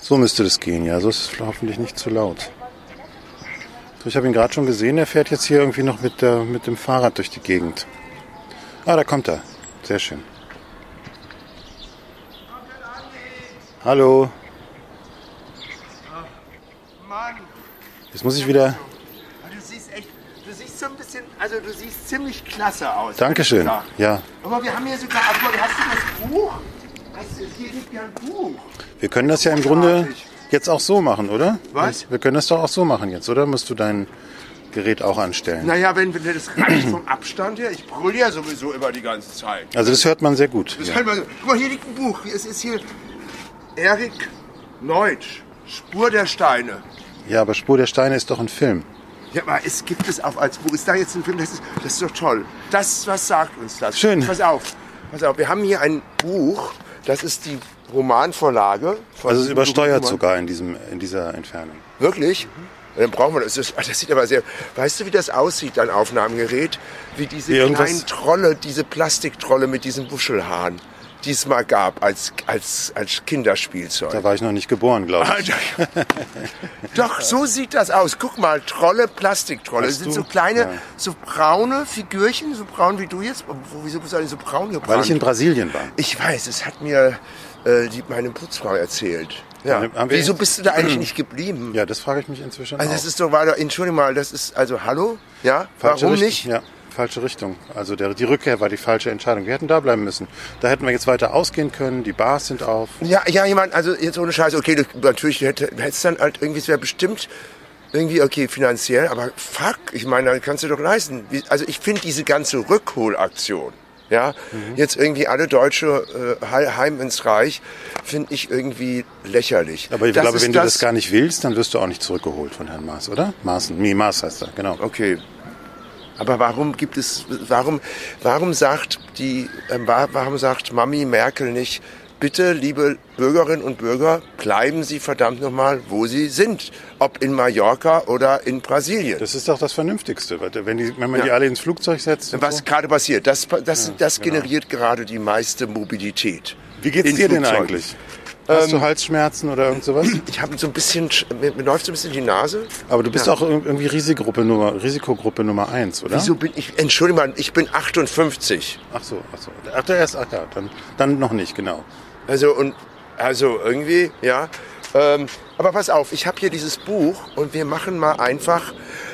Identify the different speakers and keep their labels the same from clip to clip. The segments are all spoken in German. Speaker 1: So müsste das gehen, ja. So ist es hoffentlich nicht zu laut. So, ich habe ihn gerade schon gesehen. Er fährt jetzt hier irgendwie noch mit, der, mit dem Fahrrad durch die Gegend. Ah, da kommt er. Sehr schön. Hallo. Jetzt muss ich wieder.
Speaker 2: Du siehst echt, du siehst so ein bisschen, also du siehst ziemlich klasse aus.
Speaker 1: Dankeschön.
Speaker 2: Ja.
Speaker 1: Ja,
Speaker 2: Aber wir haben hier sogar, aber hast du das Buch? Hast du, hier liegt ja ein Buch.
Speaker 1: wir können das ja im Grunde jetzt auch so machen, oder?
Speaker 2: Was?
Speaker 1: Wir können das doch auch so machen jetzt, oder? Musst du dein Gerät auch anstellen.
Speaker 2: Naja, wenn, wenn das reicht vom Abstand her, ich brülle ja sowieso immer die ganze Zeit.
Speaker 1: Also das hört man sehr gut.
Speaker 2: Das
Speaker 1: Ja.
Speaker 2: kann man, guck mal, hier liegt ein Buch. Es ist hier Erik Neutsch, Spur der Steine.
Speaker 1: ja, aber Spur der Steine ist doch ein Film.
Speaker 2: Ja, aber es gibt es auch als Buch. Ist da jetzt ein Film? Das ist, das ist doch toll. Das, was sagt uns das?
Speaker 1: Schön.
Speaker 2: Pass auf, pass auf. Wir haben hier ein Buch. Das ist die Romanvorlage. Von
Speaker 1: Also es übersteuert
Speaker 2: Hugo Buchmann.
Speaker 1: sogar in, diesem, in dieser Entfernung.
Speaker 2: Wirklich? Dann brauchen wir das. Das das sieht aber sehr. Weißt du, wie das aussieht, dein Aufnahmegerät? Wie diese
Speaker 1: Wie irgendwas-
Speaker 2: kleinen Trolle, diese Plastiktrolle mit diesem Wuschelhahn, die es mal gab als, als, als Kinderspielzeug.
Speaker 1: Da war ich noch nicht geboren, glaube ich.
Speaker 2: Alter. Also, Doch, so sieht das aus. Guck mal, Trolle, Plastiktrolle. Das
Speaker 1: Hast
Speaker 2: sind
Speaker 1: du?
Speaker 2: so kleine,
Speaker 1: Ja.
Speaker 2: so braune Figürchen, so braun wie du jetzt. Oh, Wo, wieso bist du eigentlich so braun gebrannt?
Speaker 1: Weil ich in Brasilien war.
Speaker 2: Ich weiß, es hat mir äh, die, meine Putzfrau erzählt. Ja.
Speaker 1: Dann haben wir-
Speaker 2: Wieso bist du da eigentlich nicht geblieben?
Speaker 1: Ja, das frage ich mich inzwischen
Speaker 2: Also
Speaker 1: auch.
Speaker 2: das ist doch, war doch, entschuldige mal, das ist, also hallo? Ja,
Speaker 1: Falsche
Speaker 2: warum
Speaker 1: Richtung.
Speaker 2: nicht?
Speaker 1: Ja, falsche Richtung. Also der, die Rückkehr war die falsche Entscheidung. Wir hätten da bleiben müssen. Da hätten wir jetzt weiter ausgehen können. Die Bars sind auf.
Speaker 2: Ja, ja, jemand, also jetzt ohne Scheiß, okay, du, natürlich du hätte- hättest dann halt irgendwie, es wäre bestimmt irgendwie, okay, finanziell, aber fuck, ich meine, dann kannst du doch leisten. Wie- Also ich finde diese ganze Rückholaktion, ja,
Speaker 1: Mhm.
Speaker 2: jetzt irgendwie alle Deutsche äh, heil- heim ins Reich, finde ich irgendwie lächerlich.
Speaker 1: Aber ich
Speaker 2: Das
Speaker 1: glaube,
Speaker 2: ist
Speaker 1: wenn du das gar nicht willst, dann wirst du auch nicht zurückgeholt von Herrn Maas, oder? Maaßen. Nee, Maas heißt er, genau.
Speaker 2: Okay. Aber warum gibt es, warum, warum sagt die, ähm, wa- warum sagt Mami Merkel nicht, bitte, liebe Bürgerinnen und Bürger, bleiben Sie verdammt nochmal, wo Sie sind. Ob in Mallorca oder in Brasilien.
Speaker 1: Das ist doch das Vernünftigste. weil Wenn, die, wenn man
Speaker 2: Ja.
Speaker 1: die alle ins Flugzeug setzt. und
Speaker 2: Was
Speaker 1: so. genau.
Speaker 2: gerade passiert, das, das, das generiert gerade die meiste Mobilität.
Speaker 1: Wie geht's
Speaker 2: in
Speaker 1: dir denn
Speaker 2: Flugzeugen.
Speaker 1: eigentlich? Hast
Speaker 2: Ähm,
Speaker 1: du Halsschmerzen oder irgend sowas?
Speaker 2: Ich habe so ein bisschen, sch- mir, mir läuft so ein bisschen die Nase.
Speaker 1: Aber du bist
Speaker 2: Ja.
Speaker 1: auch ir- irgendwie Risikogruppe Nummer, Risikogruppe Nummer eins, oder?
Speaker 2: Wieso bin ich, entschuldige mal, ich bin 58.
Speaker 1: Ach so, ach so. Ach, der erst, ach ja, dann, dann noch nicht, genau.
Speaker 2: Also und also irgendwie, ja. Ähm, aber pass auf, ich habe hier dieses Buch und wir machen mal einfach.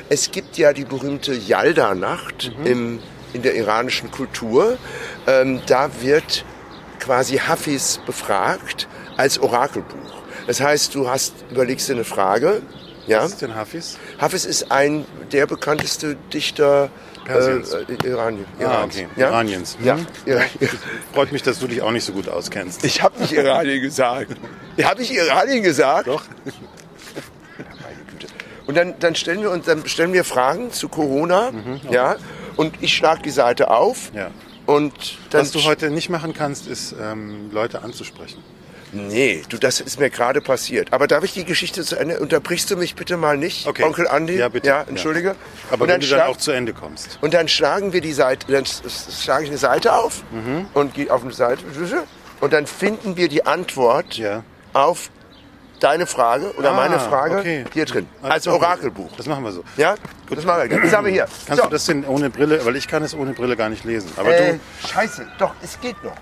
Speaker 2: Es gibt ja die berühmte Yalda-Nacht
Speaker 1: Mhm.
Speaker 2: im, in der iranischen Kultur. Ähm, da wird quasi Hafiz befragt als Orakelbuch. Das heißt, du hast überlegst dir eine Frage. Ja.
Speaker 1: Was ist denn Hafiz?
Speaker 2: Hafiz ist ein der bekannteste Dichter
Speaker 1: Persiens.
Speaker 2: Äh, Iran, Irans.
Speaker 1: Ah, okay.
Speaker 2: Ja?
Speaker 1: Iraniens.
Speaker 2: Ja.
Speaker 1: Mhm.
Speaker 2: Ira-
Speaker 1: Freut mich, dass du dich auch nicht so gut auskennst.
Speaker 2: Ich habe nicht Iranien gesagt. Habe ich Iranien gesagt?
Speaker 1: Doch.
Speaker 2: Meine Güte. Und dann, dann, stellen wir uns, dann stellen wir Fragen zu Corona. ja. Und ich schlage die Seite auf.
Speaker 1: Mhm, Ja.
Speaker 2: Und dann
Speaker 1: Was du heute nicht machen kannst, ist, ähm, Leute anzusprechen.
Speaker 2: Nee, du, das ist mir gerade passiert. Aber darf ich die Geschichte zu Ende? Unterbrichst du mich bitte mal nicht, Onkel Andi?
Speaker 1: Ja, bitte.
Speaker 2: Ja, entschuldige.
Speaker 1: Aber
Speaker 2: und
Speaker 1: wenn
Speaker 2: dann
Speaker 1: du dann
Speaker 2: schlag-
Speaker 1: auch zu Ende kommst.
Speaker 2: Und dann schlagen wir die Seite, dann s- s- schlage ich eine Seite auf
Speaker 1: Mhm.
Speaker 2: und gehe auf eine Seite und dann finden wir die Antwort
Speaker 1: Ja.
Speaker 2: auf deine Frage oder
Speaker 1: Ah,
Speaker 2: meine Frage
Speaker 1: okay.
Speaker 2: hier drin.
Speaker 1: Alles
Speaker 2: Als
Speaker 1: klar.
Speaker 2: Orakelbuch.
Speaker 1: Also, Das machen wir so.
Speaker 2: Ja? Das machen wir. Das haben wir hier.
Speaker 1: Kannst
Speaker 2: So.
Speaker 1: du das denn ohne Brille? Weil ich kann es ohne Brille gar nicht lesen. Aber
Speaker 2: Äh,
Speaker 1: du,
Speaker 2: scheiße, doch, es geht noch.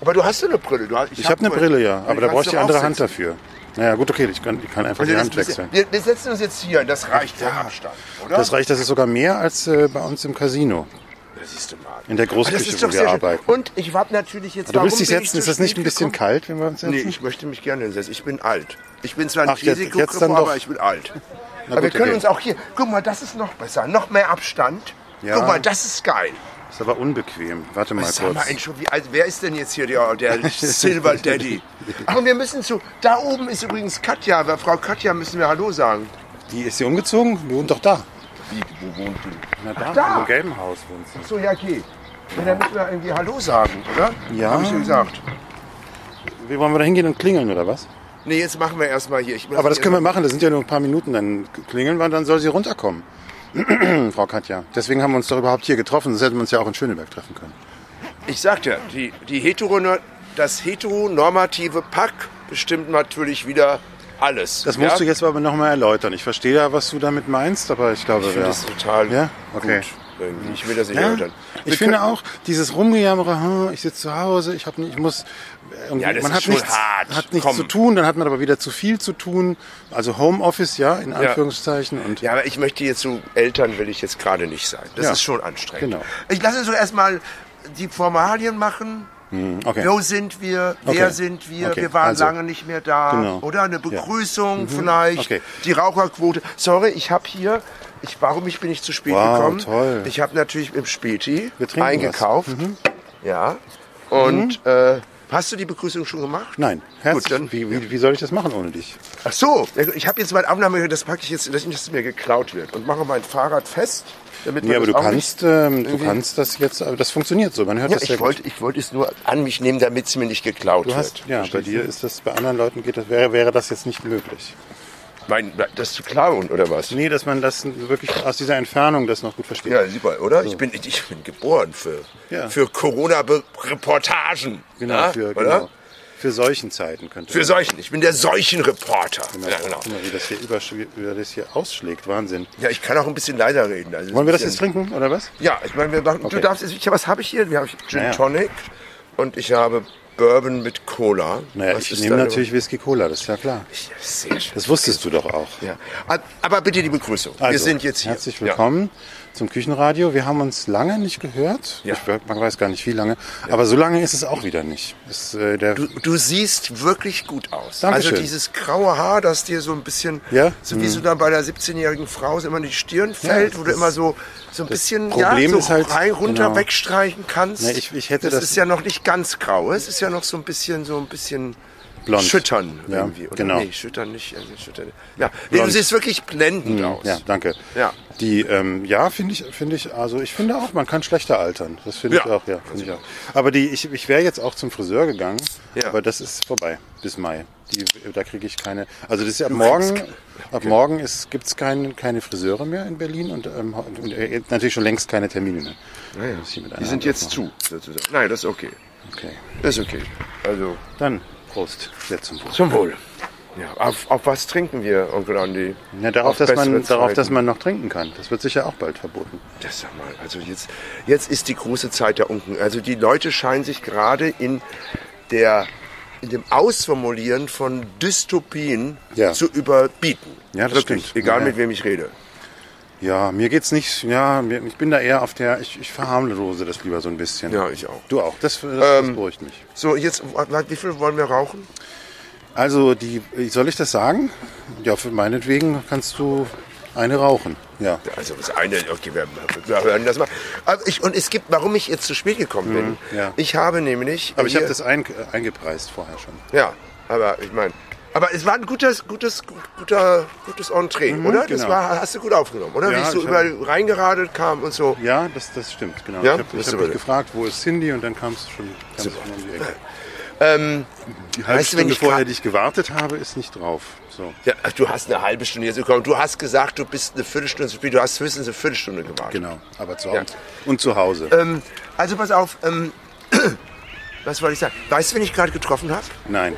Speaker 2: Aber du hast ja eine Brille. Du hast,
Speaker 1: ich habe eine Brille, ja. Aber da brauche ich die andere Hand
Speaker 2: dafür.
Speaker 1: dafür. Naja, gut, okay, ich kann, ich kann einfach
Speaker 2: Also
Speaker 1: die
Speaker 2: das
Speaker 1: Hand
Speaker 2: bisschen-
Speaker 1: wechseln.
Speaker 2: wir, wir setzen uns jetzt hier, das reicht ja. Abstand, oder?
Speaker 1: Das reicht, das ist sogar mehr als äh, bei uns im Casino.
Speaker 2: Das siehst du mal.
Speaker 1: In der Großküche,
Speaker 2: das ist
Speaker 1: wo
Speaker 2: doch
Speaker 1: wir
Speaker 2: sehr schön.
Speaker 1: arbeiten.
Speaker 2: Und ich habe natürlich jetzt.
Speaker 1: Du willst dich
Speaker 2: warum bin ich
Speaker 1: setzen,
Speaker 2: zu
Speaker 1: ist das nicht
Speaker 2: spät
Speaker 1: ein bisschen
Speaker 2: gekommen?
Speaker 1: kalt, wenn wir uns setzen?
Speaker 2: Nee, ich möchte mich gerne hinsetzen. Ich bin alt. Ich bin zwar
Speaker 1: Ach,
Speaker 2: nicht
Speaker 1: jetzt-
Speaker 2: Risikogruppe,
Speaker 1: jetzt dann doch.
Speaker 2: aber ich bin alt. aber wir
Speaker 1: gut,
Speaker 2: können
Speaker 1: okay.
Speaker 2: uns auch hier. Guck mal, das ist noch besser. Noch mehr Abstand.
Speaker 1: Ja.
Speaker 2: Guck mal, das ist geil.
Speaker 1: Ist aber unbequem. Warte mal
Speaker 2: Sag mal,
Speaker 1: kurz.
Speaker 2: Entschuldigung, wie- also wer ist denn jetzt hier der, der Silver Daddy? Ach, und wir müssen zu. Da oben ist übrigens Katja. Bei Frau Katja müssen wir Hallo sagen.
Speaker 1: Die ist sie umgezogen? Die wohnt doch da.
Speaker 2: Wie, wo wohnt die?
Speaker 1: Na da,
Speaker 2: da.
Speaker 1: im gelben Haus wohnt sie.
Speaker 2: So, ja, okay. Ja, dann müssen wir irgendwie Hallo sagen, oder?
Speaker 1: Ja.
Speaker 2: Hab ich schon gesagt.
Speaker 1: Wie wollen wir da hingehen und klingeln oder was?
Speaker 2: Nee, jetzt machen wir erstmal hier. Ich muss
Speaker 1: Aber das
Speaker 2: hier-
Speaker 1: können wir machen, das sind ja nur ein paar Minuten, dann klingeln wir und dann soll sie runterkommen. Frau Katja. Deswegen haben wir uns doch überhaupt hier getroffen, sonst hätten wir uns ja auch in Schöneberg treffen können.
Speaker 2: Ich sagte, ja, die, die Heterono das heteronormative Pack bestimmt natürlich wieder alles.
Speaker 1: Das musst
Speaker 2: ja?
Speaker 1: du jetzt aber nochmal erläutern. Ich verstehe ja, was du damit meinst, aber ich glaube,
Speaker 2: Ich finde
Speaker 1: ja.
Speaker 2: das total
Speaker 1: Ja? Okay.
Speaker 2: gut. Irgendwie. Ich will das nicht
Speaker 1: Ja,
Speaker 2: erläutern. Wir
Speaker 1: ich finde
Speaker 2: können-
Speaker 1: auch, dieses Rumgejammere, hm, ich sitze zu Hause, ich, hab, nicht- ich muss. irgendwie-
Speaker 2: Ja, das
Speaker 1: man
Speaker 2: ist
Speaker 1: hat
Speaker 2: schon
Speaker 1: nichts,
Speaker 2: hart.
Speaker 1: hat nichts
Speaker 2: Komm.
Speaker 1: zu tun, dann hat man aber wieder zu viel zu tun. Also Homeoffice, ja, in Anführungszeichen. Und
Speaker 2: Ja, aber ich möchte jetzt so Eltern will ich jetzt gerade nicht sein. Das
Speaker 1: Ja.
Speaker 2: ist schon anstrengend.
Speaker 1: Genau.
Speaker 2: Ich lasse uns doch erstmal die Formalien machen.
Speaker 1: okay.
Speaker 2: Wo sind wir? Wer
Speaker 1: Okay.
Speaker 2: sind wir?
Speaker 1: Okay,
Speaker 2: Wir waren
Speaker 1: also.
Speaker 2: lange nicht mehr da.
Speaker 1: Genau. Mhm.
Speaker 2: Oder eine Begrüßung vielleicht.
Speaker 1: Okay.
Speaker 2: Die Raucherquote. Sorry, ich habe hier. Ich, warum ich bin ich zu spät
Speaker 1: Wow,
Speaker 2: gekommen?
Speaker 1: toll.
Speaker 2: Ich habe natürlich im Späti
Speaker 1: Wir trinken Mhm.
Speaker 2: eingekauft. Ja. Und äh, hast du die Begrüßung schon gemacht?
Speaker 1: Nein,
Speaker 2: Gut,
Speaker 1: herzlich.
Speaker 2: dann.
Speaker 1: Wie, wie, wie soll ich das machen ohne dich?
Speaker 2: Ach so, ja gut, ich habe jetzt mein Aufnahme, das packe ich jetzt, dass es mir geklaut wird und mache mein Fahrrad fest, damit man
Speaker 1: Nee, aber
Speaker 2: das
Speaker 1: du
Speaker 2: auch
Speaker 1: kannst, ähm, du
Speaker 2: irgendwie-
Speaker 1: kannst das jetzt, aber das funktioniert so, man hört
Speaker 2: Nicht,
Speaker 1: das sehr
Speaker 2: ja, ich
Speaker 1: gut.
Speaker 2: wollte, ich wollte es nur an mich nehmen, damit es mir nicht geklaut
Speaker 1: Du
Speaker 2: wird.
Speaker 1: hast, ja, bei
Speaker 2: Verstehst
Speaker 1: dir ist das, bei anderen Leuten geht das, wäre, wäre das jetzt nicht möglich.
Speaker 2: du? Mein, das zu klauen oder was?
Speaker 1: Nee, dass man das wirklich aus dieser Entfernung das noch gut versteht.
Speaker 2: Ja, super, oder? Ich bin, ich bin geboren für,
Speaker 1: Ja.
Speaker 2: für Corona-Reportagen.
Speaker 1: genau,
Speaker 2: ja,
Speaker 1: für,
Speaker 2: Ah, oder?
Speaker 1: genau, für solchen Zeiten könnte
Speaker 2: Für Seuchen. Ich bin der Seuchenreporter.
Speaker 1: Genau.
Speaker 2: Ja, genau.
Speaker 1: Guck mal, wie das hier, übersch- wie wie das hier ausschlägt. Wahnsinn.
Speaker 2: ja, ich kann auch ein bisschen leiser reden. Also
Speaker 1: Wollen wir das
Speaker 2: bisschen-
Speaker 1: jetzt trinken oder was?
Speaker 2: Ja, ich meine, wir machen,
Speaker 1: Okay.
Speaker 2: du darfst, jetzt- ich, was habe ich hier? Wir haben Gin
Speaker 1: Naja.
Speaker 2: Tonic und ich habe Bourbon mit Cola.
Speaker 1: Naja,
Speaker 2: Was
Speaker 1: ich
Speaker 2: ist
Speaker 1: nehme
Speaker 2: deine-
Speaker 1: natürlich Whisky Cola, das ist ja klar.
Speaker 2: Ja, Sehr schön.
Speaker 1: Das wusstest du doch auch.
Speaker 2: Ja. Ah, Aber bitte die Begrüßung. wir
Speaker 1: Also,
Speaker 2: sind jetzt hier.
Speaker 1: Herzlich willkommen zum Küchenradio. Wir haben uns lange nicht gehört.
Speaker 2: Ja.
Speaker 1: Ich, we- man weiß gar nicht, wie lange. Aber so lange ist es auch wieder nicht. Ist, äh, der,
Speaker 2: Ja. Du, du siehst wirklich gut aus.
Speaker 1: Dankeschön.
Speaker 2: Also dieses graue Haar, das dir so ein bisschen,
Speaker 1: Ja? Mhm.
Speaker 2: so wie so dann bei der 17-jährigen Frau so immer in die Stirn fällt, wo du
Speaker 1: das-
Speaker 2: immer so, so ein bisschen
Speaker 1: Problem
Speaker 2: ja, so
Speaker 1: ist halt-
Speaker 2: rein, runter
Speaker 1: genau.
Speaker 2: wegstreichen kannst.
Speaker 1: Nee, ich- ich hätte
Speaker 2: das,
Speaker 1: das-
Speaker 2: ist ja noch nicht ganz grau. Es ist ja noch so ein bisschen, so ein bisschen
Speaker 1: Blond.
Speaker 2: schüttern
Speaker 1: Ja,
Speaker 2: irgendwie. Oder?
Speaker 1: genau.
Speaker 2: Nee, schüttern nicht. Also schüttern. Ja, nee, du
Speaker 1: Blond. Hm,
Speaker 2: siehst wirklich blendend aus.
Speaker 1: ja, danke.
Speaker 2: Ja.
Speaker 1: Die, ähm, ja, finde ich, finde ich, also ich finde auch, man kann schlechter altern. Das finde ich
Speaker 2: Ja.
Speaker 1: auch, ja, finde ich auch. Aber die, ich, ich wäre jetzt auch zum Friseur gegangen,
Speaker 2: Ja.
Speaker 1: aber das ist vorbei bis Mai. Die, da kriege ich keine. Also das ist ja ab morgen. Ab morgen ist gibt's keine, keine Friseure mehr in Berlin und, ähm, und äh, natürlich schon längst keine Termine mehr. Muss ich mit einer
Speaker 2: Ah Die
Speaker 1: Hand
Speaker 2: sind jetzt zu, sozusagen. Nein, das ist okay.
Speaker 1: aufmachen. Okay.
Speaker 2: Das ist okay. Also
Speaker 1: Dann Prost. Jetzt zum Wohl.
Speaker 2: zum Wohl. Ja, auf, auf was trinken wir, Onkel Andi?
Speaker 1: Ja, darauf,
Speaker 2: Auf
Speaker 1: dass man,
Speaker 2: bessere
Speaker 1: darauf, dass
Speaker 2: Zeiten.
Speaker 1: man noch trinken kann. Das wird sicher auch bald verboten.
Speaker 2: Das sag mal, also jetzt, jetzt ist die große Zeit der Unken. Also die Leute scheinen sich gerade in der in dem Ausformulieren von Dystopien
Speaker 1: Ja.
Speaker 2: zu überbieten.
Speaker 1: Ja, das
Speaker 2: Wirklich,
Speaker 1: stimmt.
Speaker 2: Egal
Speaker 1: Ja.
Speaker 2: mit wem ich rede.
Speaker 1: Ja, mir geht's nicht. Ja, mir, ich bin da eher auf der. Ich, ich verharmlose das lieber so ein bisschen.
Speaker 2: Ja, Ähm. ich auch.
Speaker 1: Du auch. Das, das, das beruhigt mich.
Speaker 2: So, jetzt, wie viel wollen wir rauchen?
Speaker 1: Also die, soll ich das sagen? Ja, für meinetwegen kannst du eine rauchen. Ja.
Speaker 2: Also das eine, okay, wir, wir hören das mal. Aber ich, und es gibt, warum ich jetzt zu spät gekommen bin.
Speaker 1: Mhm, ja.
Speaker 2: Ich habe nämlich.
Speaker 1: Aber ich habe
Speaker 2: hier-
Speaker 1: das ein, äh, eingepreist vorher schon.
Speaker 2: Ja, aber ich meine. Aber es war ein gutes, gutes, gut- guter, gutes Entree, oder? Das
Speaker 1: genau.
Speaker 2: war, hast du gut aufgenommen, oder?
Speaker 1: Ja,
Speaker 2: Wie ich so
Speaker 1: ich
Speaker 2: überall reingeradelt kam und so.
Speaker 1: Ja, das, das stimmt, genau.
Speaker 2: Ja?
Speaker 1: Ich habe
Speaker 2: Das
Speaker 1: ich
Speaker 2: ist
Speaker 1: hab
Speaker 2: aber-
Speaker 1: dich gefragt, wo ist Cindy und dann kamst du schon kamst du schon um die Ecke. die halbe
Speaker 2: Ähm, weißt du, wenn
Speaker 1: Stunde
Speaker 2: ich
Speaker 1: vorher,
Speaker 2: gra-
Speaker 1: die ich gewartet habe, ist nicht drauf. So.
Speaker 2: Ja, ach, du hast eine halbe Stunde jetzt gekommen. Du hast gesagt, du bist eine Viertelstunde zu spät. Du hast höchstens eine Viertelstunde gewartet.
Speaker 1: Genau, aber zu
Speaker 2: Ja.
Speaker 1: Hause. Und zu Hause.
Speaker 2: Ähm, also pass auf, ähm, was wollte ich sagen? Weißt du, wen ich gerade getroffen habe?
Speaker 1: Nein.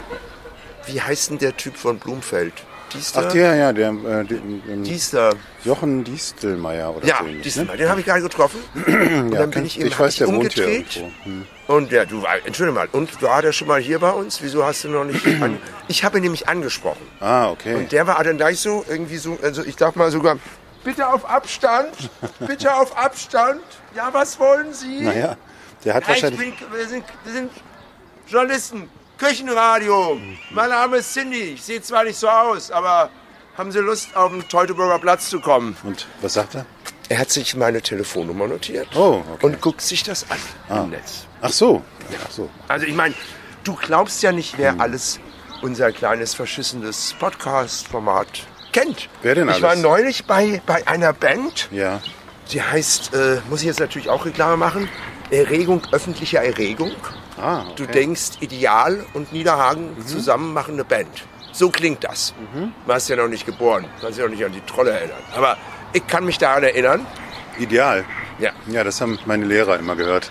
Speaker 2: Wie heißt denn der Typ von Blumfeld? Diester?
Speaker 1: Ach, der, ja, der, äh, der, ähm,
Speaker 2: Diester.
Speaker 1: Jochen Distelmeier oder
Speaker 2: Ja,
Speaker 1: so. ähnlich,
Speaker 2: diesen,
Speaker 1: ne?
Speaker 2: den habe ich gerade getroffen. Und dann bin
Speaker 1: kennst
Speaker 2: ich
Speaker 1: du.
Speaker 2: eben
Speaker 1: Ich weiß,
Speaker 2: hab
Speaker 1: der wohnt hier
Speaker 2: umgedreht.
Speaker 1: irgendwo.
Speaker 2: Und ja, du war, entschuldige mal, und war der schon mal hier bei uns? Wieso hast du noch nicht an, Ich habe ihn nämlich angesprochen.
Speaker 1: Ah, okay.
Speaker 2: Der war dann gleich so, irgendwie so, also ich darf mal sogar, bitte auf Abstand, bitte auf Abstand. Ja, was wollen Sie?
Speaker 1: Naja, der hat
Speaker 2: Ja, ich
Speaker 1: wahrscheinlich.
Speaker 2: bin, wir, sind, wir sind Journalisten, Küchenradio. Mein Name ist Cindy. Ich sehe zwar nicht so aus, aber haben Sie Lust, auf den Teutoburger Platz zu kommen?
Speaker 1: Und was sagt er?
Speaker 2: Er hat sich meine Telefonnummer notiert
Speaker 1: Oh, okay.
Speaker 2: und guckt sich das an im Netz.
Speaker 1: Ach so. Ach so.
Speaker 2: Also ich meine, du glaubst ja nicht, wer alles unser kleines verschissenes Podcast-Format kennt.
Speaker 1: Wer denn
Speaker 2: Ich
Speaker 1: alles?
Speaker 2: war neulich bei, bei einer Band,
Speaker 1: Ja.
Speaker 2: die heißt, äh, muss ich jetzt natürlich auch Reklame machen, Erregung öffentlicher Erregung.
Speaker 1: Ah, okay. Mhm.
Speaker 2: Du denkst, Ideal und Niederhagen zusammen machen eine Band. So klingt das. Warst ja noch nicht geboren, kannst ja noch nicht an die Trolle erinnern. Aber ich kann mich daran erinnern.
Speaker 1: Ideal.
Speaker 2: Ja.
Speaker 1: Ja, das haben meine Lehrer immer gehört.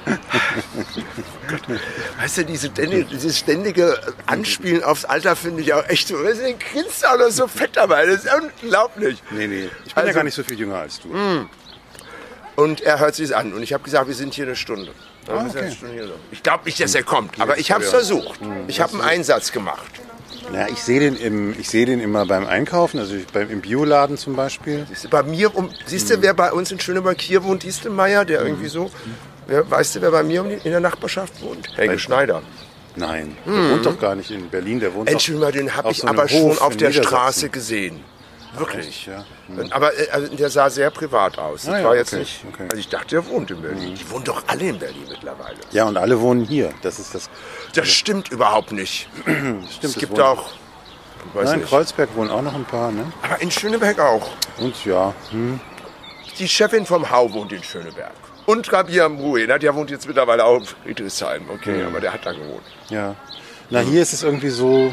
Speaker 2: Weißt du, diese ständige, dieses ständige Anspielen aufs Alter finde ich auch echt so. Weißt du, den grinst auch noch so fett dabei. Das ist unglaublich.
Speaker 1: nee, nee. Ich bin ja
Speaker 2: Also-
Speaker 1: gar nicht so viel jünger als du.
Speaker 2: Und er hört sich an. Und ich habe gesagt, wir sind hier eine Stunde. Dann
Speaker 1: Ah,
Speaker 2: ist er
Speaker 1: okay.
Speaker 2: eine Stunde hier so. Ich glaube nicht, dass er kommt, aber ich habe es
Speaker 1: ja. Hm,
Speaker 2: versucht. Ich habe einen Einsatz gemacht.
Speaker 1: Na, ich sehe den, im- ich seh den immer beim Einkaufen, also ich, beim, im Bioladen zum Beispiel.
Speaker 2: Siehst du, Bei mir, um, siehst
Speaker 1: Hm.
Speaker 2: du, wer bei uns in Schöneberg hier wohnt? Distelmeier, der irgendwie so. Wer, weißt du, wer bei mir um die- in der Nachbarschaft wohnt? Helge Schneider.
Speaker 1: Nein,
Speaker 2: Mhm.
Speaker 1: der wohnt doch gar nicht in Berlin, der wohnt
Speaker 2: Entschuldigung,
Speaker 1: doch
Speaker 2: mal, den habe
Speaker 1: auf
Speaker 2: ich
Speaker 1: so einem
Speaker 2: aber schon
Speaker 1: Hof
Speaker 2: auf
Speaker 1: in
Speaker 2: der
Speaker 1: Niedersachsen.
Speaker 2: Straße gesehen. Wirklich.
Speaker 1: Echt, ja?
Speaker 2: Aber äh, also der sah sehr privat aus. Das
Speaker 1: Ah ja,
Speaker 2: war jetzt
Speaker 1: okay,
Speaker 2: nicht.
Speaker 1: okay. Mhm.
Speaker 2: Also ich dachte, er wohnt in Berlin. Die wohnen doch alle in Berlin mittlerweile.
Speaker 1: Ja, und alle wohnen hier. Das ist das.
Speaker 2: Das stimmt überhaupt nicht.
Speaker 1: Stimmt,
Speaker 2: es gibt
Speaker 1: wohnen-
Speaker 2: auch. ich Weiß
Speaker 1: Nein, in
Speaker 2: nicht.
Speaker 1: Kreuzberg wohnen auch noch ein paar, ne?
Speaker 2: Aber in Schöneberg auch.
Speaker 1: Und ja, hm,
Speaker 2: Die Chefin vom Hau wohnt in Schöneberg. Und Rabia Mruhe, der wohnt jetzt mittlerweile auch in Friedrichshain.
Speaker 1: Mhm.
Speaker 2: Okay, aber der hat da gewohnt.
Speaker 1: ja. Na, hier ist es irgendwie so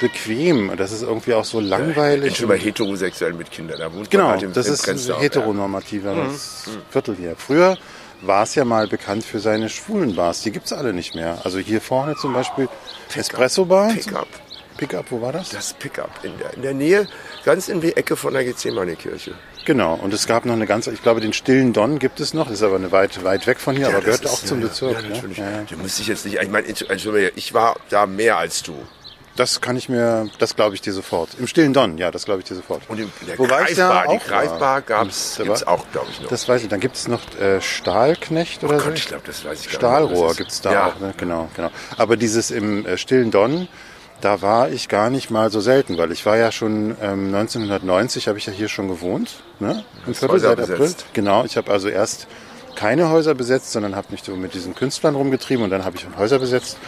Speaker 1: bequem und das ist irgendwie auch so
Speaker 2: Ich
Speaker 1: langweilig.
Speaker 2: bin über heterosexuell mit Kindern. Da wohnt man
Speaker 1: Genau,
Speaker 2: halt im,
Speaker 1: das
Speaker 2: im
Speaker 1: ist ein
Speaker 2: Prenzlauer Berg. Mhm.
Speaker 1: heteronormativer das Viertel hier. Früher war es ja mal bekannt für seine schwulen Bars. Die gibt es alle nicht mehr. Also hier vorne zum Beispiel Espresso Bar.
Speaker 2: Pickup.
Speaker 1: Pickup, wo war das?
Speaker 2: Das Pickup in der, in der Nähe, ganz in die Ecke von der Gethsemane-Kirche.
Speaker 1: Genau. Und es gab noch eine ganze, ich glaube, den stillen Don gibt es noch. Das ist aber eine weit, weit weg von hier, aber
Speaker 2: das
Speaker 1: gehört auch
Speaker 2: ist-
Speaker 1: zum
Speaker 2: ja,
Speaker 1: Bezirk.
Speaker 2: Ja,
Speaker 1: ne?
Speaker 2: natürlich.
Speaker 1: Ja, ja.
Speaker 2: Da muss ich jetzt nicht. Ich meine, Entschuldigung, ich war da mehr als du.
Speaker 1: Das kann ich mir, das glaube ich dir sofort. Im stillen Don, ja, das glaube ich dir sofort.
Speaker 2: Und in der
Speaker 1: Wobei es da
Speaker 2: Greifbar, die
Speaker 1: auch
Speaker 2: Greifbar
Speaker 1: war.
Speaker 2: gab's,
Speaker 1: Da
Speaker 2: gibt's
Speaker 1: war-
Speaker 2: auch, glaube ich, noch. Oh
Speaker 1: Das weiß ich. Dann gibt es noch äh, Stahlknecht oder so.
Speaker 2: Gott, ich glaube, das weiß ich gar nicht, was
Speaker 1: Stahlrohr
Speaker 2: das
Speaker 1: gibt es
Speaker 2: ist.
Speaker 1: da
Speaker 2: Ja.
Speaker 1: auch, ne? genau, genau. Aber dieses im äh, stillen Don, da war ich gar nicht mal so selten, weil ich war ja schon ähm, 1990, habe ich ja hier schon gewohnt, ne? im Viertel
Speaker 2: Häuser
Speaker 1: seit April.
Speaker 2: besetzt.
Speaker 1: Genau, ich habe also erst keine Häuser besetzt, sondern habe mich so mit diesen Künstlern rumgetrieben und dann habe ich Häuser besetzt.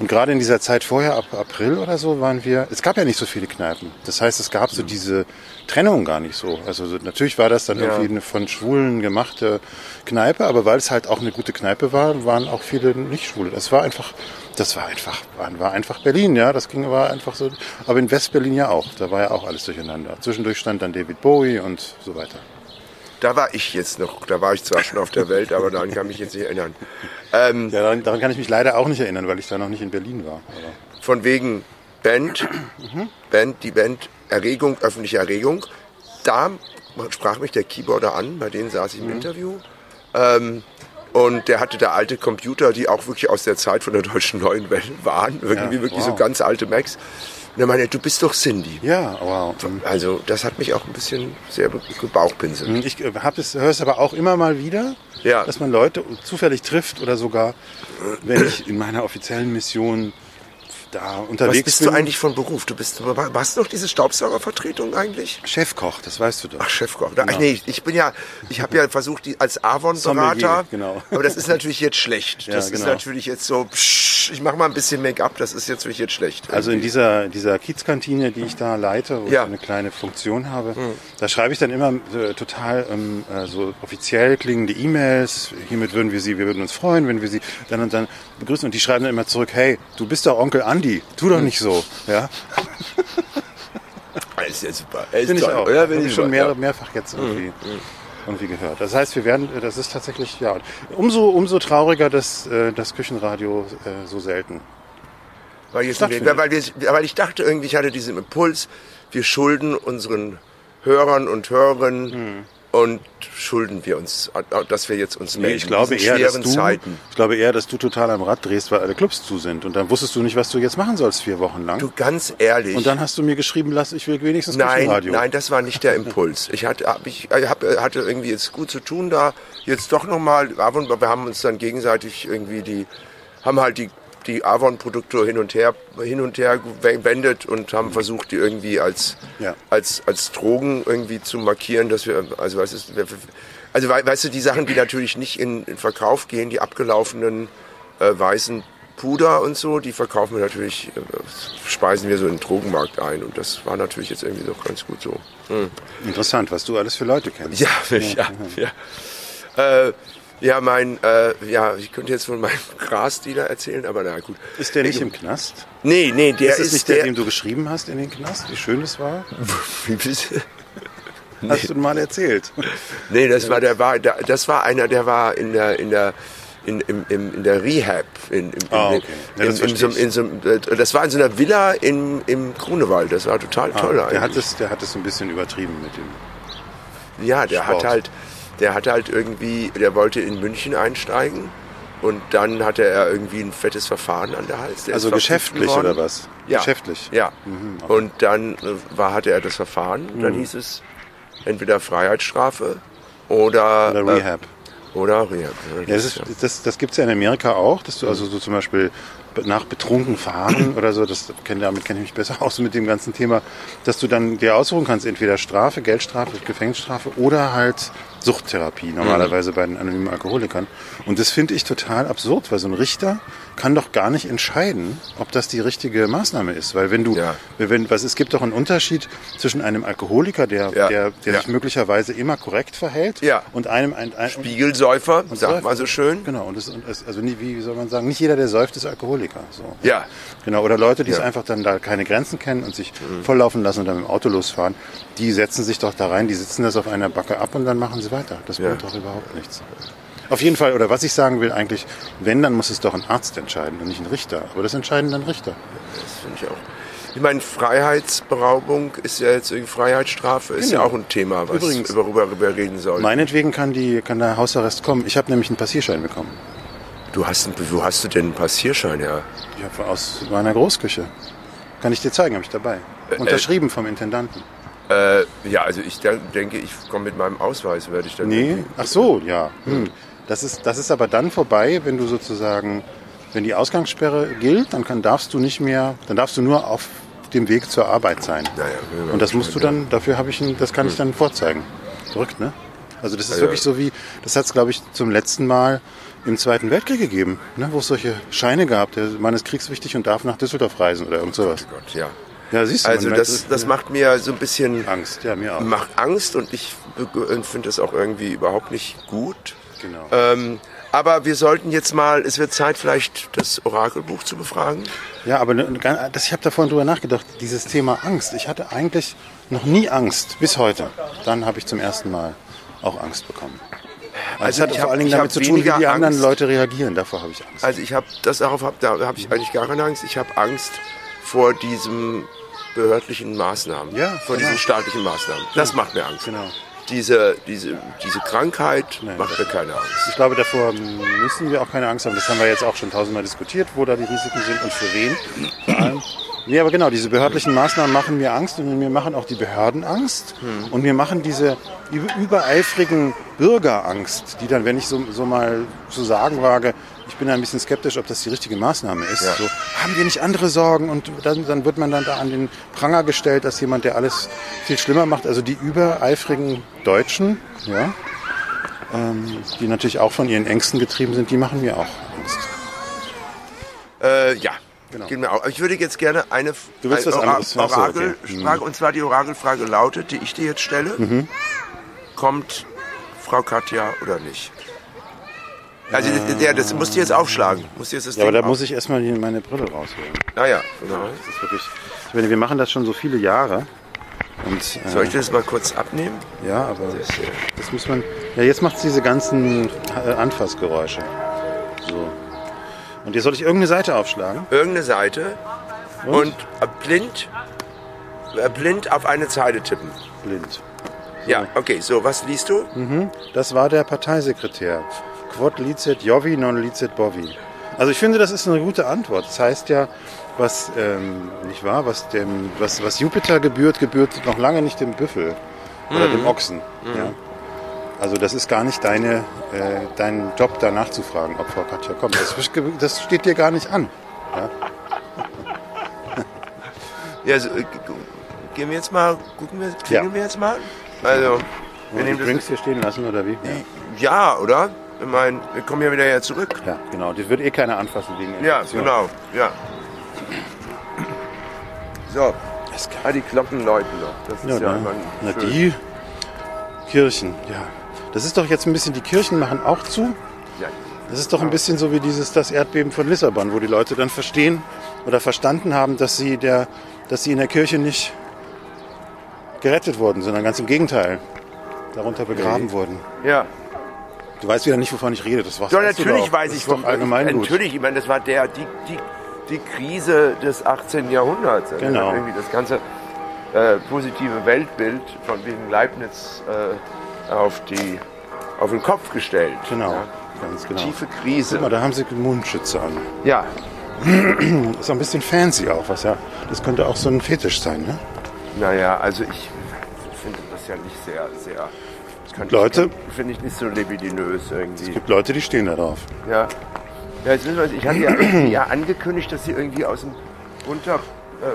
Speaker 1: Und gerade in dieser Zeit vorher, ab April oder so, waren wir, es gab ja nicht so viele Kneipen. Das heißt, es gab so diese Trennung gar nicht so. Also so, natürlich war das dann irgendwie eine von Schwulen gemachte Kneipe, aber weil es halt auch eine gute Kneipe war, waren auch viele nicht schwule. Das war einfach, das war einfach, war, war einfach Berlin, ja. Das ging war einfach so. Aber in Westberlin ja auch. Da war ja auch alles durcheinander. Zwischendurch stand dann David Bowie und so weiter.
Speaker 2: Da war ich jetzt noch. Da war ich zwar schon auf der Welt, aber daran kann ich mich jetzt nicht erinnern. Ähm,
Speaker 1: Ja, daran, daran kann ich mich leider auch nicht erinnern, weil ich da noch nicht in Berlin war. Aber
Speaker 2: von wegen Band, Band, die Band Erregung, öffentliche Erregung. Da sprach mich der Keyboarder an, bei denen saß ich im Interview. Ähm, und der hatte da alte Computer, die auch wirklich aus der Zeit von der deutschen Neuen Welle waren. Irgendwie
Speaker 1: Ja,
Speaker 2: wirklich so
Speaker 1: wow.
Speaker 2: ganz alte Macs. Und er meinte, du bist doch Cindy.
Speaker 1: ja, wow.
Speaker 2: Also das hat mich auch ein bisschen sehr be- gebauchpinselt.
Speaker 1: Ich äh, hab es, höre es aber auch immer mal wieder,
Speaker 2: Ja.
Speaker 1: dass man Leute zufällig trifft oder sogar, wenn ich in meiner offiziellen Mission da unterwegs
Speaker 2: Was bist
Speaker 1: bin.
Speaker 2: du eigentlich von Beruf? Du bist, warst du noch diese Staubsaugervertretung eigentlich?
Speaker 1: Chefkoch, das weißt du doch.
Speaker 2: Ach, Chefkoch. Ach nee, ich- ich bin ja, ich habe ja versucht, die als Avon-Berater.
Speaker 1: Sommelier, genau.
Speaker 2: Aber das ist natürlich jetzt schlecht.
Speaker 1: Ja,
Speaker 2: das ist
Speaker 1: genau.
Speaker 2: natürlich jetzt so, psch, ich mache mal ein bisschen Make-up, das ist jetzt wirklich jetzt schlecht.
Speaker 1: Also in dieser, dieser Kiezkantine, die ich da leite, wo
Speaker 2: Ja. Hm.
Speaker 1: ich eine kleine Funktion habe, da schreibe ich dann immer äh, total ähm, äh, so offiziell klingende E-Mails. Hiermit würden wir Sie, wir würden uns freuen, wenn wir Sie dann und dann begrüßen. Und die schreiben dann immer zurück, hey, du bist doch Onkel Andi, tu
Speaker 2: Hm.
Speaker 1: doch nicht so. Ja,
Speaker 2: Ah, ist ja super. Ist
Speaker 1: bin ich
Speaker 2: toll,
Speaker 1: auch.
Speaker 2: Oder?
Speaker 1: Bin
Speaker 2: Bin
Speaker 1: ich schon
Speaker 2: super,
Speaker 1: mehr,
Speaker 2: ja. Hm,
Speaker 1: mehrfach jetzt irgendwie, irgendwie gehört. Das heißt, wir werden, äh, das ist tatsächlich, ja, umso, umso trauriger, dass äh, das Küchenradio äh, so selten.
Speaker 2: Weil, jetzt,
Speaker 1: stattfindet.
Speaker 2: weil, wir, weil ich dachte irgendwie, ich hatte diesen Impuls, wir schulden unseren Hörern und
Speaker 1: Hm.
Speaker 2: Hörerinnen und schulden wir uns, dass wir jetzt uns melden.
Speaker 1: ich glaube
Speaker 2: in diesen
Speaker 1: eher, dass
Speaker 2: schweren
Speaker 1: du,
Speaker 2: Zeiten.
Speaker 1: ich glaube eher, dass du total am Rad drehst, weil alle Clubs zu sind. Und dann wusstest du nicht, was du jetzt machen sollst, vier Wochen lang.
Speaker 2: Du ganz ehrlich.
Speaker 1: und dann hast du mir geschrieben, lass, ich will wenigstens
Speaker 2: Nein,
Speaker 1: Küchenradio.
Speaker 2: nein, das war nicht der Impuls. Ich hatte, hab, ich äh, hab, äh, hatte irgendwie jetzt gut zu tun da. Jetzt doch nochmal. Avon, wir haben uns dann gegenseitig irgendwie die, haben halt die, die Avon-Produkte hin und her, hin und her gewendet und haben versucht, die irgendwie als,
Speaker 1: Ja.
Speaker 2: als, als Drogen irgendwie zu markieren, dass wir, also was ist, also wei- weißt du, die Sachen, die natürlich nicht in, in Verkauf gehen, die abgelaufenen äh, weißen Puder und so, die verkaufen wir natürlich, äh, speisen wir so in den Drogenmarkt ein und das war natürlich jetzt irgendwie so ganz gut so.
Speaker 1: Interessant, was du alles für Leute kennst.
Speaker 2: Ja, ja, ja. Äh, ja, mein, äh, ja, ich könnte jetzt von meinem Grasdealer erzählen, aber na gut. Äh,
Speaker 1: Ist der nicht im Knast?
Speaker 2: Nee, nee, der
Speaker 1: Ist
Speaker 2: ist,
Speaker 1: es nicht der,
Speaker 2: der,
Speaker 1: dem du geschrieben hast in den Knast, wie schön es war?
Speaker 2: Wie bist-
Speaker 1: Hast du mal erzählt.
Speaker 2: Nee, das war der war der, das war einer, der war in der in der in, im, im, in der Rehab in, im, im,
Speaker 1: Ah, okay. Ja,
Speaker 2: in,
Speaker 1: das
Speaker 2: in, so, einem-
Speaker 1: verstehe
Speaker 2: in so, einem- äh, das war in so einer Villa im, im Grunewald. Das war total toll.
Speaker 1: Ah, der,
Speaker 2: eigentlich.
Speaker 1: hat es, der hat es ein bisschen übertrieben mit dem.
Speaker 2: ja, der
Speaker 1: Sport.
Speaker 2: hat halt der hat halt irgendwie der wollte in München einsteigen und dann hatte er irgendwie ein fettes Verfahren an der Hals. Der ist
Speaker 1: Also
Speaker 2: verpfiffen
Speaker 1: geschäftlich
Speaker 2: worden.
Speaker 1: oder was?
Speaker 2: Ja.
Speaker 1: Geschäftlich.
Speaker 2: Ja.
Speaker 1: Mhm, okay. Mhm.
Speaker 2: Und dann äh, war, hatte er das Verfahren. Dann hieß es entweder Freiheitsstrafe oder,
Speaker 1: Oder Rehab.
Speaker 2: Äh, oder Rehab.
Speaker 1: Ja, das ist, das, das gibt es ja in Amerika auch, dass du also so zum Beispiel be- nach betrunken fahren oder so, das kenn, damit kenne ich mich besser aus mit dem ganzen Thema, dass du dann dir aussuchen kannst, entweder Strafe, Geldstrafe, Gefängnisstrafe oder halt Suchttherapie,
Speaker 2: Mhm.
Speaker 1: normalerweise bei den anonymen Alkoholikern. Und das finde ich total absurd, weil so ein Richter kann doch gar nicht entscheiden, ob das die richtige Maßnahme ist. Weil wenn du,
Speaker 2: Ja.
Speaker 1: wenn, was, es gibt doch einen Unterschied zwischen einem Alkoholiker, der,
Speaker 2: Ja.
Speaker 1: der, der
Speaker 2: Ja.
Speaker 1: sich möglicherweise immer korrekt verhält
Speaker 2: Ja.
Speaker 1: und einem ein, ein,
Speaker 2: Spiegelsäufer, sagt man so schön.
Speaker 1: Genau, und das, und es- also nie, wie soll man sagen, nicht jeder, der säuft, ist Alkoholiker. So.
Speaker 2: Ja.
Speaker 1: Genau, oder Leute, die es
Speaker 2: Ja. Mhm.
Speaker 1: einfach dann da keine Grenzen kennen und sich volllaufen lassen und dann mit dem Auto losfahren, die setzen sich doch da rein, die sitzen das auf einer Backe ab und dann machen sie weiter. Das bringt doch überhaupt nichts. Auf jeden Fall, oder was ich sagen will eigentlich, wenn, dann muss es doch ein Arzt entscheiden und nicht ein Richter. Aber das entscheiden dann Richter.
Speaker 2: Das finde ich auch. Ich meine, Freiheitsberaubung ist ja jetzt irgendwie Freiheitsstrafe, ist
Speaker 1: Genau.
Speaker 2: ja auch ein Thema, was
Speaker 1: Übrigens.
Speaker 2: über- worüber wir reden sollen.
Speaker 1: Meinetwegen kann, die, kann der Hausarrest kommen. Ich habe nämlich einen Passierschein bekommen.
Speaker 2: Du hast, einen- wo hast du denn einen Passierschein her?
Speaker 1: Ich habe aus meiner Großküche. Kann ich dir zeigen, habe ich dabei. Unterschrieben vom Intendanten.
Speaker 2: Äh, ja, also ich de- denke, ich komme mit meinem Ausweis, werde ich dann.
Speaker 1: Nee,
Speaker 2: irgendwie-
Speaker 1: ach so, ja. Hm. Das, ist, das ist aber dann vorbei, wenn du sozusagen, wenn die Ausgangssperre gilt, dann kann, darfst du nicht mehr, dann darfst du nur auf dem Weg zur Arbeit sein.
Speaker 2: Naja, genau.
Speaker 1: Und das musst du dann, dafür habe ich, ein- das kann
Speaker 2: Hm.
Speaker 1: ich dann vorzeigen. Verrückt, ne? Also das ist wirklich so wie, das hat es glaube ich zum letzten Mal im Zweiten Weltkrieg gegeben, ne, wo es solche Scheine gab, der Mann ist kriegswichtig und darf nach Düsseldorf reisen oder irgend sowas.
Speaker 2: Gott, ja.
Speaker 1: Ja, siehst du.
Speaker 2: Also
Speaker 1: man merkt,
Speaker 2: das, das macht mir so ein bisschen
Speaker 1: Angst, ja, mir auch.
Speaker 2: macht Angst und ich be- äh, finde das auch irgendwie überhaupt nicht gut.
Speaker 1: Genau.
Speaker 2: Ähm, aber wir sollten jetzt mal, es wird Zeit, vielleicht das Orakelbuch zu befragen.
Speaker 1: Ja, aber ne- gar- das, ich habe da vorhin drüber nachgedacht, dieses Thema Angst. Ich hatte eigentlich noch nie Angst, bis heute. Dann habe ich zum ersten Mal auch Angst bekommen. Also es
Speaker 2: Also
Speaker 1: hat
Speaker 2: ich
Speaker 1: vor
Speaker 2: hab-
Speaker 1: allen Dingen
Speaker 2: ich
Speaker 1: damit
Speaker 2: hab
Speaker 1: zu tun, wie die
Speaker 2: weniger
Speaker 1: anderen
Speaker 2: Angst.
Speaker 1: Leute reagieren. Davor habe ich Angst.
Speaker 2: Also ich habe das darauf hab, da habe ich eigentlich gar keine Angst. Ich habe Angst vor diesem behördlichen Maßnahmen,
Speaker 1: Ja,
Speaker 2: vor
Speaker 1: genau.
Speaker 2: diesen staatlichen Maßnahmen. Das macht mir Angst.
Speaker 1: Genau.
Speaker 2: Diese, diese, diese Krankheit
Speaker 1: Nein,
Speaker 2: macht mir keine Angst.
Speaker 1: ich glaube, davor müssen wir auch keine Angst haben. Das haben wir jetzt auch schon tausendmal diskutiert, wo da die Risiken sind und für wen. Vor allem. Nee, aber genau, diese behördlichen Maßnahmen machen mir Angst und mir machen auch die Behörden Angst und mir machen diese üb- übereifrigen Bürger Angst, die dann, wenn ich so, so mal zu sagen wage, ich bin da ein bisschen skeptisch, ob das die richtige Maßnahme ist.
Speaker 2: Ja.
Speaker 1: So, haben wir nicht andere Sorgen? Und dann, dann wird man dann da an den Pranger gestellt, dass jemand, der alles viel schlimmer macht, also die übereifrigen Deutschen, ja, die natürlich auch von ihren Ängsten getrieben sind, die machen mir auch Angst.
Speaker 2: Äh, ja.
Speaker 1: Genau.
Speaker 2: Geht mir auch. Aber Ich würde jetzt gerne eine
Speaker 1: Du willst
Speaker 2: eine
Speaker 1: was
Speaker 2: Ora-
Speaker 1: anderes? Ach so,
Speaker 2: Orakelfrage,
Speaker 1: okay. Mhm.
Speaker 2: und zwar die Orakelfrage lautet, die ich dir jetzt stelle, kommt Frau Katja oder nicht? Also der, das musst du jetzt aufschlagen. Musst du jetzt das
Speaker 1: Ähm. Ja, aber
Speaker 2: Ding
Speaker 1: da muss ich erstmal hier meine Brille rausholen.
Speaker 2: auf- Naja, genau.
Speaker 1: Das ist wirklich, ich meine, wir machen das schon so viele Jahre. Und, äh,
Speaker 2: Soll ich dir das mal kurz abnehmen?
Speaker 1: Ja, aber das muss man. Ja, jetzt macht diese ganzen äh, Anfassgeräusche. So. Und jetzt soll ich irgendeine Seite aufschlagen.
Speaker 2: Irgendeine Seite und, äh, blind, äh, blind auf eine Zeile tippen.
Speaker 1: Blind.
Speaker 2: Ja, okay, so, was liest du?
Speaker 1: Hm. Das war der Parteisekretär. Quod licet Jovi, non licet Bovi. Also ich finde, das ist eine gute Antwort. Das heißt ja, was ähm, nicht wahr, was dem, was, was Jupiter gebührt, gebührt noch lange nicht dem Büffel
Speaker 2: Mhm.
Speaker 1: oder dem Ochsen. Ja. Also das ist gar nicht deine, äh, dein Job, danach zu fragen, ob Frau Katja kommt. Das, das steht dir gar nicht an.
Speaker 2: Ja, so, äh, gehen wir jetzt mal, gucken wir, klingeln
Speaker 1: Ja.
Speaker 2: wir jetzt mal? Also, wir
Speaker 1: Wollen wir
Speaker 2: nehmen
Speaker 1: die
Speaker 2: das
Speaker 1: Drinks hier stehen lassen oder wie? Ja.
Speaker 2: Ja, oder? Ich meine, wir kommen ja wieder her zurück.
Speaker 1: ja, genau. Das wird eh keiner anfassen wegen
Speaker 2: Ja,
Speaker 1: Infektion.
Speaker 2: genau. Ja. So,
Speaker 1: Es gab
Speaker 2: ah, die Glocken läuten noch. Das ist ja,
Speaker 1: Ja, ne?
Speaker 2: immer
Speaker 1: Na,
Speaker 2: schön.
Speaker 1: die Kirchen, ja. Das ist doch jetzt ein bisschen, die Kirchen machen auch zu.
Speaker 2: Ja.
Speaker 1: Das ist doch ein bisschen so wie dieses das Erdbeben von Lissabon, wo die Leute dann verstehen oder verstanden haben, dass sie der, dass sie in der Kirche nicht gerettet worden, sondern ganz im Gegenteil. Darunter begraben wurden.
Speaker 2: Ja.
Speaker 1: Du weißt wieder nicht, wovon ich rede. Das war's.
Speaker 2: Ja,
Speaker 1: weißt du
Speaker 2: natürlich
Speaker 1: doch.
Speaker 2: weiß
Speaker 1: Das
Speaker 2: ich,
Speaker 1: ist doch allgemein gut.
Speaker 2: Natürlich, ich meine, das war der, die, die, die Krise des 18. Jahrhunderts. Also
Speaker 1: Genau.
Speaker 2: Irgendwie das ganze äh, positive Weltbild von wegen Leibniz äh, auf, die, auf den Kopf gestellt.
Speaker 1: Genau,
Speaker 2: Ja.
Speaker 1: ganz genau.
Speaker 2: Tiefe
Speaker 1: Guck mal,
Speaker 2: Krise.
Speaker 1: da haben sie Mundschütze an.
Speaker 2: Ja,
Speaker 1: Ist auch ein bisschen fancy auch, was ja. Das könnte auch so ein Fetisch sein, ne?
Speaker 2: naja, also ich finde das ja nicht sehr, sehr. Das kann
Speaker 1: Leute.
Speaker 2: ich, finde ich nicht so libidinös irgendwie.
Speaker 1: Es gibt Leute, die stehen da drauf.
Speaker 2: Ja. Ja, jetzt müssen wir, ich hatte ja, ja angekündigt, dass sie irgendwie aus dem runter äh,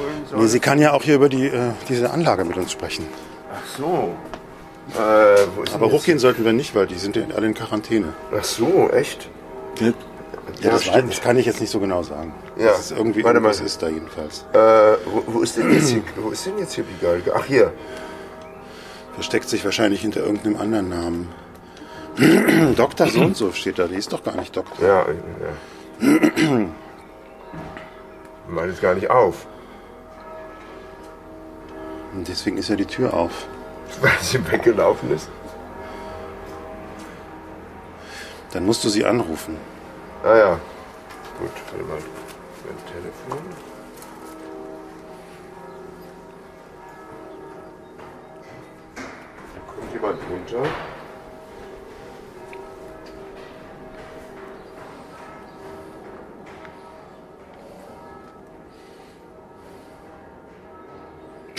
Speaker 2: holen soll.
Speaker 1: Nee, sie kann ja auch hier über die, äh, diese Anlage mit uns sprechen.
Speaker 2: Ach so. Äh, wo ist
Speaker 1: Aber
Speaker 2: denn
Speaker 1: hochgehen sollten wir nicht, weil die sind ja alle in Quarantäne.
Speaker 2: das? Ach so, echt?
Speaker 1: Ja, das,
Speaker 2: stimmt.
Speaker 1: weiß, das kann ich jetzt nicht so genau sagen.
Speaker 2: Ja.
Speaker 1: Das ist irgendwie,
Speaker 2: Warte mal.
Speaker 1: irgendwas ist da jedenfalls.
Speaker 2: Äh, wo, wo ist denn jetzt hier, wo ist denn jetzt hier Bigalge? Ach hier.
Speaker 1: Versteckt sich wahrscheinlich hinter irgendeinem anderen Namen. Dr. So und so steht da, die ist doch gar nicht Doktor.
Speaker 2: Ja, äh, ja. Meint es gar nicht auf.
Speaker 1: Und deswegen ist ja die Tür auf.
Speaker 2: Weil sie weggelaufen ist.
Speaker 1: Dann musst du sie anrufen.
Speaker 2: Ah ja. Gut, warte mal. Mein Telefon. Da kommt jemand runter.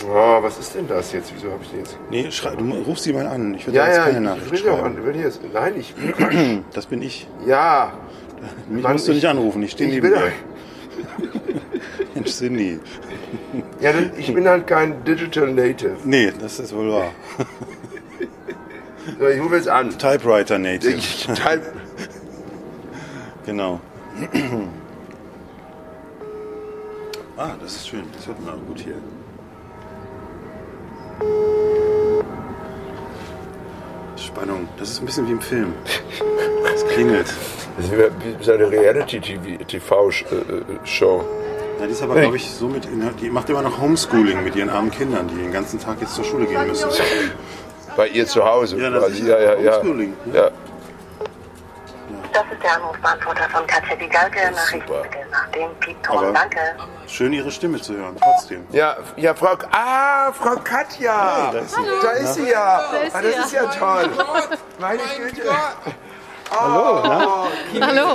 Speaker 2: Oh, was ist denn das jetzt? Wieso habe ich den jetzt?
Speaker 1: Nee, schrei, du, ruf sie mal an. Ich würde da jetzt keine Nachricht
Speaker 2: ich will auch
Speaker 1: schreiben.
Speaker 2: an. Will jetzt, nein, ich will.
Speaker 1: Das bin ich.
Speaker 2: ja,
Speaker 1: Mich
Speaker 2: Mann,
Speaker 1: musst du
Speaker 2: ich-
Speaker 1: nicht anrufen, ich stehe
Speaker 2: ich
Speaker 1: neben
Speaker 2: will.
Speaker 1: dir. Mensch, Cindy.
Speaker 2: Ja, denn ich bin halt kein Digital Native.
Speaker 1: Nee, das ist wohl wahr.
Speaker 2: So, ich rufe jetzt an.
Speaker 1: Typewriter Native.
Speaker 2: Ich type.
Speaker 1: Genau. ah, das ist schön. Das hört man auch gut hier. Spannung. Das ist ein bisschen wie im Film. Es klingelt.
Speaker 2: Das ist wie wie so eine Reality-TV-Show.
Speaker 1: Na, die ist aber, glaube ich, so mit. in- Die macht immer noch Homeschooling mit ihren armen Kindern, die den ganzen Tag jetzt zur Schule gehen müssen.
Speaker 2: Bei ihr zu Hause.
Speaker 1: Ja, das
Speaker 2: quasi.
Speaker 1: ist
Speaker 2: ja, ja, ja.
Speaker 1: Homeschooling, ne?
Speaker 2: ja.
Speaker 3: Das ist der Anrufbeantworter von Katja die Galge.
Speaker 2: super.
Speaker 3: Nachrichten bitte nach dem
Speaker 1: Aber-
Speaker 3: Piepton. Danke.
Speaker 1: Schön, ihre Stimme zu hören, trotzdem.
Speaker 2: Ja, ja, Frau. Ah, Frau Katja!
Speaker 1: da ist sie.
Speaker 2: Da ist sie ja! Ah, das ist ja toll! Meine Güte!
Speaker 1: Hallo, na?
Speaker 4: Hallo,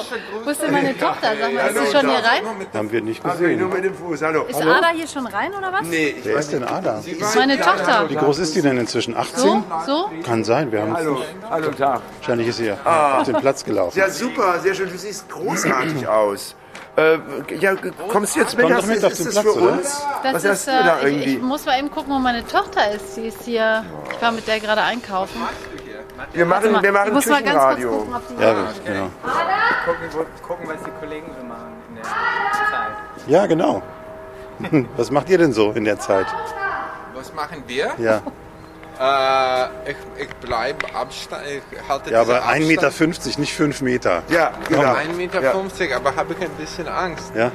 Speaker 4: wo ist denn meine Tochter? Sag mal, ist sie schon hier rein?
Speaker 1: Haben wir nicht
Speaker 2: Ach, nur
Speaker 1: gesehen.
Speaker 2: mit dem Fuß, hallo!
Speaker 4: Ist Ada hier schon rein oder was?
Speaker 2: Nee, ich
Speaker 1: Wer ist denn Ada?
Speaker 4: Ist meine Tochter.
Speaker 1: Wie groß ist die denn inzwischen? 18?
Speaker 4: So, so?
Speaker 1: Kann sein, wir haben
Speaker 2: Hallo, hallo, Tag.
Speaker 1: wahrscheinlich ist sie ja auf den Platz gelaufen.
Speaker 2: Ja, super, sehr schön. Du siehst großartig aus. Äh, ja, kommst du jetzt mit?
Speaker 1: Komm doch mit auf
Speaker 2: ist
Speaker 1: den
Speaker 2: das
Speaker 1: Platz,
Speaker 2: für
Speaker 1: oder?
Speaker 2: uns?
Speaker 4: Das
Speaker 2: Was
Speaker 4: ist,
Speaker 2: hast du da
Speaker 4: äh, ich,
Speaker 2: irgendwie?
Speaker 4: ich muss mal eben gucken, wo meine Tochter ist. Sie ist hier. Ich war mit der gerade einkaufen.
Speaker 2: wir
Speaker 4: Warte
Speaker 2: machen,
Speaker 4: mal,
Speaker 2: wir
Speaker 4: ich
Speaker 2: machen
Speaker 4: muss mal ganz kurz
Speaker 2: Küchenradio.
Speaker 4: gucken, ob die.
Speaker 2: Ah,
Speaker 1: Ja, genau.
Speaker 5: gucken, wo- gucken, was die Kollegen so machen in der Zeit.
Speaker 1: Ja, genau. Was macht ihr denn so in der Zeit?
Speaker 6: Was machen wir?
Speaker 1: Ja,
Speaker 6: Äh, ich, ich bleibe Abstand, ich halte
Speaker 1: ja
Speaker 6: diesen
Speaker 1: aber 1,50 Meter,
Speaker 6: Abstand.
Speaker 1: nicht 5 Meter.
Speaker 2: Ja, genau.
Speaker 6: 1,50 Meter,
Speaker 2: Ja.
Speaker 6: 50, aber habe ich ein bisschen Angst. Äh,
Speaker 1: Ja.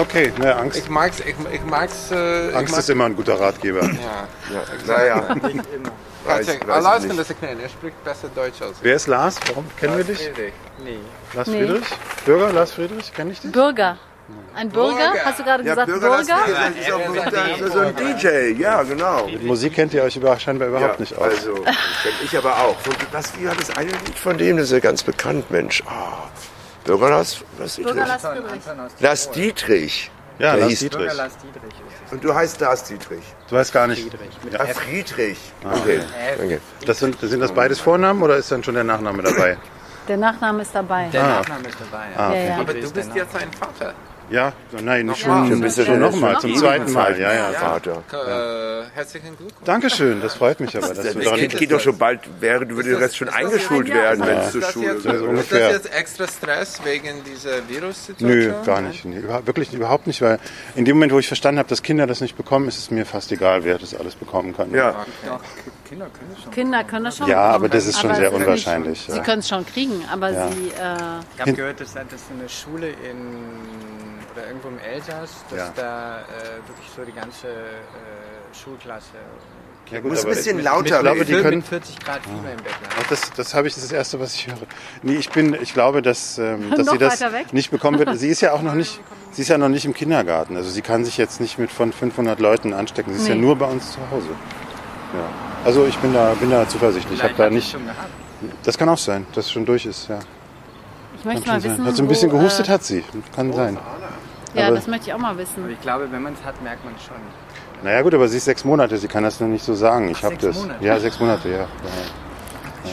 Speaker 1: Okay, ne,
Speaker 6: ich
Speaker 1: Angst,
Speaker 6: mag's, ich, ich mag's. Äh,
Speaker 1: Angst
Speaker 6: ich
Speaker 1: ist immer ein guter Ratgeber.
Speaker 6: ja.
Speaker 2: Naja, weiß-
Speaker 6: Tatsächlich,
Speaker 2: weiß ich
Speaker 6: Alaska,
Speaker 2: nicht.
Speaker 6: das ich kenne, er spricht besser Deutsch als ich.
Speaker 1: Wer ist Lars? Warum kennen wir dich?
Speaker 6: Friedrich. Nee.
Speaker 1: Lars
Speaker 4: Nee.
Speaker 1: Friedrich? Bürger Lars Friedrich? Kenne ich dich?
Speaker 4: Bürger. Ein Bürger?
Speaker 6: Bürger.
Speaker 4: Hast du gerade
Speaker 2: ja,
Speaker 4: gesagt
Speaker 2: Bürger, das
Speaker 4: Bürger?
Speaker 2: das ist auch das ist so ein DJ, ja, genau.
Speaker 1: Mit Musik kennt ihr euch über, scheinbar überhaupt
Speaker 2: ja,
Speaker 1: nicht aus.
Speaker 2: Also, kenn ich aber auch. Und was, wie war das eine Lied von dem? Das ist ja ganz bekannt, Mensch. Ah, Bürger Lars, Lars Dietrich.
Speaker 4: Bürger Lars Friedrich.
Speaker 2: Lars Dietrich.
Speaker 1: ja,
Speaker 2: der
Speaker 1: Lars
Speaker 2: hieß-
Speaker 1: Friedrich.
Speaker 5: Lars Dietrich ist
Speaker 2: Und du heißt Lars Dietrich.
Speaker 1: Du weißt gar nicht.
Speaker 2: Ah, Friedrich.
Speaker 1: Ah,
Speaker 2: Okay. okay.
Speaker 1: Das sind, sind das beides Vornamen oder ist dann schon der Nachname dabei?
Speaker 4: Der Nachname ist dabei.
Speaker 1: Ah.
Speaker 5: Der Nachname ist dabei. Ja.
Speaker 4: Ja, ja.
Speaker 6: Aber du bist jetzt ein Vater.
Speaker 1: Ja, nein, nicht
Speaker 6: Nochmal.
Speaker 1: schon,
Speaker 2: Schon ein bisschen
Speaker 1: schon
Speaker 2: schon
Speaker 1: nochmal, zum
Speaker 4: noch
Speaker 1: zweiten Mal. Ja, ja.
Speaker 2: Vater.
Speaker 6: Äh, herzlichen Glückwunsch.
Speaker 1: Dankeschön, das freut mich aber. Dass
Speaker 2: Das
Speaker 1: du daran
Speaker 2: Kind geht doch schon bald, wäre, würde der Rest schon eingeschult werden, wenn es zur
Speaker 6: das
Speaker 2: Schule
Speaker 6: jetzt,
Speaker 1: so
Speaker 6: ist
Speaker 1: ungefähr.
Speaker 6: das jetzt extra Stress wegen dieser Virus-Situation?
Speaker 1: Nö, gar nicht. Nee, überha- wirklich überhaupt nicht, weil in dem Moment, wo ich verstanden habe, dass Kinder das nicht bekommen, ist es mir fast egal, wer das alles bekommen kann.
Speaker 2: Ja,
Speaker 5: Doch, Kinder können es schon.
Speaker 4: Kinder können das schon.
Speaker 1: Ja,
Speaker 4: bekommen.
Speaker 1: aber das ist schon
Speaker 4: Aber
Speaker 1: sehr
Speaker 4: es nicht-
Speaker 1: unwahrscheinlich, ja.
Speaker 4: Sie können es schon kriegen, aber sie. Äh,
Speaker 5: Ich habe gehört, dass, dass eine Schule in oder irgendwo im Elsass, dass
Speaker 1: Ja.
Speaker 5: da äh, wirklich so die ganze äh, Schulklasse
Speaker 1: Ja,
Speaker 2: Muss ein
Speaker 1: aber-
Speaker 2: bisschen
Speaker 1: Ich
Speaker 2: lauter
Speaker 1: glaube, die
Speaker 5: mit
Speaker 1: können,
Speaker 5: 40 Grad Fieber im Bett lag.
Speaker 1: Ach, das, das habe ich, das ist das Erste, was ich höre. Nee, ich bin, ich glaube, dass, ähm, dass
Speaker 4: Noch
Speaker 1: sie das
Speaker 4: weiter weg?
Speaker 1: nicht bekommen wird. Sie ist ja auch noch nicht, sie ist ja noch nicht im Kindergarten. Also sie kann sich jetzt nicht mit von 500 Leuten anstecken. Sie ist ja
Speaker 4: Nee.
Speaker 1: nur bei uns zu Hause. Ja. Also ich bin da, bin da zuversichtlich. Ich habe
Speaker 5: Vielleicht
Speaker 1: da
Speaker 5: hat sie
Speaker 1: nicht.
Speaker 5: schon gehabt.
Speaker 1: Das kann auch sein, dass es schon durch ist. Ja,
Speaker 4: Ich
Speaker 1: kann
Speaker 4: möchte
Speaker 1: schon
Speaker 4: mal
Speaker 1: sein.
Speaker 4: wissen.
Speaker 1: Hat so ein bisschen
Speaker 4: wo,
Speaker 1: gehustet
Speaker 4: äh,
Speaker 1: hat sie. Kann sein.
Speaker 4: Ja,
Speaker 1: aber-
Speaker 4: das möchte ich auch mal wissen.
Speaker 5: Aber ich glaube, wenn man es hat, merkt man es schon.
Speaker 1: Naja gut, aber sie ist sechs Monate. Sie kann das noch nicht so sagen. Ich habe
Speaker 5: sechs
Speaker 1: das.
Speaker 5: Monate.
Speaker 1: Ja, sechs Monate. Ja. ja.
Speaker 4: Hm?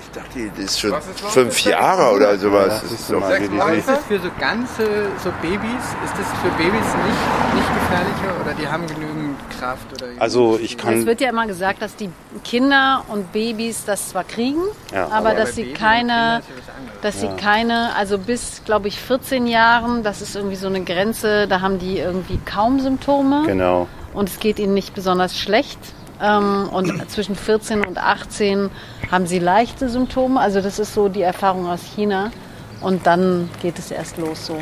Speaker 2: Ich dachte, das ist schon
Speaker 6: Was ist los?
Speaker 2: fünf Jahre oder sowas.
Speaker 1: Ja,
Speaker 2: das
Speaker 1: siehst
Speaker 2: ist
Speaker 1: du
Speaker 2: doch
Speaker 1: mal, wie
Speaker 6: sechs
Speaker 5: Aber
Speaker 1: die,
Speaker 5: ist das für so ganze so Babys, ist das für Babys nicht, nicht gefährlicher oder die haben genügend Kraft? Oder
Speaker 1: also ich
Speaker 4: Es
Speaker 1: kann.
Speaker 4: wird ja immer gesagt, dass die Kinder und Babys das zwar kriegen,
Speaker 1: Ja, aber
Speaker 4: aber
Speaker 5: bei
Speaker 4: dass sie
Speaker 5: Babys und
Speaker 4: keine,
Speaker 5: Kindern ist ja was anderes.
Speaker 4: dass sie keine, also bis, glaube ich, 14 Jahren, das ist irgendwie so eine Grenze, da haben die irgendwie kaum Symptome
Speaker 1: Genau.
Speaker 4: und es geht ihnen nicht besonders schlecht. Ähm, und zwischen 14 und 18 haben sie leichte Symptome, also das ist so die Erfahrung aus China und dann geht es erst los so.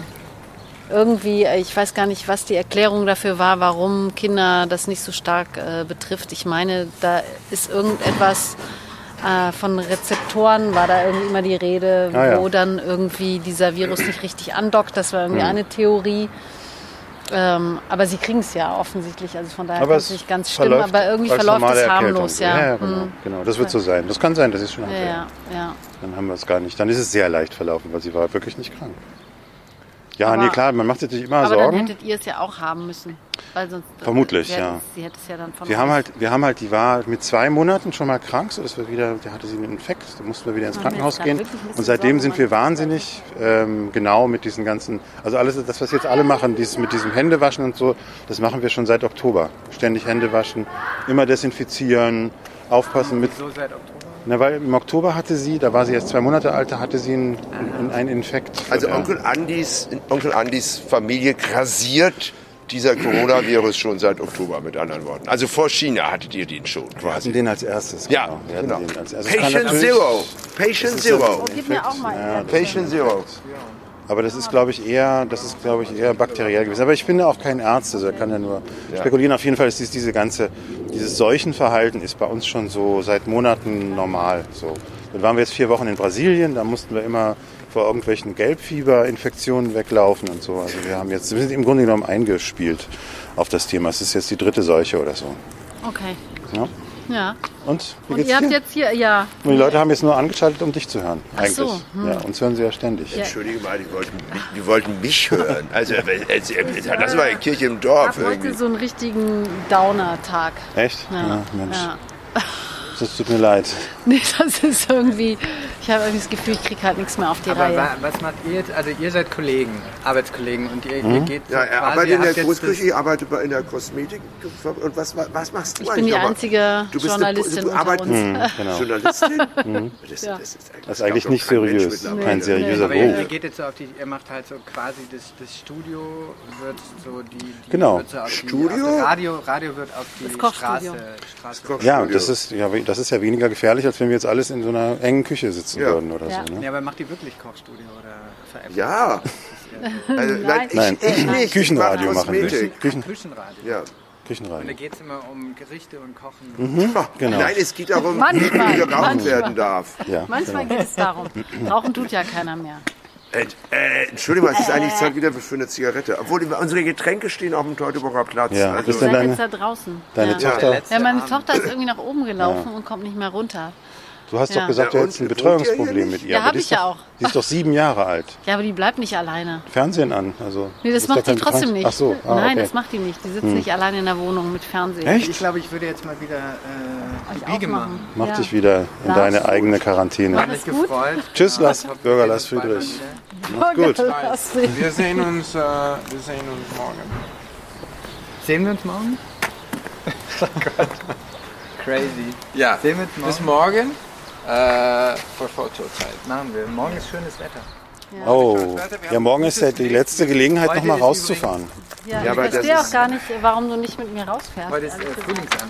Speaker 4: Irgendwie, äh, ich weiß gar nicht, was die Erklärung dafür war, warum Kinder das nicht so stark äh, betrifft. Ich meine, da ist irgendetwas äh, von Rezeptoren, war da irgendwie immer die Rede,
Speaker 1: Ah, ja.
Speaker 4: wo dann irgendwie dieser Virus nicht richtig andockt. Das war irgendwie
Speaker 1: Hm.
Speaker 4: eine Theorie. Ähm, aber sie kriegen es ja offensichtlich, also von daher
Speaker 1: Aber
Speaker 4: kann
Speaker 1: es
Speaker 4: es nicht ganz stimmen,
Speaker 1: verläuft
Speaker 4: aber irgendwie
Speaker 1: als
Speaker 4: verläuft
Speaker 1: normale
Speaker 4: es
Speaker 1: Erkältung.
Speaker 4: harmlos, ja.
Speaker 1: Ja, genau,
Speaker 4: Hm.
Speaker 1: genau. Das wird so sein. Das kann sein, dass sie es schon
Speaker 4: ja,
Speaker 1: hatte.
Speaker 4: ja, ja.
Speaker 1: Dann haben wir es gar nicht. Dann ist es sehr leicht verlaufen, weil sie war wirklich nicht krank. Ja,
Speaker 4: Aber-
Speaker 1: nee, klar, man macht sich natürlich immer
Speaker 4: Aber dann
Speaker 1: Sorgen.
Speaker 4: hättet ihr es ja auch haben müssen, weil sonst äh,
Speaker 1: Vermutlich,
Speaker 4: sie hätten-
Speaker 1: ja.
Speaker 4: Sie hätte es ja dann von
Speaker 1: Wir haben
Speaker 4: euch.
Speaker 1: halt, wir haben halt, die war mit zwei Monaten schon mal krank, so dass wir wieder, da hatte sie einen Infekt, da mussten wir wieder ins
Speaker 4: Machen wir
Speaker 1: Krankenhaus
Speaker 4: jetzt gerade
Speaker 1: gehen.
Speaker 4: wirklich ein bisschen
Speaker 1: Und seitdem
Speaker 4: Sorgen,
Speaker 1: sind
Speaker 4: Mann.
Speaker 1: wir wahnsinnig ähm, genau mit diesen ganzen, also alles das, was jetzt alle machen, dieses mit diesem Händewaschen und so, das machen wir schon seit Oktober. Ständig Hände waschen, immer desinfizieren, aufpassen mit
Speaker 5: so seit Oktober.
Speaker 1: Na, weil im Oktober hatte sie, da war sie erst zwei Monate alt, da hatte sie einen, einen, einen Infekt.
Speaker 2: Also
Speaker 1: Ja.
Speaker 2: Onkel Andis, Onkel Andis Familie grasiert dieser Coronavirus schon seit Oktober, mit anderen Worten. Also vor China hattet ihr den schon
Speaker 1: Wir hatten
Speaker 2: quasi.
Speaker 1: den als erstes.
Speaker 2: Ja,
Speaker 1: Wir hatten
Speaker 2: genau.
Speaker 1: den als erstes. Es kann
Speaker 2: Patient
Speaker 1: natürlich-
Speaker 2: Zero. Patient Zero.
Speaker 4: Oh, gib mir auch mal.
Speaker 1: Ja,
Speaker 4: einen.
Speaker 1: das-
Speaker 2: Patient Zero.
Speaker 1: aber das ist, glaube ich, eher, das ist, glaube ich, eher bakteriell gewesen. Aber ich bin ja auch kein Arzt, also er kann ja nur spekulieren. Auf jeden Fall ist dies, diese ganze, dieses Seuchenverhalten ist bei uns schon so seit Monaten normal. So. Dann waren wir jetzt vier Wochen in Brasilien, da mussten wir immer vor irgendwelchen Gelbfieberinfektionen weglaufen und so. Also wir haben jetzt, wir sind im Grunde genommen eingespielt auf das Thema. Es ist jetzt die dritte Seuche oder so.
Speaker 4: Okay.
Speaker 1: Ja.
Speaker 4: Ja.
Speaker 1: Und wie
Speaker 4: Und
Speaker 1: geht's
Speaker 4: ihr habt
Speaker 1: dir?
Speaker 4: jetzt hier, ja.
Speaker 1: Und die Leute haben jetzt nur angeschaltet, um dich zu hören. Eigentlich.
Speaker 4: so, hm.
Speaker 1: Ja, uns hören sie ja ständig.
Speaker 4: Ja.
Speaker 2: Entschuldige mal, die wollten, mich- die wollten mich hören. Also, äh, äh, äh, das war die Kirche im Dorf
Speaker 4: Ich hab heute
Speaker 2: irgendwie.
Speaker 4: so einen richtigen Downer-Tag.
Speaker 1: Echt?
Speaker 4: Ja,
Speaker 1: Mensch,
Speaker 4: ja.
Speaker 1: das tut mir leid.
Speaker 4: Nee, das ist irgendwie, ich habe irgendwie das Gefühl, ich kriege halt nichts mehr auf die
Speaker 5: Aber
Speaker 4: Reihe.
Speaker 5: wa- was macht ihr jetzt? Also ihr seid Kollegen, Arbeitskollegen und ihr, ihr geht so
Speaker 2: Ja,
Speaker 5: quasi,
Speaker 2: er arbeitet in
Speaker 5: habt
Speaker 2: der
Speaker 5: jetzt
Speaker 2: Großküche, ich arbeite bei- in der Kosmetik. Und was, was, was machst du
Speaker 4: Ich
Speaker 2: eigentlich?
Speaker 4: bin die
Speaker 2: nochmal?
Speaker 4: einzige
Speaker 2: du bist eine-
Speaker 4: Journalistin
Speaker 2: du
Speaker 4: unter
Speaker 2: arbeitest- Hm,
Speaker 4: uns.
Speaker 1: Genau. Mhm.
Speaker 2: Journalistin? Das, das ist eigentlich,
Speaker 1: Das ist eigentlich nicht
Speaker 2: glaubt doch kein
Speaker 1: seriös.
Speaker 2: Mensch
Speaker 1: Kein
Speaker 2: mittlerweile.
Speaker 4: nee.
Speaker 1: seriöser
Speaker 5: Aber ihr, ihr
Speaker 1: Beruf.
Speaker 5: geht jetzt so auf die, ihr macht halt so quasi das, das Studio wird so die, die
Speaker 1: Genau.
Speaker 5: wird so auf Die,
Speaker 2: Studio?
Speaker 5: auf das Radio, Radio wird auf die
Speaker 4: Kochstudio.
Speaker 5: Straße, Straße.
Speaker 1: Ja, das ist, ja, das ist ja weniger gefährlich, als wenn wir jetzt alles in so einer engen Küche sitzen
Speaker 2: Ja.
Speaker 1: würden oder
Speaker 4: Ja.
Speaker 1: so. Ne?
Speaker 5: Ja, aber macht ihr wirklich Kochstudio oder veräppelt?
Speaker 2: Ja. Also, nein,
Speaker 1: Nein.
Speaker 2: ich, ich nicht.
Speaker 1: Küchenradio
Speaker 2: ich mach
Speaker 1: machen wir.
Speaker 2: Kosmetik.
Speaker 5: Küchen, Küchenradio.
Speaker 2: Ja.
Speaker 5: Und da
Speaker 1: Küchenradio.
Speaker 5: geht es immer um Gerichte und Kochen.
Speaker 2: Mhm.
Speaker 1: Genau.
Speaker 2: Nein, es geht darum, wie
Speaker 4: Manchmal,
Speaker 2: geraucht
Speaker 4: manchmal.
Speaker 2: werden darf.
Speaker 1: Ja,
Speaker 4: Manchmal geht es darum. Rauchen tut ja keiner mehr.
Speaker 2: Äh, äh, Entschuldigung, es ist eigentlich Zeit wieder für eine Zigarette. Obwohl die- unsere Getränke stehen auf dem Teutoburger Platz. Also,
Speaker 1: Ja, das ist
Speaker 4: Seid
Speaker 1: Deine-
Speaker 4: jetzt da draußen.
Speaker 1: Deine
Speaker 4: ja.
Speaker 1: Tochter,
Speaker 5: letzte
Speaker 4: Ja, meine
Speaker 5: Abend.
Speaker 4: Tochter ist irgendwie nach oben gelaufen und kommt nicht mehr runter.
Speaker 1: du hast doch
Speaker 4: Ja.
Speaker 1: gesagt, du
Speaker 2: Ja,
Speaker 1: hättest ein
Speaker 2: und wohnt ihr hier
Speaker 1: Betreuungsproblem
Speaker 2: nicht?
Speaker 1: mit ihr.
Speaker 4: Ja,
Speaker 1: aber
Speaker 4: hab
Speaker 1: die
Speaker 4: ich
Speaker 1: ist
Speaker 4: ja
Speaker 1: doch-
Speaker 4: auch.
Speaker 1: Die ist doch sieben Jahre alt.
Speaker 4: Ja, aber die bleibt nicht alleine.
Speaker 1: Fernsehen an. Also,
Speaker 4: Nee, das
Speaker 1: ist doch
Speaker 4: macht die
Speaker 1: kein
Speaker 4: trotzdem
Speaker 1: Betreuungs-
Speaker 4: nicht.
Speaker 1: Ach so, ah,
Speaker 4: Nein,
Speaker 1: okay.
Speaker 4: das macht die nicht. Die sitzt nicht alleine in der Wohnung mit Fernsehen.
Speaker 1: Echt?
Speaker 5: Ich glaube, ich würde jetzt mal wieder äh,
Speaker 4: Euch
Speaker 5: die Biege
Speaker 4: aufmachen.
Speaker 5: machen.
Speaker 1: Mach
Speaker 4: Ja.
Speaker 1: dich wieder in
Speaker 4: Lars.
Speaker 1: deine eigene Quarantäne.
Speaker 5: Hat mich
Speaker 4: Alles gut?
Speaker 5: gefreut.
Speaker 1: Tschüss,
Speaker 5: Ja,
Speaker 1: Lars
Speaker 5: ich hoffe, wir
Speaker 1: Bürger,
Speaker 5: sehen
Speaker 1: Lars
Speaker 5: uns bald mal
Speaker 1: Friedrich.
Speaker 5: wieder.
Speaker 4: Oh,
Speaker 1: Macht's gut.
Speaker 6: Wir sehen uns, äh, wir sehen uns morgen.
Speaker 5: Sehen wir uns morgen? Crazy.
Speaker 6: Ja,
Speaker 5: Sehen wir uns morgen.
Speaker 6: bis morgen äh, vor Fotozeit.
Speaker 5: Machen wir. Morgen ist schönes Wetter.
Speaker 1: Oh, ja, morgen ist ja die letzte Gelegenheit, nochmal rauszufahren.
Speaker 4: Ja,
Speaker 2: Ja,
Speaker 4: ich
Speaker 2: aber das
Speaker 4: verstehe auch
Speaker 2: ist-
Speaker 4: gar nicht, warum du nicht mit mir rausfährst.
Speaker 5: Heute ist äh,
Speaker 4: ehrlich gesagt.
Speaker 5: Frühlingsanfang.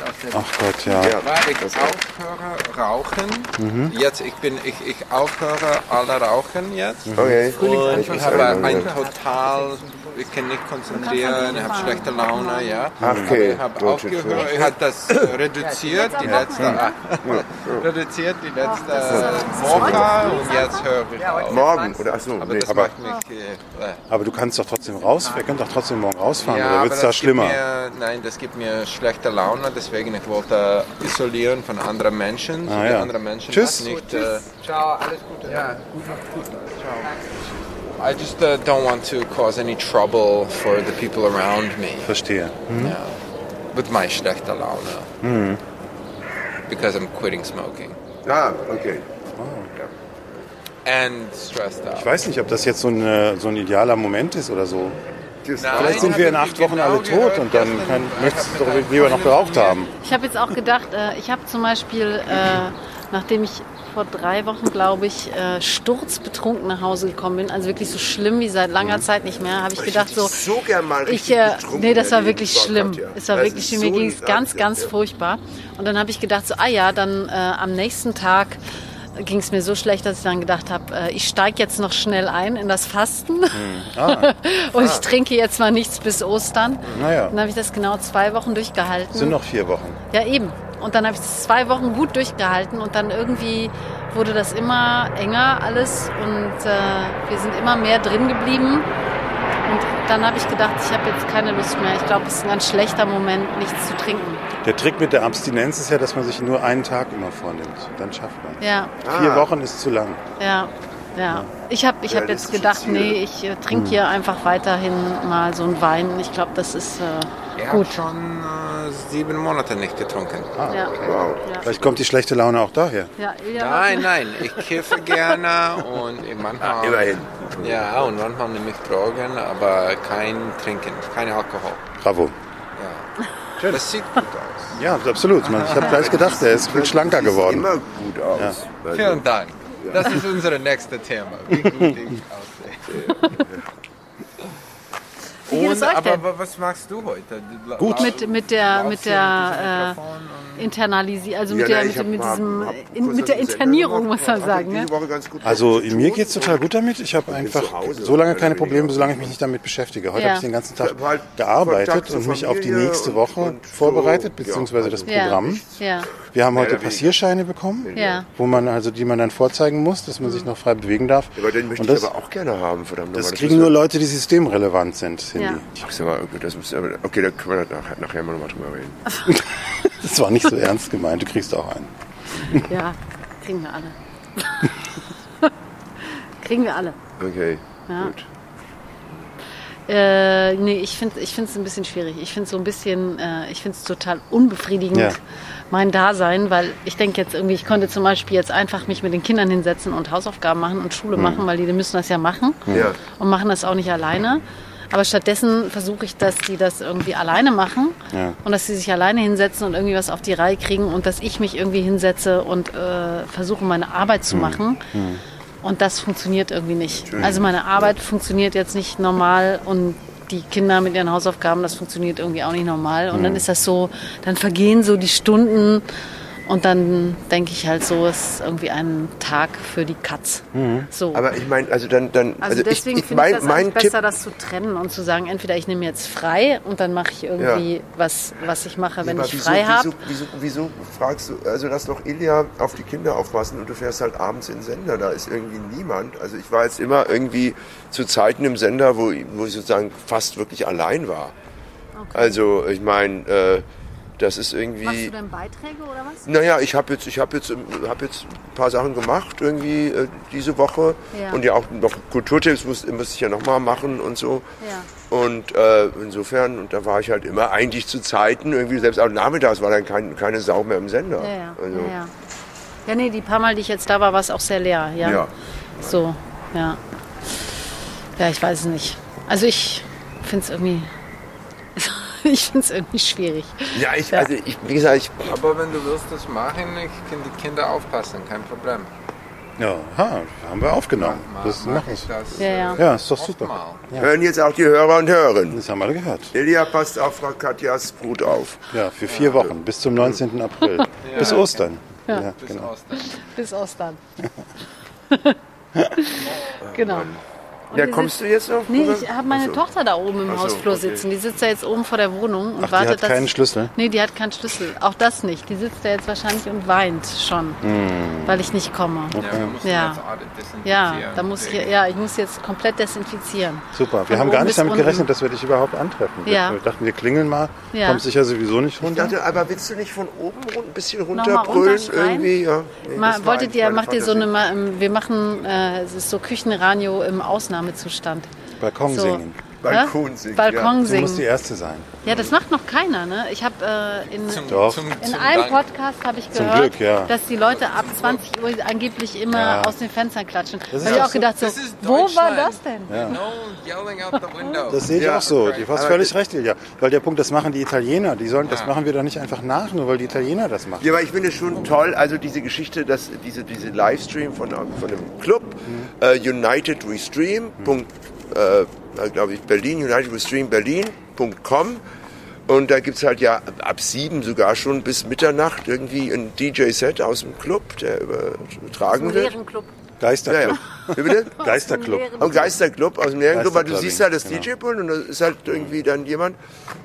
Speaker 5: Das ist auch sehr
Speaker 1: Ach Gott, ja.
Speaker 2: Ja.
Speaker 6: Weil ich aufhöre rauchen.
Speaker 2: Mhm.
Speaker 6: Jetzt, ich bin, ich, ich aufhöre alle rauchen jetzt.
Speaker 2: Okay.
Speaker 6: Und
Speaker 2: Mhm. Ich
Speaker 6: ich
Speaker 2: muss
Speaker 6: habe
Speaker 2: einmal-
Speaker 6: ein total, ich kann nicht konzentrieren, ich habe schlechte Laune, ja.
Speaker 2: Ah, Okay.
Speaker 6: Ich habe
Speaker 2: Gut,
Speaker 6: aufgehört, ich habe das äh, reduziert, die letzte, reduziert die letzte Woche und jetzt höre ich auf.
Speaker 2: Morgen oder ach so,
Speaker 6: Aber
Speaker 2: nee,
Speaker 6: das
Speaker 2: aber
Speaker 6: macht mich, äh, äh,
Speaker 1: Aber du kannst doch trotzdem raus, wir können doch trotzdem morgen rausfahren,
Speaker 6: Ja,
Speaker 1: oder
Speaker 6: aber
Speaker 1: wird es da
Speaker 6: das gibt
Speaker 1: schlimmer?
Speaker 6: Mir, nein, das gibt mir schlechte Laune, deswegen ich wollte isolieren von anderen Menschen.
Speaker 1: Ah,
Speaker 6: Die
Speaker 1: ja.
Speaker 6: anderen Menschen
Speaker 1: Tschüss.
Speaker 6: das Nicht, äh,
Speaker 5: Ciao, alles Gute. Ja, gut, gut.
Speaker 6: I just uh, don't want to cause any trouble for the people around me
Speaker 1: Verstehe.
Speaker 6: yeah. with my schlechte Laune.
Speaker 1: Mhm.
Speaker 6: Because I'm quitting smoking
Speaker 2: Ah, okay.
Speaker 6: and stressed out.
Speaker 1: Ich weiß nicht, ob das jetzt so, eine, so ein idealer Moment ist oder so.
Speaker 2: Tschüss.
Speaker 6: Nein,
Speaker 1: Vielleicht sind
Speaker 6: hab
Speaker 1: wir in
Speaker 6: ich
Speaker 1: acht Wochen
Speaker 6: genau
Speaker 1: alle
Speaker 6: gehört,
Speaker 1: tot und dann
Speaker 6: gestern,
Speaker 1: kann,
Speaker 6: ich
Speaker 1: möchtest
Speaker 6: hab
Speaker 1: du
Speaker 6: mit
Speaker 1: doch
Speaker 6: einem
Speaker 1: lieber noch
Speaker 6: Freund
Speaker 1: geraucht
Speaker 6: von mir-
Speaker 1: haben.
Speaker 4: Ich habe jetzt auch gedacht, äh, ich habe zum Beispiel, äh, nachdem ich vor drei Wochen, glaube ich, äh, sturzbetrunken nach Hause gekommen bin, also wirklich so schlimm wie seit langer Zeit nicht mehr, habe ich gedacht
Speaker 2: hätte
Speaker 4: so,
Speaker 2: dich so gern mal
Speaker 4: ich,
Speaker 2: halt richtig
Speaker 4: äh,
Speaker 2: betrunken
Speaker 4: nee, das war
Speaker 2: erlebt.
Speaker 4: wirklich
Speaker 2: Oh Gott,
Speaker 4: schlimm.
Speaker 2: ja.
Speaker 4: Es war
Speaker 2: Das
Speaker 4: wirklich
Speaker 2: ist
Speaker 4: schlimm, mir
Speaker 2: so
Speaker 4: ging es
Speaker 2: ein
Speaker 4: ganz,
Speaker 2: Satz,
Speaker 4: ganz
Speaker 2: ja.
Speaker 4: furchtbar. Und dann habe ich gedacht so, ah ja, dann äh, am nächsten Tag ging es mir so schlecht, dass ich dann gedacht habe, äh, ich steige jetzt noch schnell ein in das Fasten
Speaker 2: Hm. Ah,
Speaker 4: und ich trinke jetzt mal nichts bis Ostern.
Speaker 1: Naja.
Speaker 4: Dann habe ich das genau zwei Wochen durchgehalten.
Speaker 1: Sind noch vier Wochen.
Speaker 4: Ja, eben. Und dann habe ich es zwei Wochen gut durchgehalten und dann irgendwie wurde das immer enger alles und äh, wir sind immer mehr drin geblieben. Und dann habe ich gedacht, ich habe jetzt keine Lust mehr. Ich glaube, es ist ein ganz schlechter Moment, nichts zu trinken.
Speaker 1: Der Trick mit der Abstinenz ist ja, dass man sich nur einen Tag immer vornimmt. Dann schafft man es.
Speaker 4: Ja,
Speaker 2: Ah.
Speaker 1: Vier Wochen ist zu lang.
Speaker 4: ja, ja. Ich habe ich
Speaker 2: Ja,
Speaker 4: hab
Speaker 2: das ist Hm.
Speaker 4: jetzt
Speaker 2: ein
Speaker 4: gedacht,
Speaker 2: Ziel.
Speaker 4: nee, ich äh, trinke hier einfach weiterhin mal so einen Wein. Ich glaube, das ist äh,
Speaker 6: Ich
Speaker 4: gut.
Speaker 6: habe schon äh, sieben Monate nicht getrunken.
Speaker 4: Ja,
Speaker 2: Wow.
Speaker 4: ja.
Speaker 1: Vielleicht kommt die schlechte Laune auch daher.
Speaker 4: Ja, ja,
Speaker 6: Nein, nein, ich kiffe gerne und manchmal.
Speaker 2: immerhin.
Speaker 6: Ja, und manchmal nehme ich Drogen, aber kein Trinken, kein Alkohol.
Speaker 1: Bravo.
Speaker 6: Ja. Das sieht gut aus.
Speaker 1: Ja, absolut. Man, ich habe gleich gedacht, er ist viel schlanker
Speaker 2: Sieht
Speaker 1: geworden.
Speaker 2: immer gut aus. Also,
Speaker 6: Vielen Dank. Das ist unser nächstes Thema. Wie gut ich aussehe.
Speaker 4: Wie geht es euch
Speaker 6: aber
Speaker 4: denn?
Speaker 6: wa- was magst du heute?
Speaker 1: Gut.
Speaker 4: Mit, mit der, mit der, äh,
Speaker 6: äh,
Speaker 4: internalisi also
Speaker 2: ja,
Speaker 4: mit,
Speaker 2: na,
Speaker 4: der,
Speaker 2: ich
Speaker 4: mit,
Speaker 2: hab
Speaker 4: dem- mit,
Speaker 2: mal-
Speaker 4: diesem, äh,
Speaker 2: hab also
Speaker 4: in,
Speaker 2: kurz
Speaker 4: mit der
Speaker 2: was im Sender
Speaker 4: Internierung,
Speaker 2: gemacht.
Speaker 4: muss man
Speaker 2: Hatte
Speaker 4: sagen. Ne?
Speaker 2: Diese Woche ganz gut
Speaker 1: Also
Speaker 2: was zu
Speaker 1: mir
Speaker 2: tun
Speaker 1: geht's total
Speaker 2: und
Speaker 1: gut damit. Ich habe einfach
Speaker 2: zu Hause,
Speaker 1: so lange
Speaker 2: mehr
Speaker 1: keine
Speaker 2: oder
Speaker 1: Probleme,
Speaker 2: weniger.
Speaker 1: solange ich mich nicht damit beschäftige. Heute
Speaker 4: Ja.
Speaker 1: habe ich den ganzen Tag
Speaker 2: Ich hab halt Kontakt
Speaker 1: gearbeitet
Speaker 2: zur
Speaker 1: und mich auf die
Speaker 2: Familie
Speaker 1: nächste
Speaker 2: und-
Speaker 1: Woche
Speaker 2: und so,
Speaker 1: vorbereitet,
Speaker 2: ja.
Speaker 1: beziehungsweise das
Speaker 4: Ja.
Speaker 1: Programm.
Speaker 4: Ja,
Speaker 1: Wir haben heute
Speaker 2: oder weniger.
Speaker 1: Passierscheine bekommen,
Speaker 4: Ja.
Speaker 1: wo man also, die man dann vorzeigen muss, dass man sich noch frei bewegen darf.
Speaker 2: Aber den möchte
Speaker 1: und das,
Speaker 2: ich aber auch gerne haben, verdammt.
Speaker 1: das
Speaker 2: nochmal.
Speaker 1: kriegen
Speaker 2: müssen
Speaker 1: nur
Speaker 2: wir-
Speaker 1: Leute, die systemrelevant sind, Cindy.
Speaker 4: Ja.
Speaker 2: Ich sag's aber, okay, das müssen wir- okay, da können wir nachher, nachher mal nochmal drüber reden.
Speaker 1: Das war nicht so ernst gemeint. Du kriegst auch einen.
Speaker 4: ja, kriegen wir alle. kriegen wir alle.
Speaker 2: Okay,
Speaker 4: Ja.
Speaker 2: gut.
Speaker 4: Äh, nee, ich finde es ein bisschen schwierig. Ich finde es so ein bisschen, äh, ich finde es total unbefriedigend,
Speaker 1: Ja.
Speaker 4: mein Dasein, weil ich denke jetzt irgendwie, ich konnte zum Beispiel jetzt einfach mich mit den Kindern hinsetzen und Hausaufgaben machen und Schule
Speaker 2: Hm.
Speaker 4: machen, weil die müssen das ja machen
Speaker 2: Ja.
Speaker 4: und machen das auch nicht alleine. Aber stattdessen versuche ich, dass die das irgendwie alleine machen
Speaker 1: Ja.
Speaker 4: und dass sie sich alleine hinsetzen und irgendwie was auf die Reihe kriegen und dass ich mich irgendwie hinsetze und äh, versuche, meine Arbeit zu machen. Und das funktioniert irgendwie nicht. Also meine Arbeit funktioniert jetzt nicht normal und die Kinder mit ihren Hausaufgaben, das funktioniert irgendwie auch nicht normal. Und dann ist das so, dann vergehen so die Stunden und dann denke ich halt so, es ist irgendwie ein Tag für die Katz. So.
Speaker 2: Aber ich meine, also dann, dann
Speaker 4: also, deswegen
Speaker 2: ich, ich,
Speaker 4: finde ich
Speaker 2: mein,
Speaker 4: das
Speaker 2: mein
Speaker 4: eigentlich
Speaker 2: Tipp,
Speaker 4: besser, das zu trennen und zu sagen, entweder ich nehme jetzt frei und dann mache ich irgendwie was, was ich mache, wenn
Speaker 2: Aber
Speaker 4: ich frei habe.
Speaker 2: Wieso, wieso, wieso fragst du, also lass doch Ilja auf die Kinder aufpassen und du fährst halt abends in den Sender, da ist irgendwie niemand. Also ich war jetzt immer irgendwie zu Zeiten im Sender, wo, wo ich sozusagen fast wirklich allein war. Also ich meine, äh, das ist irgendwie...
Speaker 4: denn Beiträge oder was?
Speaker 2: Naja, ich habe jetzt, ich habe jetzt, ähm, hab jetzt ein paar Sachen gemacht irgendwie äh, diese Woche
Speaker 4: Ja.
Speaker 2: und ja auch noch Kulturtipps muss, muss ich ja nochmal machen und so.
Speaker 4: Ja.
Speaker 2: Und äh, insofern und da war ich halt immer eigentlich zu Zeiten irgendwie selbst auch nachmittags war dann kein, keine Sau mehr im Sender.
Speaker 4: Ja, ja.
Speaker 2: Also,
Speaker 4: ja, ja. ja, nee, die paar Mal, die ich jetzt da war, war es auch sehr leer. Ja.
Speaker 2: Ja.
Speaker 4: So, ja. Ja, ich weiß es nicht. Also ich finde es irgendwie. ich finde es irgendwie schwierig.
Speaker 2: ja, ich, also ich, wie gesagt, ich,
Speaker 6: Aber wenn du willst das machen, ich kann die Kinder aufpassen, kein Problem.
Speaker 1: Ja, ha, haben wir aufgenommen.
Speaker 6: Mal
Speaker 1: das
Speaker 6: mach
Speaker 1: machen
Speaker 6: ich
Speaker 1: wir.
Speaker 6: das. äh,
Speaker 4: Ja, ja.
Speaker 1: Ja, ist doch
Speaker 6: Oft
Speaker 1: super.
Speaker 6: mal.
Speaker 2: Hören jetzt auch die Hörer und Hören.
Speaker 1: Das haben alle gehört.
Speaker 2: Ilja passt auf Frau Katjas Brut auf.
Speaker 1: Ja, für vier Wochen, bis zum 19. April. Bis Ostern. Ja,
Speaker 6: Bis
Speaker 1: genau.
Speaker 6: Ostern.
Speaker 4: Bis Ostern. genau. Und
Speaker 2: Ja,
Speaker 4: wir
Speaker 2: kommst du
Speaker 4: sitzen-
Speaker 2: jetzt auf?
Speaker 4: Nee,
Speaker 2: Brüder?
Speaker 4: ich habe meine
Speaker 2: Ach so.
Speaker 4: Tochter da oben im
Speaker 2: Ach so,
Speaker 4: Hausflur
Speaker 2: okay.
Speaker 4: sitzen. Die sitzt ja jetzt oben vor der Wohnung und
Speaker 1: Ach, die
Speaker 4: wartet,
Speaker 1: hat
Speaker 4: dass.
Speaker 1: keinen Schlüssel?
Speaker 4: Nee, die hat keinen Schlüssel. Auch das nicht. Die sitzt da jetzt wahrscheinlich und weint schon,
Speaker 1: Hm.
Speaker 4: weil ich nicht komme.
Speaker 6: Ja, wir müssen
Speaker 4: Ja.
Speaker 6: jetzt alle desinfizieren.
Speaker 4: Ja, da muss ich, ja, ich muss jetzt komplett desinfizieren.
Speaker 1: Super.
Speaker 4: Von
Speaker 1: Wir haben
Speaker 4: oben
Speaker 1: gar
Speaker 4: bis
Speaker 1: nicht damit
Speaker 4: unten.
Speaker 1: gerechnet, dass wir dich überhaupt antreffen.
Speaker 4: Ja.
Speaker 1: Wir dachten, wir klingeln mal.
Speaker 4: Ja.
Speaker 1: Kommt sicher sowieso nicht
Speaker 2: Ich
Speaker 1: runter.
Speaker 2: dachte, aber willst du nicht von oben rund, ein bisschen
Speaker 4: Nochmal
Speaker 2: runterbrüllen
Speaker 4: runterschreien?
Speaker 2: irgendwie? Ja. Nee,
Speaker 4: Ma-
Speaker 2: das war
Speaker 4: wolltet
Speaker 2: eigentlich
Speaker 4: ihr,
Speaker 2: meine
Speaker 4: macht ihr so eine,
Speaker 2: Fantasie.
Speaker 4: Ma- ähm, wir machen, äh, es ist so Küchenradio im Ausnahmezustand.
Speaker 1: Balkon
Speaker 4: So.
Speaker 1: singen.
Speaker 2: Balkon
Speaker 4: Hä?
Speaker 2: singen,
Speaker 4: Balkon
Speaker 1: Du musst
Speaker 4: singen.
Speaker 1: die Erste sein.
Speaker 4: Ja, das macht noch keiner, ne? Ich habe äh, in,
Speaker 1: Doch.
Speaker 4: in einem
Speaker 6: Dank.
Speaker 4: Podcast habe ich
Speaker 1: Zum
Speaker 4: gehört,
Speaker 1: Glück, ja.
Speaker 4: dass die Leute ab 20 Uhr angeblich immer
Speaker 1: Ja.
Speaker 4: aus den Fenstern klatschen. Da
Speaker 1: ist
Speaker 4: habe ich
Speaker 1: doch
Speaker 4: auch
Speaker 1: so-
Speaker 4: gedacht, so,
Speaker 6: Das ist
Speaker 4: wo war
Speaker 6: Deutschland.
Speaker 4: das denn?
Speaker 6: No yelling out the window.
Speaker 1: Das sehe ich
Speaker 2: Ja,
Speaker 1: auch so.
Speaker 6: okay.
Speaker 1: Du hast
Speaker 2: Aber
Speaker 1: völlig
Speaker 2: das-
Speaker 1: recht, Ilja. Weil der Punkt, das machen die Italiener. Die sollen, Das
Speaker 6: Ja.
Speaker 1: machen wir doch nicht einfach nach, nur weil die Italiener das machen.
Speaker 2: Ja, aber ich finde es schon toll, also diese Geschichte, dass diese, diese Livestream von, einem- von einem Club, äh, United Restream, Punkt, äh, glaube ich, Berlin, United Restream Berlin.com. Und da gibt's halt ja ab sieben sogar schon bis Mitternacht irgendwie ein DJ-Set aus dem Club, der übertragen wird.
Speaker 4: Club.
Speaker 2: Ja,
Speaker 1: Geisterclub.
Speaker 2: ja. Wie bitte?
Speaker 1: Geisterclub.
Speaker 2: Am Geisterclub, aus dem Lehrenclub, weil du
Speaker 1: Geisterclubbing,
Speaker 2: siehst halt das
Speaker 1: genau.
Speaker 2: DJ-Pult und da ist halt irgendwie dann jemand.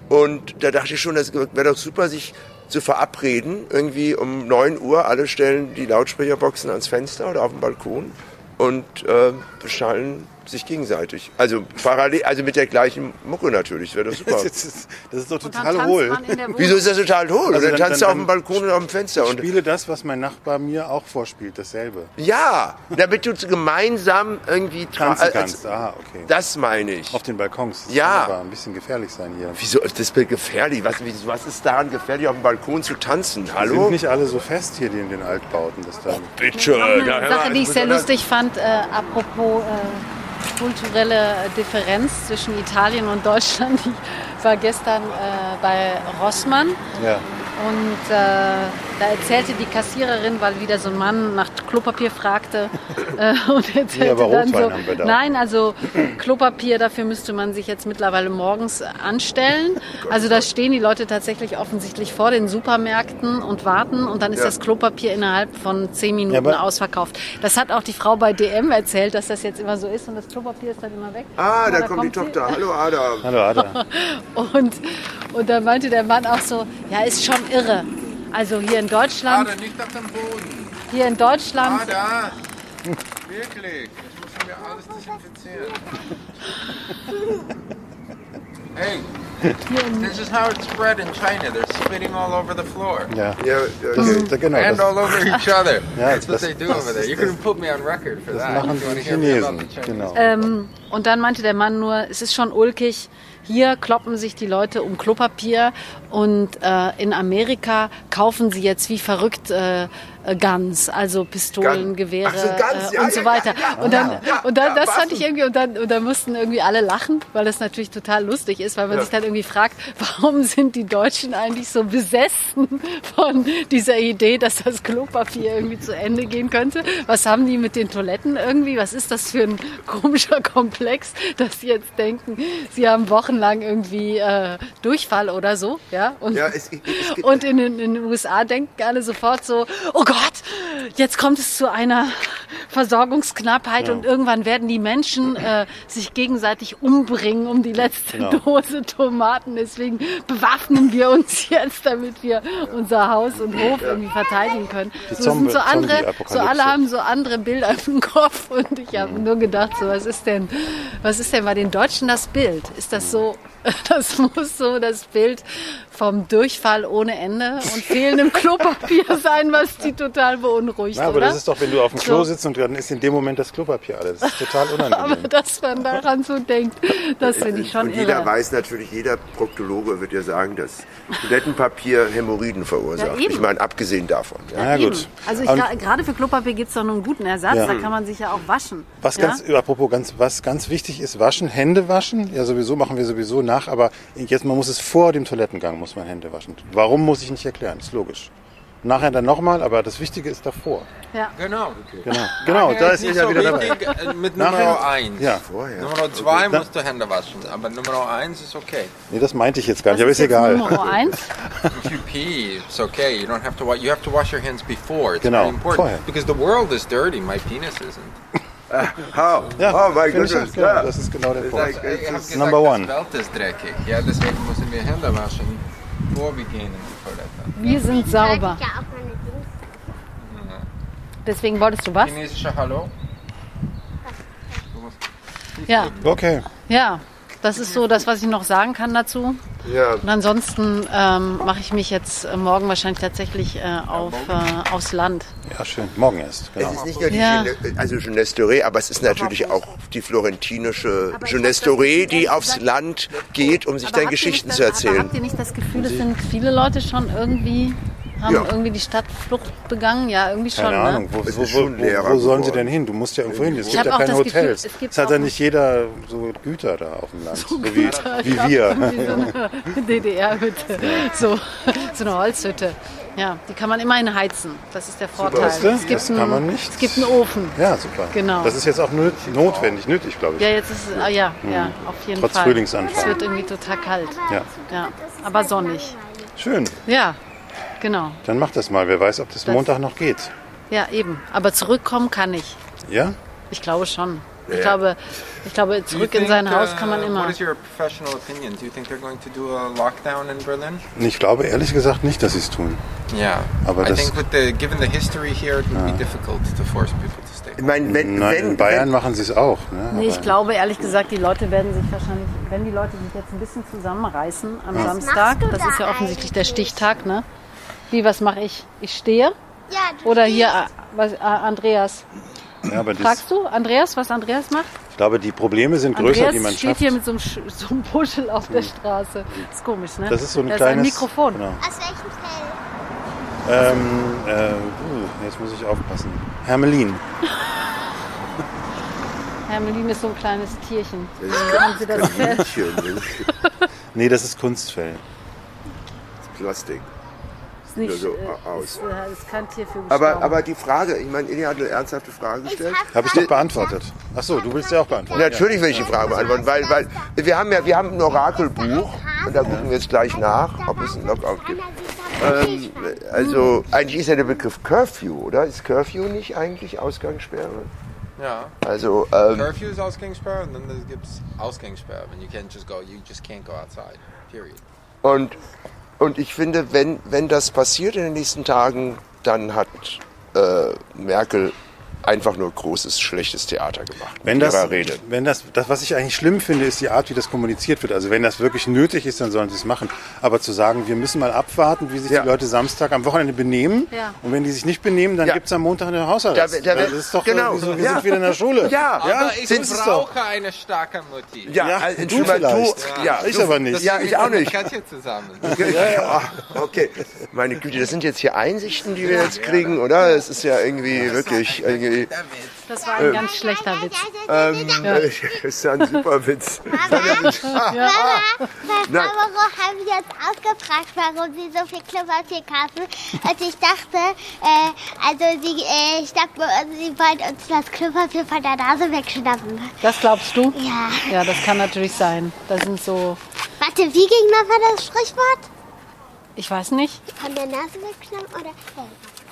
Speaker 2: Und da dachte ich schon, das wäre doch super, sich zu verabreden, irgendwie um 9 Uhr, alle stellen die Lautsprecherboxen ans Fenster oder auf den Balkon und äh, beschallen sich gegenseitig. Also parallel, also mit der gleichen Mucke natürlich, wäre doch super.
Speaker 1: Das ist, das ist doch
Speaker 4: Und dann
Speaker 1: total
Speaker 4: tanzt
Speaker 1: hohl.
Speaker 4: man in der Wohnung.
Speaker 2: Wieso ist das total hohl?
Speaker 1: Also
Speaker 2: dann,
Speaker 1: dann-
Speaker 2: tanzt
Speaker 1: dann-
Speaker 2: du auf dem Balkon und auf dem Fenster.
Speaker 1: Ich
Speaker 2: Und,
Speaker 1: spiele das, was mein Nachbar mir auch vorspielt, dasselbe.
Speaker 2: ja, damit du gemeinsam irgendwie tra-
Speaker 1: Tanzen
Speaker 2: als-
Speaker 1: kannst. Ah, okay.
Speaker 2: Das meine ich.
Speaker 1: Auf den Balkons. Das
Speaker 2: also- Ja.
Speaker 1: kann Aber ein bisschen gefährlich sein hier.
Speaker 2: Wieso ist das gefährlich? Was, wie- was ist daran gefährlich, auf dem Balkon zu tanzen? Hallo?
Speaker 1: Sind nicht alle so fest hier, die in den Altbauten. Das dann.
Speaker 2: Bitte. da hör mal,
Speaker 4: Sache, die ich sehr
Speaker 2: besonders-
Speaker 4: lustig fand, äh, apropos äh, kulturelle Differenz zwischen Italien und Deutschland. Ich war gestern äh, bei Rossmann
Speaker 1: Ja.
Speaker 4: und äh, da erzählte die Kassiererin, weil wieder so ein Mann nach Klopapier fragte äh, und erzählte
Speaker 1: aber
Speaker 4: dann
Speaker 1: Rotwein
Speaker 4: so,
Speaker 1: haben wir da.
Speaker 4: nein, also Klopapier, dafür müsste man sich jetzt mittlerweile morgens anstellen. Also da stehen die Leute tatsächlich offensichtlich vor den Supermärkten und warten und dann ist
Speaker 2: Ja.
Speaker 4: das Klopapier innerhalb von zehn Minuten
Speaker 1: Ja, aber-
Speaker 4: ausverkauft. Das hat auch die Frau bei DM erzählt, dass das jetzt immer so ist und das Klopapier ist dann immer weg.
Speaker 2: Ah,
Speaker 4: Aber
Speaker 2: da kommt die
Speaker 4: sie.
Speaker 2: Tochter. Hallo Adam.
Speaker 1: Hallo Ada.
Speaker 4: Und, und dann meinte der Mann auch so, ja, ist schon irre. Also hier in Deutschland,
Speaker 6: Ada, nicht auf dem Boden.
Speaker 4: hier in Deutschland,
Speaker 6: Ada. Wirklich. Ich muss mir alles desinfizieren. Hey, this is how it's spread in China. They're spitting all over the floor.
Speaker 1: Ja.
Speaker 2: Ja,
Speaker 1: Das,
Speaker 2: okay.
Speaker 1: genau,
Speaker 6: And
Speaker 1: das,
Speaker 6: all over each other.
Speaker 1: Ja,
Speaker 6: That's what
Speaker 1: das-
Speaker 6: they do over there. You can put me on record for that.
Speaker 1: das machen
Speaker 6: If you wanna
Speaker 1: die
Speaker 6: hear me about
Speaker 1: Chinesen.
Speaker 6: the Chinese.
Speaker 1: Genau.
Speaker 4: Ähm, und dann meinte der Mann nur, es ist schon ulkig, hier kloppen sich die Leute um Klopapier und äh, in Amerika kaufen sie jetzt wie verrückt äh, äh, Guns, also Pistolen,
Speaker 2: Gun.
Speaker 4: Gewehre
Speaker 2: Ach so, Guns,
Speaker 4: äh,
Speaker 2: ja,
Speaker 4: und so
Speaker 2: ja,
Speaker 4: weiter.
Speaker 2: ja, ja,
Speaker 4: und dann,
Speaker 2: ja, ja,
Speaker 4: und
Speaker 2: ja,
Speaker 4: dann das fand
Speaker 2: Waffen.
Speaker 4: ich irgendwie, und dann, und dann mussten irgendwie alle lachen, weil das natürlich total lustig ist, weil man sich dann irgendwie fragt, warum sind die Deutschen eigentlich so besessen von dieser Idee, dass das Klopapier irgendwie zu Ende gehen könnte? Was haben die mit den Toiletten irgendwie? Was ist das für ein komischer Komplex, dass sie jetzt denken, sie haben wochenlang irgendwie äh, Durchfall oder so, ja? Und,
Speaker 2: Ja, es- es- es gibt-
Speaker 4: und in, den- in den USA denken alle sofort so, oh Gott, jetzt kommt es zu einer Versorgungsknappheit und irgendwann werden die Menschen äh, sich gegenseitig umbringen um die letzte
Speaker 1: Genau.
Speaker 4: Dose Tomaten. Deswegen bewaffnen wir uns jetzt, damit wir unser Haus und Hof irgendwie verteidigen können. So, das sind
Speaker 1: Zombie-
Speaker 4: so andere,
Speaker 1: Zombie-Apokalypse.
Speaker 4: so alle haben so andere Bilder im Kopf und ich
Speaker 1: Mhm.
Speaker 4: habe nur gedacht, so was ist denn, was ist denn bei den Deutschen das Bild? Ist das so, das muss so das Bild vom Durchfall ohne Ende und fehlendem Klopapier sein, was die total beunruhigt,
Speaker 1: Na, aber
Speaker 4: oder?
Speaker 1: das ist doch, wenn du auf dem Klo
Speaker 4: So.
Speaker 1: sitzt und dann ist in dem Moment das Klopapier alle. Das ist total
Speaker 4: aber
Speaker 1: unangenehm.
Speaker 4: dass man daran so denkt, das finde ich schon
Speaker 2: Äh, Und jeder
Speaker 4: irre.
Speaker 2: weiß natürlich, jeder Proktologe wird ja sagen, dass Toilettenpapier Hämorrhoiden verursacht.
Speaker 4: Ja, eben.
Speaker 2: ich meine, abgesehen davon. Ja.
Speaker 1: Na ja,
Speaker 4: Eben.
Speaker 1: gut.
Speaker 4: Also ich,
Speaker 1: Und-
Speaker 4: gra- gerade für Klopapier gibt es doch noch einen guten Ersatz,
Speaker 1: Ja.
Speaker 4: da kann man sich ja auch waschen.
Speaker 1: Was
Speaker 4: ja?
Speaker 1: ganz, apropos, ganz, was ganz wichtig ist, waschen, Hände waschen. Ja, sowieso machen wir sowieso nach, aber jetzt, man muss es vor dem Toilettengang, muss man Hände waschen. Warum, muss ich nicht erklären, ist logisch. Nachher dann nochmal, aber das Wichtige ist davor.
Speaker 4: Ja.
Speaker 6: Genau.
Speaker 1: Genau, genau da ist
Speaker 6: Nicht
Speaker 1: ich ja
Speaker 6: so
Speaker 1: wieder dabei.
Speaker 6: wichtig, äh, Mit
Speaker 1: Nachher-
Speaker 6: Nummer 1.
Speaker 1: Ja.
Speaker 2: Vorher.
Speaker 6: Nummer 2 musst du Hände waschen, aber Nummer 1 ist okay.
Speaker 1: Nee, das meinte ich jetzt gar nicht, aber ist
Speaker 4: Das jetzt
Speaker 1: egal.
Speaker 4: Nummer eins.
Speaker 6: If you pee, it's okay. You don't have to. Wa- you have to wash your hands before. It's
Speaker 1: Genau,
Speaker 6: very important
Speaker 1: vorher.
Speaker 6: because the world is dirty. My penis isn't.
Speaker 2: How? oh mein
Speaker 1: finde ich
Speaker 2: Gott.
Speaker 1: das, genau,
Speaker 2: Ja.
Speaker 1: das ist genau der
Speaker 6: Das,
Speaker 1: Punkt.
Speaker 6: ich hab gesagt,
Speaker 1: number one.
Speaker 6: Das Welt ist dreckig. Ja, deswegen müssen wir Hände waschen, bevor wir gehen in die Toilette.
Speaker 4: Wir sind sauber.
Speaker 7: Ja, auch meine Dings.
Speaker 4: Deswegen wolltest du was?
Speaker 6: Chinesischer Hallo. Du musst-
Speaker 4: Ja.
Speaker 1: Okay,
Speaker 4: Ja. Das ist so das, was ich noch sagen kann dazu.
Speaker 2: Ja.
Speaker 4: Und ansonsten ähm, mache ich mich jetzt äh, morgen wahrscheinlich tatsächlich äh, auf, äh, aufs Land.
Speaker 1: ja schön. Morgen erst,
Speaker 2: Es
Speaker 1: genau.
Speaker 2: ist nicht nur die
Speaker 4: Ja.
Speaker 2: Jeune- also Jeunesse de Ré, aber es ist natürlich auch die florentinische Jeunesse de Ré, die aufs Land geht, um sich
Speaker 4: Aber
Speaker 2: dann
Speaker 4: habt ihr
Speaker 2: Geschichten
Speaker 4: nicht
Speaker 2: zu
Speaker 4: das, Aber
Speaker 2: erzählen.
Speaker 4: habt ihr nicht das Gefühl, es sind viele Leute schon irgendwie, haben
Speaker 2: Ja.
Speaker 4: irgendwie die Stadtflucht begangen? Ja, irgendwie schon.
Speaker 1: Keine
Speaker 4: ne?
Speaker 1: Ahnung, wo,
Speaker 2: Es ist
Speaker 1: wo,
Speaker 2: schon leerer
Speaker 1: wo, wo sollen sie
Speaker 2: geworden.
Speaker 1: denn hin? Du musst ja irgendwo hin. Es
Speaker 4: hab
Speaker 1: gibt ja
Speaker 4: auch
Speaker 1: keine
Speaker 4: das Gefühl,
Speaker 1: Hotels.
Speaker 4: es gibt
Speaker 1: Es hat
Speaker 4: auch-
Speaker 1: ja nicht jeder so Güter da auf dem Land, so wie, wie wir.
Speaker 4: Wie so eine DDR-Hütte. So, so eine Holzhütte. Ja, die kann man immerhin heizen. Das ist der Vorteil.
Speaker 1: Weißt du?
Speaker 4: Es gibt
Speaker 1: ne? das
Speaker 4: einen,
Speaker 1: kann man nicht.
Speaker 4: Es gibt einen Ofen.
Speaker 1: Ja, super.
Speaker 4: Genau.
Speaker 1: Das ist jetzt auch nöt- notwendig, nötig, glaube ich.
Speaker 4: Ja, jetzt ist es, ah, ja, ja, auf
Speaker 1: Hm.
Speaker 4: jeden
Speaker 1: Trotz
Speaker 4: Fall.
Speaker 1: Frühlingsanfang.
Speaker 4: Es wird irgendwie total kalt.
Speaker 1: Ja.
Speaker 4: Ja, aber sonnig.
Speaker 1: Schön,
Speaker 4: Ja, genau.
Speaker 1: dann mach das mal. Wer weiß, ob das Montag noch geht.
Speaker 4: Ja, eben. Aber zurückkommen kann ich.
Speaker 1: Ja?
Speaker 4: Ich glaube schon. Ich glaube, ich glaube
Speaker 6: Do you
Speaker 4: zurück in
Speaker 6: think,
Speaker 4: sein Haus kann man
Speaker 6: uh,
Speaker 4: immer.
Speaker 6: What is your professional opinion? Do you think they're going to do a lockdown in Berlin?
Speaker 1: Ich glaube ehrlich gesagt nicht, dass sie es tun.
Speaker 6: Yeah.
Speaker 1: Aber
Speaker 6: I
Speaker 1: das-
Speaker 6: think with the given the history here, it would be difficult to force people to stay.
Speaker 2: Ich meine, wenn,
Speaker 1: Nein, in
Speaker 2: wenn,
Speaker 1: Bayern machen sie es auch. Ne?
Speaker 4: Nee, ich
Speaker 1: Aber-
Speaker 4: glaube ehrlich gesagt, die Leute werden sich wahrscheinlich, wenn die Leute sich jetzt ein bisschen zusammenreißen am Samstag,
Speaker 7: machst du
Speaker 4: das
Speaker 7: da
Speaker 4: ist ja offensichtlich der
Speaker 7: eigentlich?
Speaker 4: Stichtag, ne? Wie, was mache ich? Ich stehe?
Speaker 7: Ja, du
Speaker 4: Oder
Speaker 7: stehst.
Speaker 4: hier, ah, was, ah, Andreas.
Speaker 1: Ja, aber das,
Speaker 4: Fragst du Andreas, was Andreas macht?
Speaker 1: ich glaube, die Probleme sind größer,
Speaker 4: Andreas
Speaker 1: die man
Speaker 4: steht
Speaker 1: schafft.
Speaker 4: hier mit so einem, Sch- so einem Buschel auf der Straße. Ist komisch, ne?
Speaker 1: Das ist so ein
Speaker 4: da
Speaker 1: kleines
Speaker 4: Ist ein Mikrofon.
Speaker 1: Genau.
Speaker 7: Aus welchem Fell?
Speaker 1: Ähm, äh, uh, jetzt muss ich aufpassen. Hermelin.
Speaker 4: Hermelin ist so ein kleines Tierchen.
Speaker 2: Haben
Speaker 4: Sie das fest?
Speaker 1: Nee, das ist Kunstfell.
Speaker 2: Plastik.
Speaker 4: Ist, nicht,
Speaker 2: so ah,
Speaker 4: äh,
Speaker 2: aus.
Speaker 4: ist, äh, ist kein Tier für
Speaker 2: Aber,
Speaker 4: gestorben.
Speaker 2: aber die Frage, ich meine, Ilja hat eine ernsthafte Frage gestellt.
Speaker 1: Habe ich doch beantwortet. Ach so, du willst ja auch beantworten.
Speaker 2: Natürlich will ich die Frage beantworten, weil, weil wir haben ja wir haben ein Orakelbuch und da gucken wir jetzt gleich nach, ob es einen Lockout gibt. Ähm, also eigentlich ist ja der Begriff Curfew, oder? Ist Curfew nicht eigentlich Ausgangssperre?
Speaker 6: Yeah.
Speaker 2: Also ähm,
Speaker 6: Curfew is Ausgangssperre, and then there's gives Ausgangssperre, and you can't just go. You just can't go outside. Period.
Speaker 2: und, und ich finde, wenn, wenn das passiert in den nächsten Tagen, dann hat äh, Merkel einfach nur großes, schlechtes Theater gemacht.
Speaker 1: Wenn
Speaker 2: mit
Speaker 1: das,
Speaker 2: ihrer Rede.
Speaker 1: wenn das, das, was ich eigentlich schlimm finde, ist die Art, wie das kommuniziert wird. Also wenn das wirklich nötig ist, dann sollen sie es machen. Aber zu sagen, wir müssen mal abwarten, wie sich
Speaker 2: Ja.
Speaker 1: die Leute Samstag am Wochenende benehmen.
Speaker 4: Ja.
Speaker 1: Und wenn die sich nicht benehmen, dann
Speaker 2: Ja.
Speaker 1: gibt's am Montag eine Hausarrest. Also,
Speaker 2: Da- da-
Speaker 1: das ist doch
Speaker 2: genau.
Speaker 1: irgendwie so, wir
Speaker 2: Ja.
Speaker 1: sind wieder in der Schule.
Speaker 2: Ja.
Speaker 1: ja
Speaker 6: Aber ich
Speaker 1: sind es doch.
Speaker 6: brauche eine starke Mutti.
Speaker 1: Ja,
Speaker 2: also,
Speaker 1: du
Speaker 2: Entschuldigung,
Speaker 1: vielleicht.
Speaker 2: du-
Speaker 1: Ja, ich
Speaker 2: du-
Speaker 1: aber nicht.
Speaker 2: Ja, ich auch nicht.
Speaker 6: Katja zusammen.
Speaker 2: Ah, okay. Meine Güte, das sind jetzt hier Einsichten, die wir jetzt kriegen, oder? Es ist ja irgendwie wirklich. Irgendwie,
Speaker 4: das war
Speaker 2: äh,
Speaker 4: ein ganz schlechter Witz.
Speaker 2: das ist ja ein super Witz.
Speaker 7: Mama, warum haben wir uns ausgefragt, warum sie so viel Klopapier kaufen? Und ich dachte, äh, also sie, äh, ich dachte, also sie wollen uns das Klopapier von der Nase wegschnappen.
Speaker 4: Das glaubst du?
Speaker 7: Ja.
Speaker 4: Ja, das kann natürlich sein. Da sind so,
Speaker 7: Warte, wie ging nochmal das Sprichwort?
Speaker 4: ich weiß nicht,
Speaker 7: Von der Nase wegschnappen oder äh,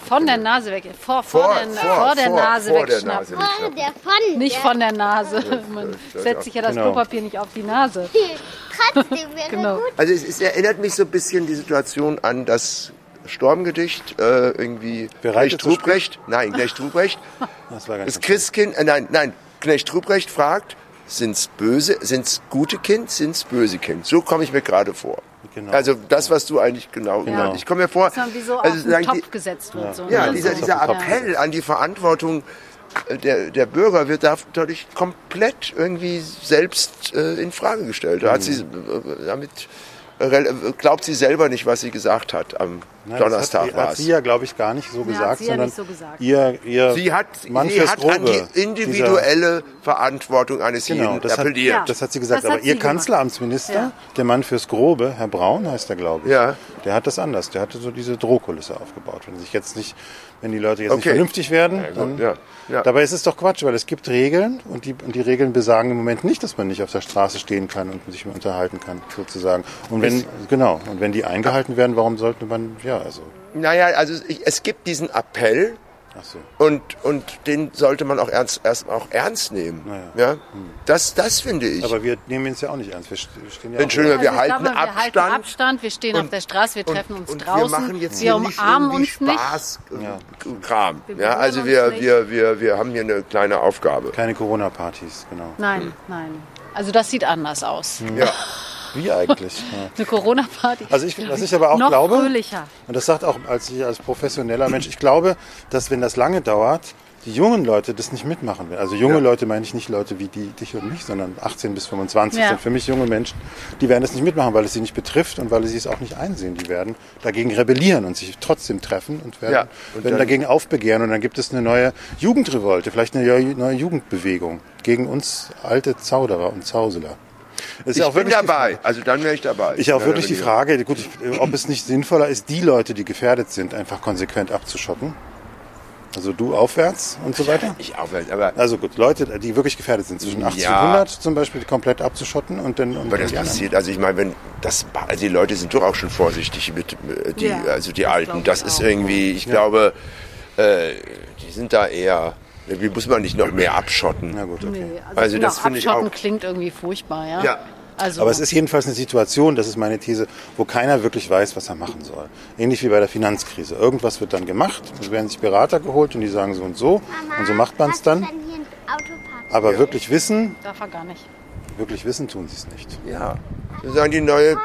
Speaker 4: von der Nase weg, vor, vor, der, vor, der Nase
Speaker 2: vor der
Speaker 4: wegschnappen.
Speaker 2: Nase
Speaker 7: von
Speaker 2: wegschnappen.
Speaker 7: der von
Speaker 4: Nicht
Speaker 7: der.
Speaker 4: von der Nase. Man setzt sich ja das
Speaker 1: Genau.
Speaker 4: Klopapier nicht auf die Nase.
Speaker 7: Trotzdem wäre
Speaker 4: Genau.
Speaker 7: gut.
Speaker 2: Also es, es erinnert mich so ein bisschen die Situation an das Stormgedicht, äh, irgendwie
Speaker 1: Wer reitet
Speaker 2: Knecht
Speaker 1: so spät?
Speaker 2: Ruprecht. Nein, Knecht Ruprecht.
Speaker 1: Das war ganz
Speaker 2: Das Christkind, äh, nein, nein, Knecht Ruprecht fragt, sind's böse, sind's gute Kind, sind's böse Kind. So komme ich mir gerade vor.
Speaker 1: Genau.
Speaker 2: Also das, was du eigentlich genau,
Speaker 4: Genau.
Speaker 2: ich komme mir vor,
Speaker 4: Dass man wie so
Speaker 2: also
Speaker 4: auf den
Speaker 2: sozusagen
Speaker 4: Topf
Speaker 2: die-
Speaker 4: gesetzt wird. So,
Speaker 2: ja,
Speaker 4: ne?
Speaker 2: dieser,
Speaker 4: so.
Speaker 2: dieser
Speaker 1: Auf den Kopf
Speaker 2: Appell an die Verantwortung äh, der, der Bürger wird dadurch
Speaker 1: Mhm.
Speaker 2: komplett irgendwie selbst äh, in Frage gestellt. Da hat sie äh, damit rel- glaubt sie selber nicht, was sie gesagt hat am
Speaker 1: Nein, das
Speaker 2: Donnerstag
Speaker 1: hat,
Speaker 2: war
Speaker 1: hat
Speaker 2: es.
Speaker 1: sie ja, glaube ich, gar nicht so gesagt,
Speaker 4: hat sie ja
Speaker 1: sondern
Speaker 4: nicht so gesagt.
Speaker 1: ihr, ihr
Speaker 2: Sie hat, sie
Speaker 1: Manfred
Speaker 2: hat an
Speaker 1: Grobe,
Speaker 2: die
Speaker 1: dieser-
Speaker 2: individuelle Verantwortung eines
Speaker 1: Genau,
Speaker 2: jeden
Speaker 1: das hat,
Speaker 2: appelliert.
Speaker 1: das hat sie gesagt.
Speaker 4: Das hat
Speaker 1: aber ihr
Speaker 4: sie gemacht.
Speaker 1: Kanzleramtsminister,
Speaker 4: Ja.
Speaker 1: der Mann fürs Grobe, Herr Braun heißt er, glaube ich,
Speaker 2: Ja.
Speaker 1: der hat das anders. Der hatte so diese Drohkulisse aufgebaut. Wenn sich jetzt nicht, wenn die Leute jetzt nicht
Speaker 2: Okay.
Speaker 1: vernünftig werden,
Speaker 2: gut,
Speaker 1: dann,
Speaker 2: ja, ja.
Speaker 1: dabei ist es doch Quatsch, weil es gibt Regeln und die, und die Regeln besagen im Moment nicht, dass man nicht auf der Straße stehen kann und sich unterhalten kann, sozusagen. Und wenn, genau, und wenn die eingehalten werden, warum sollte man, ja, also,
Speaker 2: Naja, also ich- es gibt diesen Appell
Speaker 1: ach so.
Speaker 2: und, und den sollte man auch ernst, erst auch ernst nehmen. Ja? Das, das finde ich.
Speaker 1: Aber wir nehmen es ja auch nicht ernst. Wir ste- wir stehen ja auch
Speaker 2: Entschuldigung, wir,
Speaker 4: Also ich
Speaker 2: halten,
Speaker 4: glaube, wir
Speaker 2: Abstand
Speaker 4: halten Abstand, wir stehen auf
Speaker 2: und-
Speaker 4: der Straße, wir treffen
Speaker 2: und,
Speaker 4: uns
Speaker 2: und
Speaker 4: draußen,
Speaker 2: Wir machen jetzt
Speaker 4: wir
Speaker 2: hier nicht
Speaker 4: umarmen
Speaker 2: irgendwie
Speaker 4: uns nicht.
Speaker 2: Spaß, äh, Kram.
Speaker 4: Wir
Speaker 2: Ja,
Speaker 4: berühren
Speaker 2: also
Speaker 4: uns
Speaker 2: wir,
Speaker 4: nicht.
Speaker 2: wir, wir, wir haben hier eine kleine Aufgabe.
Speaker 1: keine Corona-Partys, genau.
Speaker 4: Nein, nein. Also das sieht anders aus.
Speaker 2: Ja.
Speaker 1: Wie eigentlich? Ja.
Speaker 4: Eine Corona-Party.
Speaker 1: Also ich, was ich aber auch
Speaker 4: Noch
Speaker 1: glaube,
Speaker 4: fröhlicher.
Speaker 1: und das sagt auch als ich als professioneller Mensch, ich glaube, dass wenn das lange dauert, die jungen Leute das nicht mitmachen werden. Also junge Leute meine ich nicht Leute wie die, dich und mich, sondern 18 bis 25
Speaker 4: Ja.
Speaker 1: sind für mich junge Menschen, die werden das nicht mitmachen, weil es sie nicht betrifft und weil sie es auch nicht einsehen. Die werden dagegen rebellieren und sich trotzdem treffen und werden,
Speaker 2: Ja, und
Speaker 1: werden
Speaker 2: dann-
Speaker 1: dagegen aufbegehren. Und dann gibt es eine neue Jugendrevolte, vielleicht eine neue- neue Jugendbewegung gegen uns alte Zauderer und Zauseler. Es ist
Speaker 2: Ich
Speaker 1: auch
Speaker 2: bin
Speaker 1: wirklich die Frage-
Speaker 2: dabei. Also dann wäre ich dabei.
Speaker 1: ich auch
Speaker 2: Ja,
Speaker 1: wirklich
Speaker 2: da bin
Speaker 1: die
Speaker 2: ich-
Speaker 1: Frage, gut, ich, ob es nicht sinnvoller ist, die Leute, die gefährdet sind, einfach konsequent abzuschotten. Also du aufwärts und so weiter.
Speaker 2: Ich aufwärts, aber
Speaker 1: Also gut, Leute, die wirklich gefährdet sind, zwischen 80
Speaker 2: Ja.
Speaker 1: und 100 zum Beispiel komplett abzuschotten und dann... Und
Speaker 2: Aber das
Speaker 1: die anderen.
Speaker 2: passiert, also ich meine, wenn das, also die Leute sind doch auch schon vorsichtig mit, äh, die,
Speaker 4: Ja,
Speaker 2: also die
Speaker 4: das
Speaker 2: Alten.
Speaker 4: glaub ich
Speaker 2: Das ist
Speaker 4: auch.
Speaker 2: irgendwie, ich glaube, äh, die sind da eher, irgendwie muss man nicht noch mehr abschotten.
Speaker 1: Na gut, okay.
Speaker 4: Nee, also,
Speaker 2: Also
Speaker 4: genau,
Speaker 2: das finde ich
Speaker 4: abschotten
Speaker 2: auch-
Speaker 4: klingt irgendwie furchtbar, ja.
Speaker 2: Ja.
Speaker 4: Also,
Speaker 1: Aber es ist jedenfalls eine Situation, das ist meine These, wo keiner wirklich weiß, was er machen soll. Ähnlich wie bei der Finanzkrise. Irgendwas wird dann gemacht, es werden sich Berater geholt und die sagen so und so und so macht man es
Speaker 7: hast du
Speaker 1: dann.
Speaker 7: schon hier ein Autopark?
Speaker 1: Aber wirklich wissen,
Speaker 4: darf er gar nicht.
Speaker 1: wirklich wissen tun sie es nicht.
Speaker 2: Ja. Wir sagen, die neue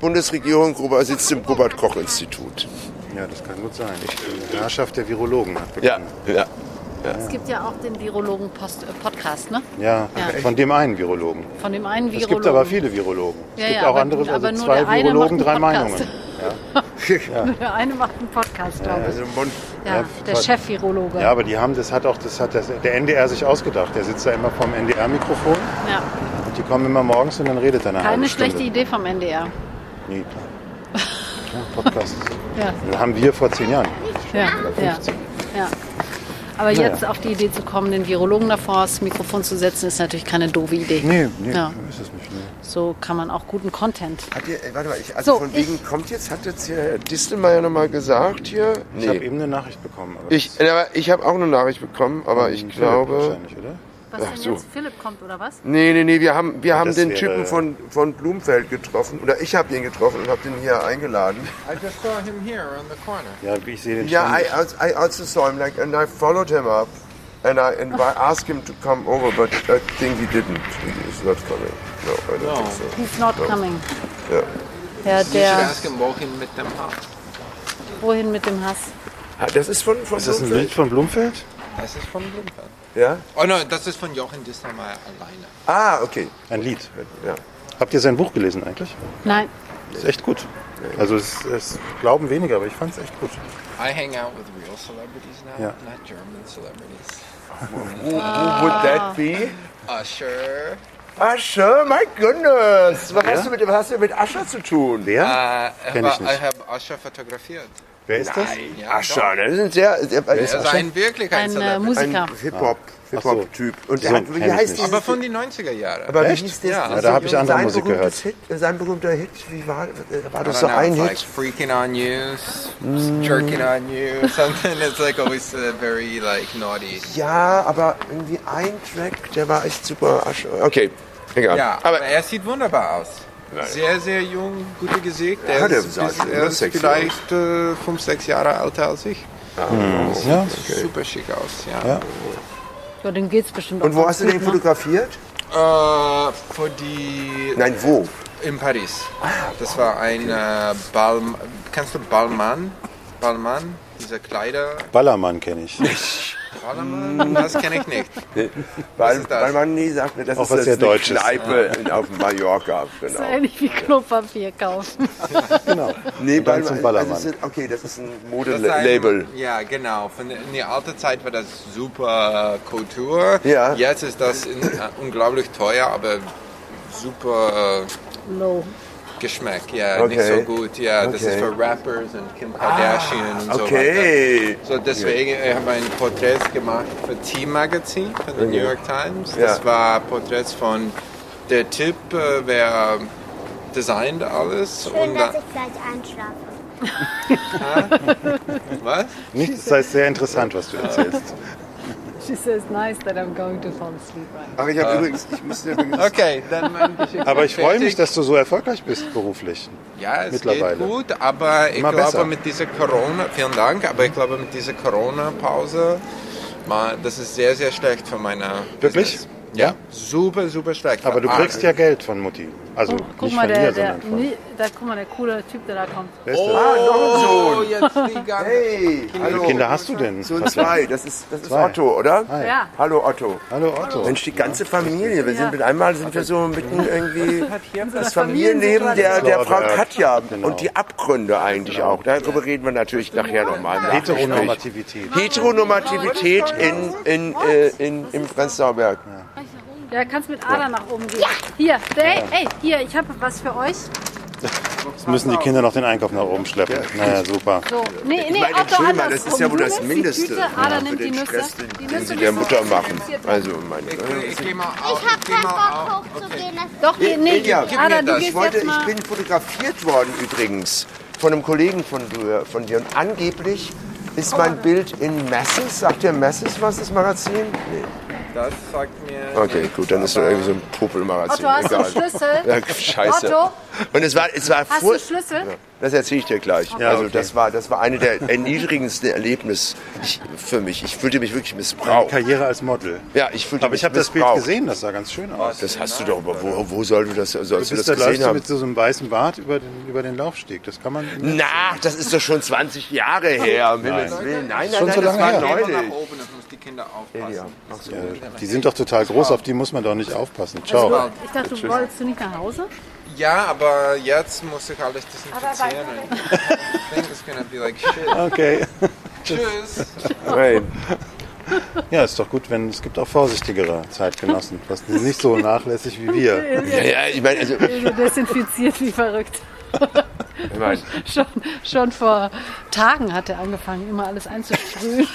Speaker 2: Bundesregierung Robert, sitzt im Robert-Koch-Institut.
Speaker 1: Ja, das kann gut sein. Die Herrschaft der Virologen hat
Speaker 2: Ja,
Speaker 1: begonnen.
Speaker 2: ja.
Speaker 4: Es gibt ja auch den Virologen-Podcast, ne?
Speaker 1: Ja,
Speaker 4: Ja.
Speaker 1: von dem einen Virologen.
Speaker 4: Von dem einen Virologen.
Speaker 1: Es gibt aber viele Virologen. Es
Speaker 4: Ja,
Speaker 1: gibt
Speaker 4: ja,
Speaker 1: auch
Speaker 4: aber-
Speaker 1: andere, also
Speaker 4: aber nur
Speaker 1: zwei
Speaker 4: der eine
Speaker 1: Virologen,
Speaker 4: macht
Speaker 1: drei
Speaker 4: einen
Speaker 1: Meinungen.
Speaker 4: Podcast. Der eine macht einen Podcast, glaube ich.
Speaker 2: Also Mund,
Speaker 4: Ja,
Speaker 1: Ja,
Speaker 4: der
Speaker 1: toll.
Speaker 4: Chef-Virologe.
Speaker 1: Ja, aber die haben, das hat auch, das hat das, der NDR sich ausgedacht. Der sitzt da immer vorm NDR-Mikrofon
Speaker 4: Ja.
Speaker 1: und die kommen immer morgens und dann redet er eine halbe
Speaker 4: Keine
Speaker 1: Stunde.
Speaker 4: schlechte Idee vom NDR.
Speaker 1: Nee, klar. Ja, Podcast.
Speaker 4: Ja.
Speaker 1: Das haben wir vor zehn Jahren.
Speaker 4: Ja, ja, ja. Aber
Speaker 1: Naja.
Speaker 4: jetzt auf die Idee zu kommen, den Virologen davor das Mikrofon zu setzen, ist natürlich keine doofe Idee.
Speaker 1: Nee, nee,
Speaker 4: Ja.
Speaker 1: ist es nicht. Nee.
Speaker 4: So kann man auch guten Content.
Speaker 2: hat ihr, äh, warte mal, ich, also
Speaker 4: So,
Speaker 2: von wegen kommt jetzt, hat jetzt hier Herr Distelmeier nochmal gesagt hier?
Speaker 1: Ich habe
Speaker 2: Nee.
Speaker 1: eben eine Nachricht bekommen. Aber
Speaker 2: Ich, äh,
Speaker 1: das-
Speaker 2: aber ich habe auch eine Nachricht bekommen, aber ich
Speaker 1: Philipp
Speaker 2: glaube...
Speaker 1: Wahrscheinlich, oder?
Speaker 4: Was
Speaker 2: Ach denn so. jetzt?
Speaker 4: Philipp kommt, oder was?
Speaker 2: Nee, nee, nee, wir haben, wir haben
Speaker 1: das
Speaker 2: den
Speaker 1: wäre-
Speaker 2: Typen von, von Blumfeld getroffen. Oder ich habe ihn getroffen und habe den hier eingeladen.
Speaker 6: I just saw him here on the corner.
Speaker 1: Ja, ich sehe den
Speaker 2: Ja, I,
Speaker 1: ständig.
Speaker 2: I also saw him, like, and I followed him up. And I, and I asked him to come over, but I think he didn't. He's not coming. No, I don't
Speaker 6: No.
Speaker 2: think so.
Speaker 4: He's not coming.
Speaker 2: Ja.
Speaker 4: Ja,
Speaker 6: You should
Speaker 4: der,
Speaker 6: ask him, wohin mit dem Haus.
Speaker 4: wohin mit dem Hass?
Speaker 2: Ah, Das ist von, von
Speaker 1: Ist das ein Bild
Speaker 2: Blumfeld?
Speaker 1: von Blumfeld?
Speaker 6: Das ist von Blumfeld.
Speaker 2: Ja?
Speaker 6: Oh nein, das ist von Jochen Distelmeier alleine.
Speaker 2: Ah, okay.
Speaker 1: Ein Lied.
Speaker 2: Ja.
Speaker 1: Habt ihr sein Buch gelesen eigentlich?
Speaker 4: Nein.
Speaker 1: Ist echt gut. Also es, es glauben weniger, aber ich fand es echt gut.
Speaker 6: I hang out with real celebrities now,
Speaker 1: Ja.
Speaker 6: not German celebrities.
Speaker 2: Who, who would that be?
Speaker 6: Usher.
Speaker 2: Ascher, my goodness. Was hast du mit, was hast du mit Ascher zu tun? Ah,
Speaker 1: Wer?
Speaker 6: Äh,
Speaker 1: Kenn ich
Speaker 6: aber
Speaker 1: nicht.
Speaker 6: I have Usher fotografiert.
Speaker 1: Wer ist das?
Speaker 6: Ja,
Speaker 2: Ascher, das ist ein sehr, sehr
Speaker 6: Er ist ein wirklich
Speaker 4: Ein
Speaker 6: ein,
Speaker 4: äh,
Speaker 6: Celebrity.
Speaker 4: Musiker.
Speaker 2: Ein Hip-Hop. Hip-Hop-Typ. Und er
Speaker 1: Ah. So,
Speaker 2: hat,
Speaker 1: kenn
Speaker 2: wie
Speaker 1: ich
Speaker 2: heißt
Speaker 1: nicht.
Speaker 2: dieses
Speaker 6: aber von den 90er Jahren.
Speaker 2: Aber wie
Speaker 1: Echt?
Speaker 2: hieß das?
Speaker 6: Ja.
Speaker 2: Also
Speaker 6: Ja,
Speaker 1: da hab ich andere
Speaker 2: sein
Speaker 1: Musik
Speaker 2: berühmtes Hit, sein berühmter Hit, wie war, äh, war das so ein
Speaker 6: like
Speaker 2: Hit?
Speaker 6: freaking on you, s- jerking on you, something. It's like always uh, very like naughty.
Speaker 2: Ja, aber irgendwie ein Track, der war echt super. Asche. Okay, egal.
Speaker 6: Ja, aber,
Speaker 2: aber
Speaker 6: er sieht wunderbar aus. Sehr, sehr jung, gute Gesicht. Er
Speaker 2: Ja, der
Speaker 6: ist,
Speaker 2: sah
Speaker 6: bis-
Speaker 2: schon
Speaker 6: er ist
Speaker 2: sexy
Speaker 6: vielleicht äh, fünf, sechs Jahre älter als ich.
Speaker 1: Ja.
Speaker 6: Super schick aus, ja.
Speaker 4: Ja, dem geht's bestimmt
Speaker 2: und
Speaker 4: auch
Speaker 2: wo hast
Speaker 4: ganz
Speaker 2: du
Speaker 4: gut,
Speaker 2: den
Speaker 4: ne?
Speaker 2: fotografiert?
Speaker 6: Äh, für die
Speaker 2: Nein, wo?
Speaker 6: in Paris. Das war ein äh, Ball. Kennst du Ballmann? Ballmann, diese Kleider.
Speaker 1: Ballermann kenne ich.
Speaker 6: Ballermann, das kenne ich nicht.
Speaker 2: Weil,
Speaker 6: ist das?
Speaker 2: weil man nie sagt, ne, das
Speaker 1: Auch
Speaker 2: ist
Speaker 1: was
Speaker 2: jetzt
Speaker 1: sehr
Speaker 2: eine
Speaker 1: Deutsches.
Speaker 2: Kneipe in, auf Mallorca.
Speaker 4: So
Speaker 2: Genau.
Speaker 4: ähnlich wie Klopapier kaufen.
Speaker 1: Genau.
Speaker 2: Nee,
Speaker 1: Und dann zum
Speaker 2: weil- Also, es
Speaker 1: Ballermann.
Speaker 2: sind- okay, das ist ein
Speaker 6: Das ist ein-
Speaker 2: Modelabel.
Speaker 6: Ja, genau. Von, in der alten Zeit war das super äh, Kultur.
Speaker 2: Ja.
Speaker 6: Jetzt ist das in, äh, unglaublich teuer, aber super
Speaker 4: Low.
Speaker 6: äh, Geschmack. Ja, nicht so
Speaker 2: Okay.
Speaker 6: gut. Ja, das ist
Speaker 2: Okay. Ah,
Speaker 6: für Rappers und Kim Kardashian und so
Speaker 2: Okay.
Speaker 6: weiter. So deswegen äh, haben wir ein Porträts gemacht für Team Magazin von den New York Times. Das
Speaker 2: Ja.
Speaker 6: war Porträts von der Typ, äh, wer designt alles
Speaker 7: Schön,
Speaker 6: und
Speaker 7: dass
Speaker 6: dann,
Speaker 7: ich gleich einschlafe.
Speaker 6: was?
Speaker 1: Nicht, das heißt sehr interessant, was du erzählst.
Speaker 4: She says nice that I'm going to fall asleep right
Speaker 2: Ach, ich habe übrigens, ich müsste übrigens
Speaker 6: Okay, dann mein Geschichte.
Speaker 1: Aber ich freue mich,
Speaker 6: fertig.
Speaker 1: dass du so erfolgreich bist beruflich.
Speaker 6: Ja, es
Speaker 1: Mittlerweile.
Speaker 6: geht gut, aber ich
Speaker 1: Immer
Speaker 6: glaube
Speaker 1: besser.
Speaker 6: mit dieser Corona, vielen Dank, aber ich glaube mit dieser Corona-Pause, mal, das ist sehr, sehr schlecht für meine
Speaker 1: Wirklich?
Speaker 6: Business. Ja, super, super schlecht.
Speaker 1: Aber du
Speaker 6: Ah,
Speaker 1: kriegst ja Geld von Mutti. Also
Speaker 4: Oh, guck
Speaker 1: nicht
Speaker 4: mal,
Speaker 1: von
Speaker 4: der,
Speaker 1: mir,
Speaker 4: der,
Speaker 1: sondern von...
Speaker 4: nee, da, guck mal, der coole Typ, der da kommt.
Speaker 1: Wer ist das?
Speaker 2: Ah, noch ein
Speaker 6: Oh,
Speaker 2: Sohn.
Speaker 6: jetzt die ganze...
Speaker 2: Hey,
Speaker 1: Wie
Speaker 2: hallo.
Speaker 1: viele Kinder hast du denn?
Speaker 2: Sohn
Speaker 1: Hast du-
Speaker 2: zwei, das ist, das ist
Speaker 1: Zwei.
Speaker 2: Otto, oder?
Speaker 1: Hi.
Speaker 4: Ja.
Speaker 2: Hallo Otto.
Speaker 1: Hallo Otto.
Speaker 2: Mensch, die ganze Familie. Wir sind mit einmal sind wir so mitten irgendwie das Familienleben der,
Speaker 4: Familiensituation.
Speaker 2: der Frau Katja
Speaker 1: Genau.
Speaker 2: und die Abgründe eigentlich auch. Darüber reden wir natürlich nachher nochmal. im Nachgespräch.
Speaker 1: Heteronormativität.
Speaker 2: Heteronormativität in, in, äh, in, im Prenzlauer Berg.
Speaker 4: Ja, kannst mit Ada nach oben gehen. Hier, hey, hey, hier, ich habe was für euch.
Speaker 1: Jetzt müssen die Kinder noch den Einkauf nach oben schleppen. Naja, super.
Speaker 4: So, nee, nee,
Speaker 2: meine,
Speaker 4: Otto,
Speaker 2: entschuldige mal,
Speaker 4: andersrum.
Speaker 2: das ist ja wohl
Speaker 4: Du
Speaker 2: das
Speaker 4: nimmst die
Speaker 2: Mindeste,
Speaker 4: Tüte,
Speaker 2: ja,
Speaker 4: Ada
Speaker 2: für
Speaker 4: nimmt die
Speaker 2: den
Speaker 4: Nüsse.
Speaker 2: Stress, den- den
Speaker 4: die Nüsse
Speaker 2: sie der
Speaker 4: müssen-
Speaker 2: Mutter machen. Also, meine
Speaker 6: Ich gehe mal auf.
Speaker 7: Ich hab
Speaker 6: geh
Speaker 7: keinen
Speaker 6: mal
Speaker 7: Bock
Speaker 6: auf.
Speaker 7: hochzugehen. Das
Speaker 4: Doch, nee, nee,
Speaker 2: Ilja, gib
Speaker 6: mir
Speaker 4: Ada,
Speaker 6: das.
Speaker 4: du
Speaker 6: Ich
Speaker 2: Ich
Speaker 4: gehst
Speaker 2: wollte,
Speaker 4: jetzt mal.
Speaker 2: ich bin fotografiert worden übrigens von einem Kollegen von dir, von dir. und angeblich ist mein
Speaker 4: Oh.
Speaker 2: Bild in Masses. Sagt ihr Masses was, das Magazin?
Speaker 6: Das sagt mir...
Speaker 2: Okay,
Speaker 6: nichts,
Speaker 2: gut, dann ist doch
Speaker 6: aber-
Speaker 2: irgendwie so ein Popelmagazin.
Speaker 4: Otto, hast du einen
Speaker 2: Egal.
Speaker 4: Schlüssel?
Speaker 2: Ja, scheiße.
Speaker 4: Otto?
Speaker 2: Und es war, es war
Speaker 4: Hast
Speaker 2: furch-
Speaker 4: du Schlüssel?
Speaker 2: Ja, Das erzähle ich dir gleich. also das war, das war eine der erniedrigendsten Erlebnisse ich, für mich. Ich fühlte mich wirklich missbraucht.
Speaker 1: Karriere als Model.
Speaker 2: Ja, ich fühlte
Speaker 1: Aber
Speaker 2: mich
Speaker 1: ich habe das Bild
Speaker 2: missbraucht.
Speaker 1: gesehen, das sah ganz schön aus.
Speaker 2: Das hast du doch, aber wo, wo soll du das, sollst du,
Speaker 1: Bist, da
Speaker 2: das
Speaker 1: läufst
Speaker 2: gesehen
Speaker 1: du
Speaker 2: haben?
Speaker 1: mit so einem weißen Bart über den, über den Laufsteg. Das kann man.
Speaker 2: Na, das ist doch schon 20 Jahre her. um Himmels Willen. Nein, nein,
Speaker 1: Schon
Speaker 2: nein,
Speaker 1: so
Speaker 2: das
Speaker 1: lange
Speaker 2: war
Speaker 1: her.
Speaker 6: Geh mal nach
Speaker 2: neulich.
Speaker 6: oben, ich muss die Kinder aufpassen.
Speaker 2: Ja, ach so.
Speaker 1: Die sind doch total groß, auf die muss man doch nicht aufpassen. Ciao.
Speaker 4: Ich dachte, du wolltest du nicht nach Hause?
Speaker 6: Ja, aber jetzt muss ich alles desinfizieren. I think it's gonna be like shit.
Speaker 1: Okay.
Speaker 6: Tschüss.
Speaker 2: Hey.
Speaker 1: Ja, ist doch gut, wenn es gibt auch vorsichtigere Zeitgenossen. Das sind nicht so nachlässig wie wir.
Speaker 2: Ja, ja, ich meine, also, ich
Speaker 4: Also desinfiziert wie verrückt.
Speaker 2: meine,
Speaker 4: Schon, schon vor Tagen hat er angefangen, immer alles einzusprühen.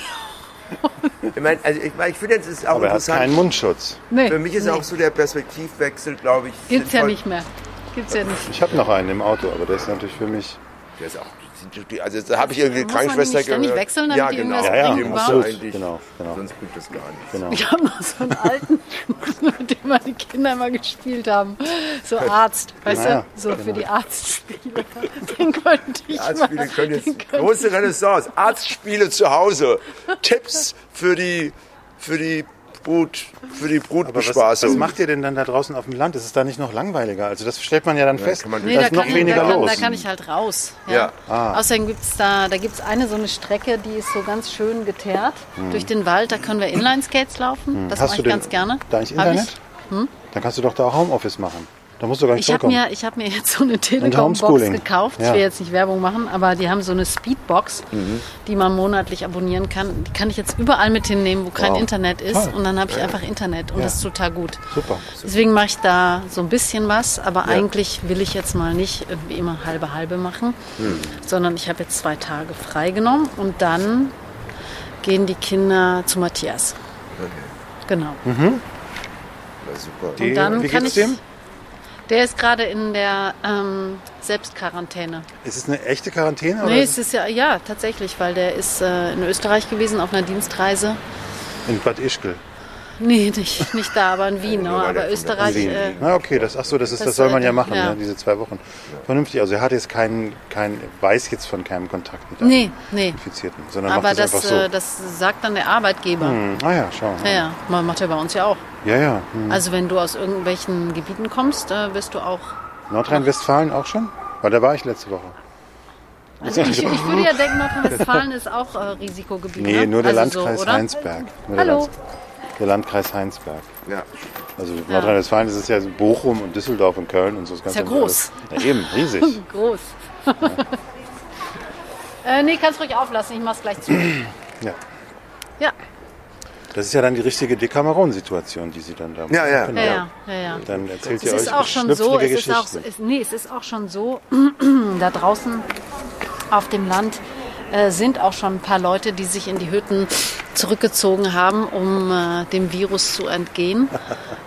Speaker 2: ich, meine, also, ich, meine, ich finde, es ist auch
Speaker 1: Aber er hat keinen
Speaker 2: interessant.
Speaker 1: Mundschutz.
Speaker 4: Nee,
Speaker 2: Für mich ist auch so der Perspektivwechsel, glaube ich.
Speaker 4: gibt's ja
Speaker 2: sinnvoll.
Speaker 4: nicht mehr. Gibt's ja nicht.
Speaker 1: Ich habe noch einen im Auto, aber der ist natürlich für mich.
Speaker 2: Der ist auch, also, da habe ich irgendwie
Speaker 4: Muss man die
Speaker 2: Krankenschwester
Speaker 4: nicht ständig
Speaker 2: gehört.
Speaker 4: wechseln, damit
Speaker 2: ja,
Speaker 4: die
Speaker 2: genau.
Speaker 4: irgendwas
Speaker 1: Ja, ja,
Speaker 4: bringen
Speaker 1: absolut.
Speaker 4: überhaupt?
Speaker 2: Eigentlich.
Speaker 1: Genau, genau.
Speaker 2: Sonst bringt das gar nichts.
Speaker 1: genau.
Speaker 4: Wir haben noch so einen alten, mit dem meine Kinder immer gespielt haben. So Arzt, weißt
Speaker 1: Ja,
Speaker 4: du? So für die Arztspiele. Den könnte ich
Speaker 2: genau. Arztspiele
Speaker 4: mal,
Speaker 2: können
Speaker 4: den
Speaker 2: jetzt.
Speaker 4: könnte
Speaker 2: Große Renaissance. Arztspiele zu Hause. Tipps für die, für die Brut, für die
Speaker 1: Aber was, was
Speaker 2: Brutbespaßung.
Speaker 1: macht ihr denn dann da draußen auf dem Land? Ist es da nicht noch langweiliger? Also das stellt man ja dann fest.
Speaker 2: kann man-
Speaker 4: Nee,
Speaker 1: da
Speaker 4: da
Speaker 1: ist noch
Speaker 4: kann, ich, da,
Speaker 1: weniger
Speaker 4: kann,
Speaker 1: los.
Speaker 4: da kann ich halt raus. Ja.
Speaker 2: Ja.
Speaker 1: Ah.
Speaker 4: Außerdem gibt es da, da gibt's eine so eine Strecke, die ist so ganz schön geteert durch den Wald. Da können wir Inlineskates laufen. Das
Speaker 1: Hm. Hast
Speaker 4: mache
Speaker 1: du
Speaker 4: ich
Speaker 1: denn
Speaker 4: ganz gerne.
Speaker 1: da nicht
Speaker 4: Hab Hm?
Speaker 1: Internet? Dann kannst du doch da auch Homeoffice machen. Da musst du gar nicht
Speaker 4: Ich, ich habe
Speaker 1: zurückkommen.
Speaker 4: mir, ich hab mir jetzt so eine Telekom-Box
Speaker 1: Homeschooling.
Speaker 4: gekauft.
Speaker 1: Ja. Mhm.
Speaker 4: Ich will jetzt nicht Werbung machen, aber die haben so eine Speedbox, die man monatlich abonnieren kann. Die kann ich jetzt überall mit hinnehmen, wo kein
Speaker 1: Wow.
Speaker 4: Internet ist.
Speaker 1: Toll. Äh.
Speaker 4: Und dann habe ich einfach Internet und
Speaker 1: Ja.
Speaker 4: das ist total gut.
Speaker 1: Super.
Speaker 4: Deswegen mache ich da so ein bisschen was, aber eigentlich will ich jetzt mal nicht irgendwie immer halbe halbe machen,
Speaker 1: Hm.
Speaker 4: sondern ich habe jetzt zwei Tage freigenommen und dann gehen die Kinder zu Matthias. Genau.
Speaker 2: Super.
Speaker 1: Mhm. Die-
Speaker 4: Und dann
Speaker 1: Wie
Speaker 4: kann
Speaker 1: geht's
Speaker 4: ich.
Speaker 1: dem?
Speaker 4: Der ist gerade in der ähm, Selbstquarantäne.
Speaker 1: Ist es eine echte Quarantäne?
Speaker 4: Nee,
Speaker 1: oder
Speaker 4: es ist ja, ja, tatsächlich, weil der ist äh, in Österreich gewesen auf einer Dienstreise.
Speaker 1: in Bad Ischgl.
Speaker 4: Nee, nicht, nicht da, aber in Wien. ne?
Speaker 2: weil
Speaker 4: aber
Speaker 2: der
Speaker 4: aber
Speaker 2: von
Speaker 1: In
Speaker 4: Österreich.
Speaker 1: Wien.
Speaker 4: Äh,
Speaker 1: Na okay, das, ach so, das, ist,
Speaker 4: das
Speaker 1: das, soll man ja
Speaker 4: sollte-
Speaker 1: machen,
Speaker 4: ja.
Speaker 1: Ne, diese zwei Wochen. Vernünftig. Also er hat jetzt keinen, kein, weiß jetzt von keinem Kontakt mit einem
Speaker 4: nee, nee.
Speaker 1: Infizierten, sondern
Speaker 4: Aber
Speaker 1: macht das,
Speaker 4: das,
Speaker 1: einfach so.
Speaker 4: äh, das sagt dann der Arbeitgeber.
Speaker 1: Hm, ah ja, schau.
Speaker 4: Ja, ja, man macht ja bei uns ja auch.
Speaker 1: ja. ja. Hm.
Speaker 4: Also wenn du aus irgendwelchen Gebieten kommst, äh, bist du auch.
Speaker 1: Nordrhein-Westfalen auch schon? Weil da war ich letzte Woche.
Speaker 4: Also ich, ich würde ja denken, Nordrhein-Westfalen ist auch äh, Risikogebiet.
Speaker 1: genau. Nee,
Speaker 4: ne?
Speaker 1: nur der
Speaker 4: also
Speaker 1: Landkreis
Speaker 4: so, oder?
Speaker 1: Heinsberg. Nur
Speaker 4: Hallo.
Speaker 1: Der, Land, der Landkreis Heinsberg.
Speaker 2: Ja.
Speaker 1: Also Nordrhein-Westfalen ist es ja so Bochum und Düsseldorf und Köln und so. Das
Speaker 4: ja
Speaker 1: ganze
Speaker 4: groß.
Speaker 1: alles. Ja, eben, riesig.
Speaker 4: Groß. äh, nee, kannst ruhig auflassen, ich mach's gleich zu.
Speaker 1: Ja.
Speaker 4: Ja,
Speaker 1: Das ist ja dann die richtige Dekameron-Situation, die sie dann da machen. Genau.
Speaker 2: Ja, ja.
Speaker 4: ja, ja. ja, ja.
Speaker 1: Dann erzählt
Speaker 4: Es
Speaker 1: ihr
Speaker 4: ist
Speaker 1: euch
Speaker 4: auch schon so, es
Speaker 1: schlüpfrige
Speaker 4: ist auch,
Speaker 1: Geschichten.
Speaker 4: es, nee, es ist auch schon so, da draußen auf dem Land äh, sind auch schon ein paar Leute, die sich in die Hütten zurückgezogen haben, um äh, dem Virus zu entgehen.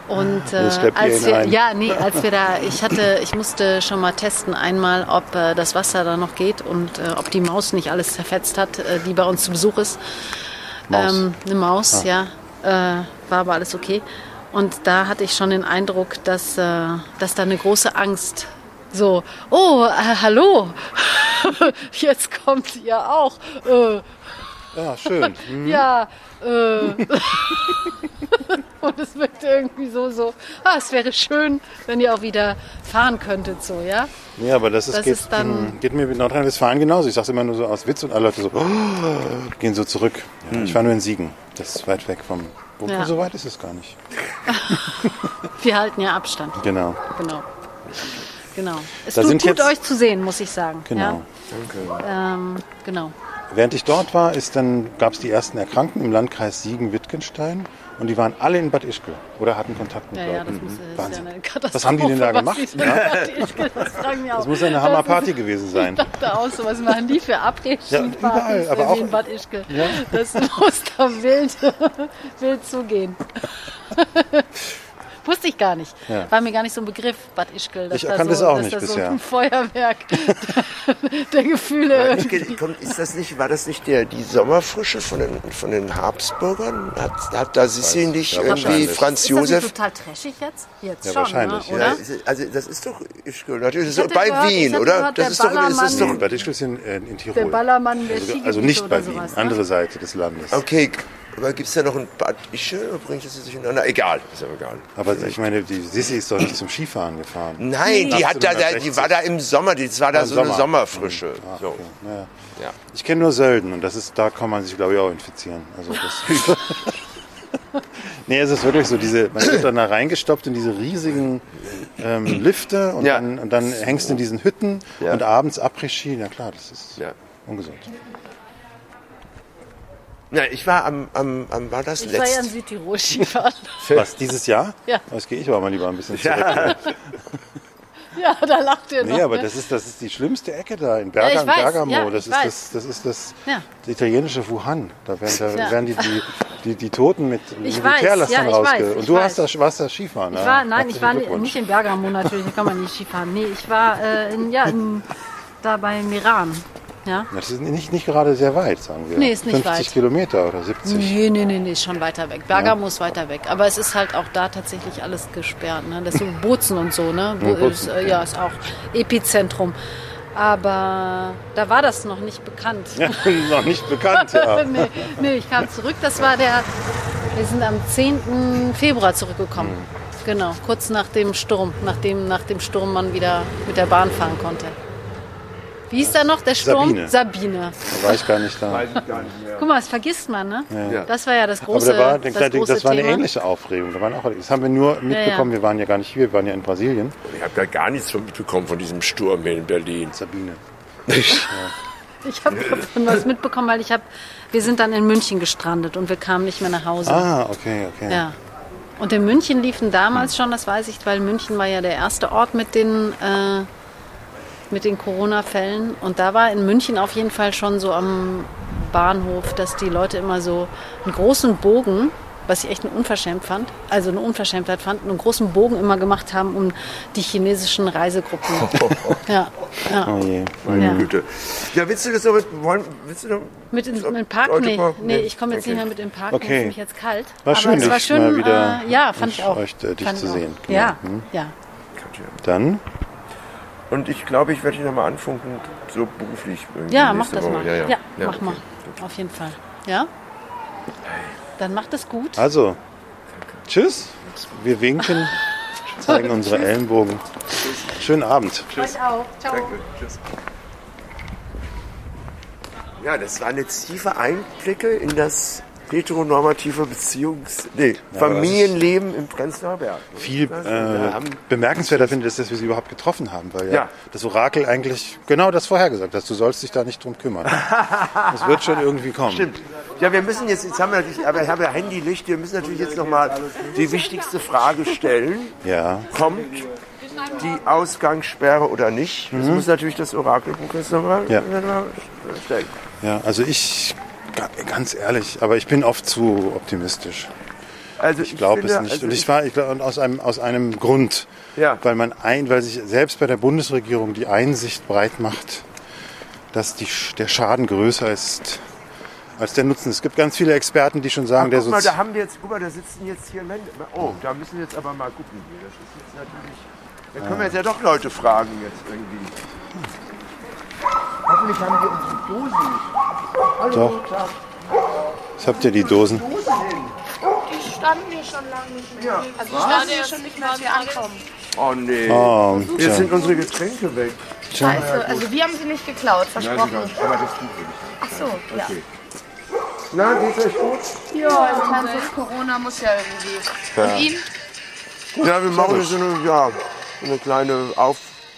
Speaker 4: Und äh,
Speaker 1: schleppt ihr ihn
Speaker 4: als wir,
Speaker 1: ein.
Speaker 4: ja, nee, als wir da, ich hatte, ich musste schon mal testen einmal, ob äh, das Wasser da noch geht und äh, ob die Maus nicht alles zerfetzt hat, äh, die bei uns zu Besuch ist.
Speaker 1: Maus. Ah.
Speaker 4: Ähm, eine Maus, ja. Äh, war aber alles okay. Und da hatte ich schon den Eindruck, dass, äh, dass da eine große Angst. So, oh, äh, hallo, jetzt kommt ihr auch. Äh,
Speaker 2: Ah,
Speaker 1: ja, schön.
Speaker 4: ja, äh. Und es wirkt irgendwie so, so, ah, es wäre schön, wenn ihr auch wieder fahren könntet, so, ja?
Speaker 1: Ja, aber das, ist,
Speaker 4: Das
Speaker 1: geht,
Speaker 4: ist dann-
Speaker 1: mh, geht mir mit Nordrhein-Westfalen genauso. Ich sage immer nur so aus Witz und alle Leute so "Oh", gehen so zurück. Ja,
Speaker 2: Hm.
Speaker 1: Ich war nur in Siegen. Das ist weit weg vom. Wo,
Speaker 4: Ja.
Speaker 1: So weit ist es gar nicht.
Speaker 4: Wir halten ja Abstand,
Speaker 1: Genau,
Speaker 4: genau. Genau. Es
Speaker 1: Da
Speaker 4: tut
Speaker 1: sind
Speaker 4: gut,
Speaker 1: jetzt-
Speaker 4: euch zu sehen, muss ich sagen.
Speaker 1: genau.
Speaker 4: Ja? Ähm, genau.
Speaker 1: Während ich dort war, ist dann gab es die ersten Erkrankten im Landkreis Siegen-Wittgenstein und die waren alle in Bad Ischgl oder hatten Kontakt mit
Speaker 4: Ja,
Speaker 1: Leuten.
Speaker 4: ja, das muss äh, das ist ja
Speaker 1: Wahnsinn.
Speaker 4: eine Katastrophe.
Speaker 1: Was haben die denn da
Speaker 4: was
Speaker 1: gemacht?
Speaker 4: die da gemacht? das fragen wir auch.
Speaker 1: das muss ja eine Hammerparty gewesen sein.
Speaker 4: Ich dachte auch so, was machen die für Abrechnungspartys
Speaker 1: Ja, überall, aber
Speaker 4: irgendwie
Speaker 1: auch-
Speaker 4: in Bad Ischgl. Das muss da wild, wild zugehen. Wusste ich gar nicht.
Speaker 1: Ja.
Speaker 4: War mir gar nicht so ein Begriff, Bad Ischgl.
Speaker 1: Ich kannte es auch
Speaker 4: dass
Speaker 1: nicht
Speaker 4: da so
Speaker 1: bisher.
Speaker 4: ein Feuerwerk der Gefühle.
Speaker 2: Ich, ge- kommt, ist das nicht, war das nicht der, die Sommerfrische von den, von den Habsburgern? Hat, hat da Sissi nicht
Speaker 1: ja,
Speaker 2: irgendwie
Speaker 1: wahrscheinlich.
Speaker 2: Franz
Speaker 4: ist das
Speaker 2: Josef?
Speaker 4: nicht total trashig jetzt? Jetzt
Speaker 1: Ja,
Speaker 4: schon,
Speaker 1: wahrscheinlich,
Speaker 4: ne?
Speaker 1: ja.
Speaker 4: oder?
Speaker 2: Ja, also das ist doch Ischgl, natürlich. Das ist
Speaker 4: Ich
Speaker 2: doch
Speaker 4: hatte
Speaker 2: bei
Speaker 4: gehört- ich
Speaker 2: Wien,
Speaker 4: hatte
Speaker 2: oder?
Speaker 4: gehört,
Speaker 2: das
Speaker 4: der
Speaker 2: ist doch, ist das
Speaker 1: Nee,
Speaker 2: doch
Speaker 4: Ballermann-
Speaker 1: Bad Ischgl ist in, äh, in Tirol.
Speaker 4: Der Ballermann der
Speaker 1: also,
Speaker 4: Skigebiete
Speaker 1: also nicht
Speaker 4: oder
Speaker 1: bei Wien,
Speaker 4: sowas, ne?
Speaker 1: andere Seite des Landes.
Speaker 2: Okay, aber gibt es da noch ein Bad Ischl? Oder bringt das jetzt durcheinander? Egal, ist aber egal.
Speaker 1: Aber ich meine, die Sissi ist doch nicht zum Skifahren gefahren.
Speaker 2: Nein, die, hat da, da, die
Speaker 1: 1860.
Speaker 2: war da im Sommer, Mhm. Ah, die- das war da
Speaker 1: Im
Speaker 2: so eine
Speaker 1: Sommer.
Speaker 2: Sommerfrische. so.
Speaker 1: Naja.
Speaker 2: Ja.
Speaker 1: Ich kenne nur Sölden und das ist, da kann man sich, glaube ich, auch infizieren. Also das nee, es ist wirklich so, diese, man wird dann da reingestopft in diese riesigen ähm, Lifte und,
Speaker 2: Ja.
Speaker 1: dann, und dann hängst du in diesen Hütten
Speaker 2: Ja.
Speaker 1: und abends Après-Ski. Na klar, das ist
Speaker 2: Ja.
Speaker 1: ungesund.
Speaker 2: Na, ich war am, am, am war das
Speaker 4: Ich war ja in
Speaker 2: letzte.
Speaker 4: Südtirol Skifahren.
Speaker 1: Was, dieses Jahr?
Speaker 4: Ja.
Speaker 1: Das gehe ich aber mal lieber ein bisschen zurück.
Speaker 4: Ja, da lacht ihr noch.
Speaker 1: Nee, aber
Speaker 4: ne?
Speaker 1: das ist, das ist die schlimmste Ecke da in Berger
Speaker 4: Ja, ich
Speaker 1: und
Speaker 4: weiß,
Speaker 1: Bergamo.
Speaker 4: ja,
Speaker 1: das,
Speaker 4: ich
Speaker 1: ist das,
Speaker 4: weiß.
Speaker 1: das ist das
Speaker 4: Ja.
Speaker 1: italienische Wuhan. Da werden, da
Speaker 4: Ja.
Speaker 1: werden die, die, die, die Toten mit
Speaker 4: Ich weiß, ja,
Speaker 1: Militärlastern
Speaker 4: ich
Speaker 1: rausge...
Speaker 4: weiß, ich
Speaker 1: und du hast da,
Speaker 4: weiß.
Speaker 1: warst da Skifahren.
Speaker 4: Ich
Speaker 1: ja?
Speaker 4: war, nein, ich war
Speaker 1: Herzlichen Glückwunsch.
Speaker 4: nicht in Bergamo natürlich, da kann man nicht Skifahren. Nee, ich war äh, in, ja, in, da bei Meran. Ja?
Speaker 1: Na, Das ist nicht, nicht gerade sehr weit, sagen wir.
Speaker 4: Nee, ist nicht
Speaker 1: 50
Speaker 4: weit.
Speaker 1: Kilometer oder 70.
Speaker 4: Nee, nee, nee, nee, ist schon weiter weg. Bergamo ist weiter weg. Aber es ist halt auch da tatsächlich alles gesperrt. Ne? Das ist so Bozen und so, ne? Bo ist, äh, ja, ist auch Epizentrum. Aber da war das noch nicht bekannt.
Speaker 1: Noch nicht bekannt, ja.
Speaker 4: nee, nee, ich kam zurück. Das war der. Wir sind am 10. Februar zurückgekommen.
Speaker 1: Mhm.
Speaker 4: Genau, kurz nach dem Sturm, nachdem nach dem Sturm man wieder mit der Bahn fahren konnte. Wie hieß da noch der Sturm?
Speaker 1: Sabine.
Speaker 4: Sabine.
Speaker 1: Da war ich gar nicht da.
Speaker 4: Guck mal, das vergisst man, ne?
Speaker 1: Ja.
Speaker 4: Das war ja das
Speaker 1: Aber
Speaker 4: große,
Speaker 1: da war, das,
Speaker 4: das
Speaker 1: das,
Speaker 4: große
Speaker 1: war eine
Speaker 4: Thema.
Speaker 1: ähnliche Aufregung. Da waren auch, das haben wir nur mitbekommen, wir waren ja gar nicht hier, wir waren ja in Brasilien.
Speaker 2: Ich habe da gar nichts von mitbekommen von diesem Sturm hier in Berlin.
Speaker 1: Sabine.
Speaker 4: Ich habe davon was mitbekommen, weil ich habe, wir sind dann in München gestrandet und wir kamen nicht mehr nach Hause.
Speaker 1: Ah, okay, okay.
Speaker 4: Ja. Und in München liefen damals schon, das weiß ich, weil München war ja der erste Ort mit den, äh, mit den Corona-Fällen. Und da war in München auf jeden Fall schon so am Bahnhof, dass die Leute immer so einen großen Bogen, was ich echt eine Unverschämt fand, also eine Unverschämtheit fand, einen großen Bogen immer gemacht haben um die chinesischen Reisegruppen. ja, ja.
Speaker 1: Oh je.
Speaker 4: ja.
Speaker 2: Güte. Ja, willst du das noch mit, wollen, willst du noch,
Speaker 4: Mit in, mit in den Park?
Speaker 2: Leute
Speaker 4: Nee,
Speaker 2: brauchen-
Speaker 4: nee
Speaker 2: nee.
Speaker 4: ich komme jetzt
Speaker 2: Okay.
Speaker 4: nicht mehr mit in den Park, okay.
Speaker 1: Okay.
Speaker 4: ist mich jetzt kalt.
Speaker 1: War schön,
Speaker 4: es war
Speaker 1: dich
Speaker 4: schön
Speaker 1: mal wieder-
Speaker 4: äh, ja, fand ich auch.
Speaker 1: euch, äh, dich
Speaker 4: fand ich
Speaker 1: zu
Speaker 4: auch.
Speaker 1: sehen. Genau.
Speaker 4: Ja,
Speaker 1: Hm.
Speaker 4: ja.
Speaker 1: Dann
Speaker 2: Und ich glaube, ich werde dich nochmal anfunken, so beruflich. irgendwie
Speaker 4: Ja, mach
Speaker 2: nächste
Speaker 4: das
Speaker 2: Woche.
Speaker 4: mal. Ja, mach
Speaker 2: okay.
Speaker 4: mal. Auf jeden Fall. Ja? Dann macht es gut.
Speaker 1: Also, tschüss. Wir winken, zeigen unsere
Speaker 2: Also,
Speaker 1: Ellenbogen. Schönen Abend.
Speaker 4: Euch auch. Ciao.
Speaker 2: Ja, das waren jetzt tiefe Einblicke in das heteronormative Beziehungs-, nee, Familienleben im Prenzlauer Berg.
Speaker 1: Viel
Speaker 2: Das- wir
Speaker 1: äh,
Speaker 2: haben-
Speaker 1: bemerkenswerter finde ich, dass wir sie überhaupt getroffen haben, weil ja,
Speaker 2: Ja.
Speaker 1: das Orakel eigentlich genau das vorhergesagt hat. Du sollst dich da nicht drum kümmern. das wird schon irgendwie kommen.
Speaker 2: Stimmt. Ja, wir müssen jetzt, jetzt haben wir natürlich, aber ich habe ja Handylicht, wir müssen natürlich jetzt nochmal die wichtigste Frage stellen.
Speaker 1: Ja.
Speaker 2: Kommt die Ausgangssperre oder nicht? Das muss natürlich das Orakelbuch jetzt nochmal
Speaker 1: Mhm. Ja.
Speaker 2: stellen.
Speaker 1: Ja, also ich, ga- ganz ehrlich, aber ich bin oft zu optimistisch.
Speaker 2: Also
Speaker 1: Ich glaube
Speaker 2: finde,
Speaker 1: es nicht.
Speaker 2: also
Speaker 1: und ich war ich glaub, und aus einem aus einem Grund,
Speaker 2: Ja.
Speaker 1: weil man ein, weil sich selbst bei der Bundesregierung die Einsicht breit macht, dass die, Sch- der Schaden größer ist als der Nutzen. Es gibt ganz viele Experten, die schon sagen,
Speaker 2: Ach,
Speaker 1: der
Speaker 2: guck mal,
Speaker 1: Sozi
Speaker 2: da haben wir jetzt, guck mal, da sitzen jetzt hier Menschen. Oh, da müssen wir jetzt aber mal gucken hier. Das ist jetzt natürlich. Da können wir jetzt ja doch Leute fragen jetzt irgendwie. Hoffentlich haben wir unsere Dosen nicht. Hallo,
Speaker 1: Doch.
Speaker 2: guten Tag.
Speaker 1: Jetzt habt ihr die Dosen.
Speaker 2: Dosen hin.
Speaker 8: Die standen hier schon lange nicht mehr.
Speaker 2: Ja.
Speaker 8: Also die standen hier schon nicht mehr, als wir ankommen.
Speaker 2: Oh nee.
Speaker 1: Oh,
Speaker 2: Jetzt
Speaker 1: tja.
Speaker 2: sind unsere Getränke weg.
Speaker 8: Scheiße, also wir haben sie nicht geklaut, versprochen.
Speaker 2: Aber das tut mir nicht.
Speaker 8: Ach so, ja.
Speaker 2: Na, geht's euch gut?
Speaker 8: Ja, also kleines Corona muss ja irgendwie. Und ihn?
Speaker 2: Ja, wir machen so eine, ja, eine kleine Auf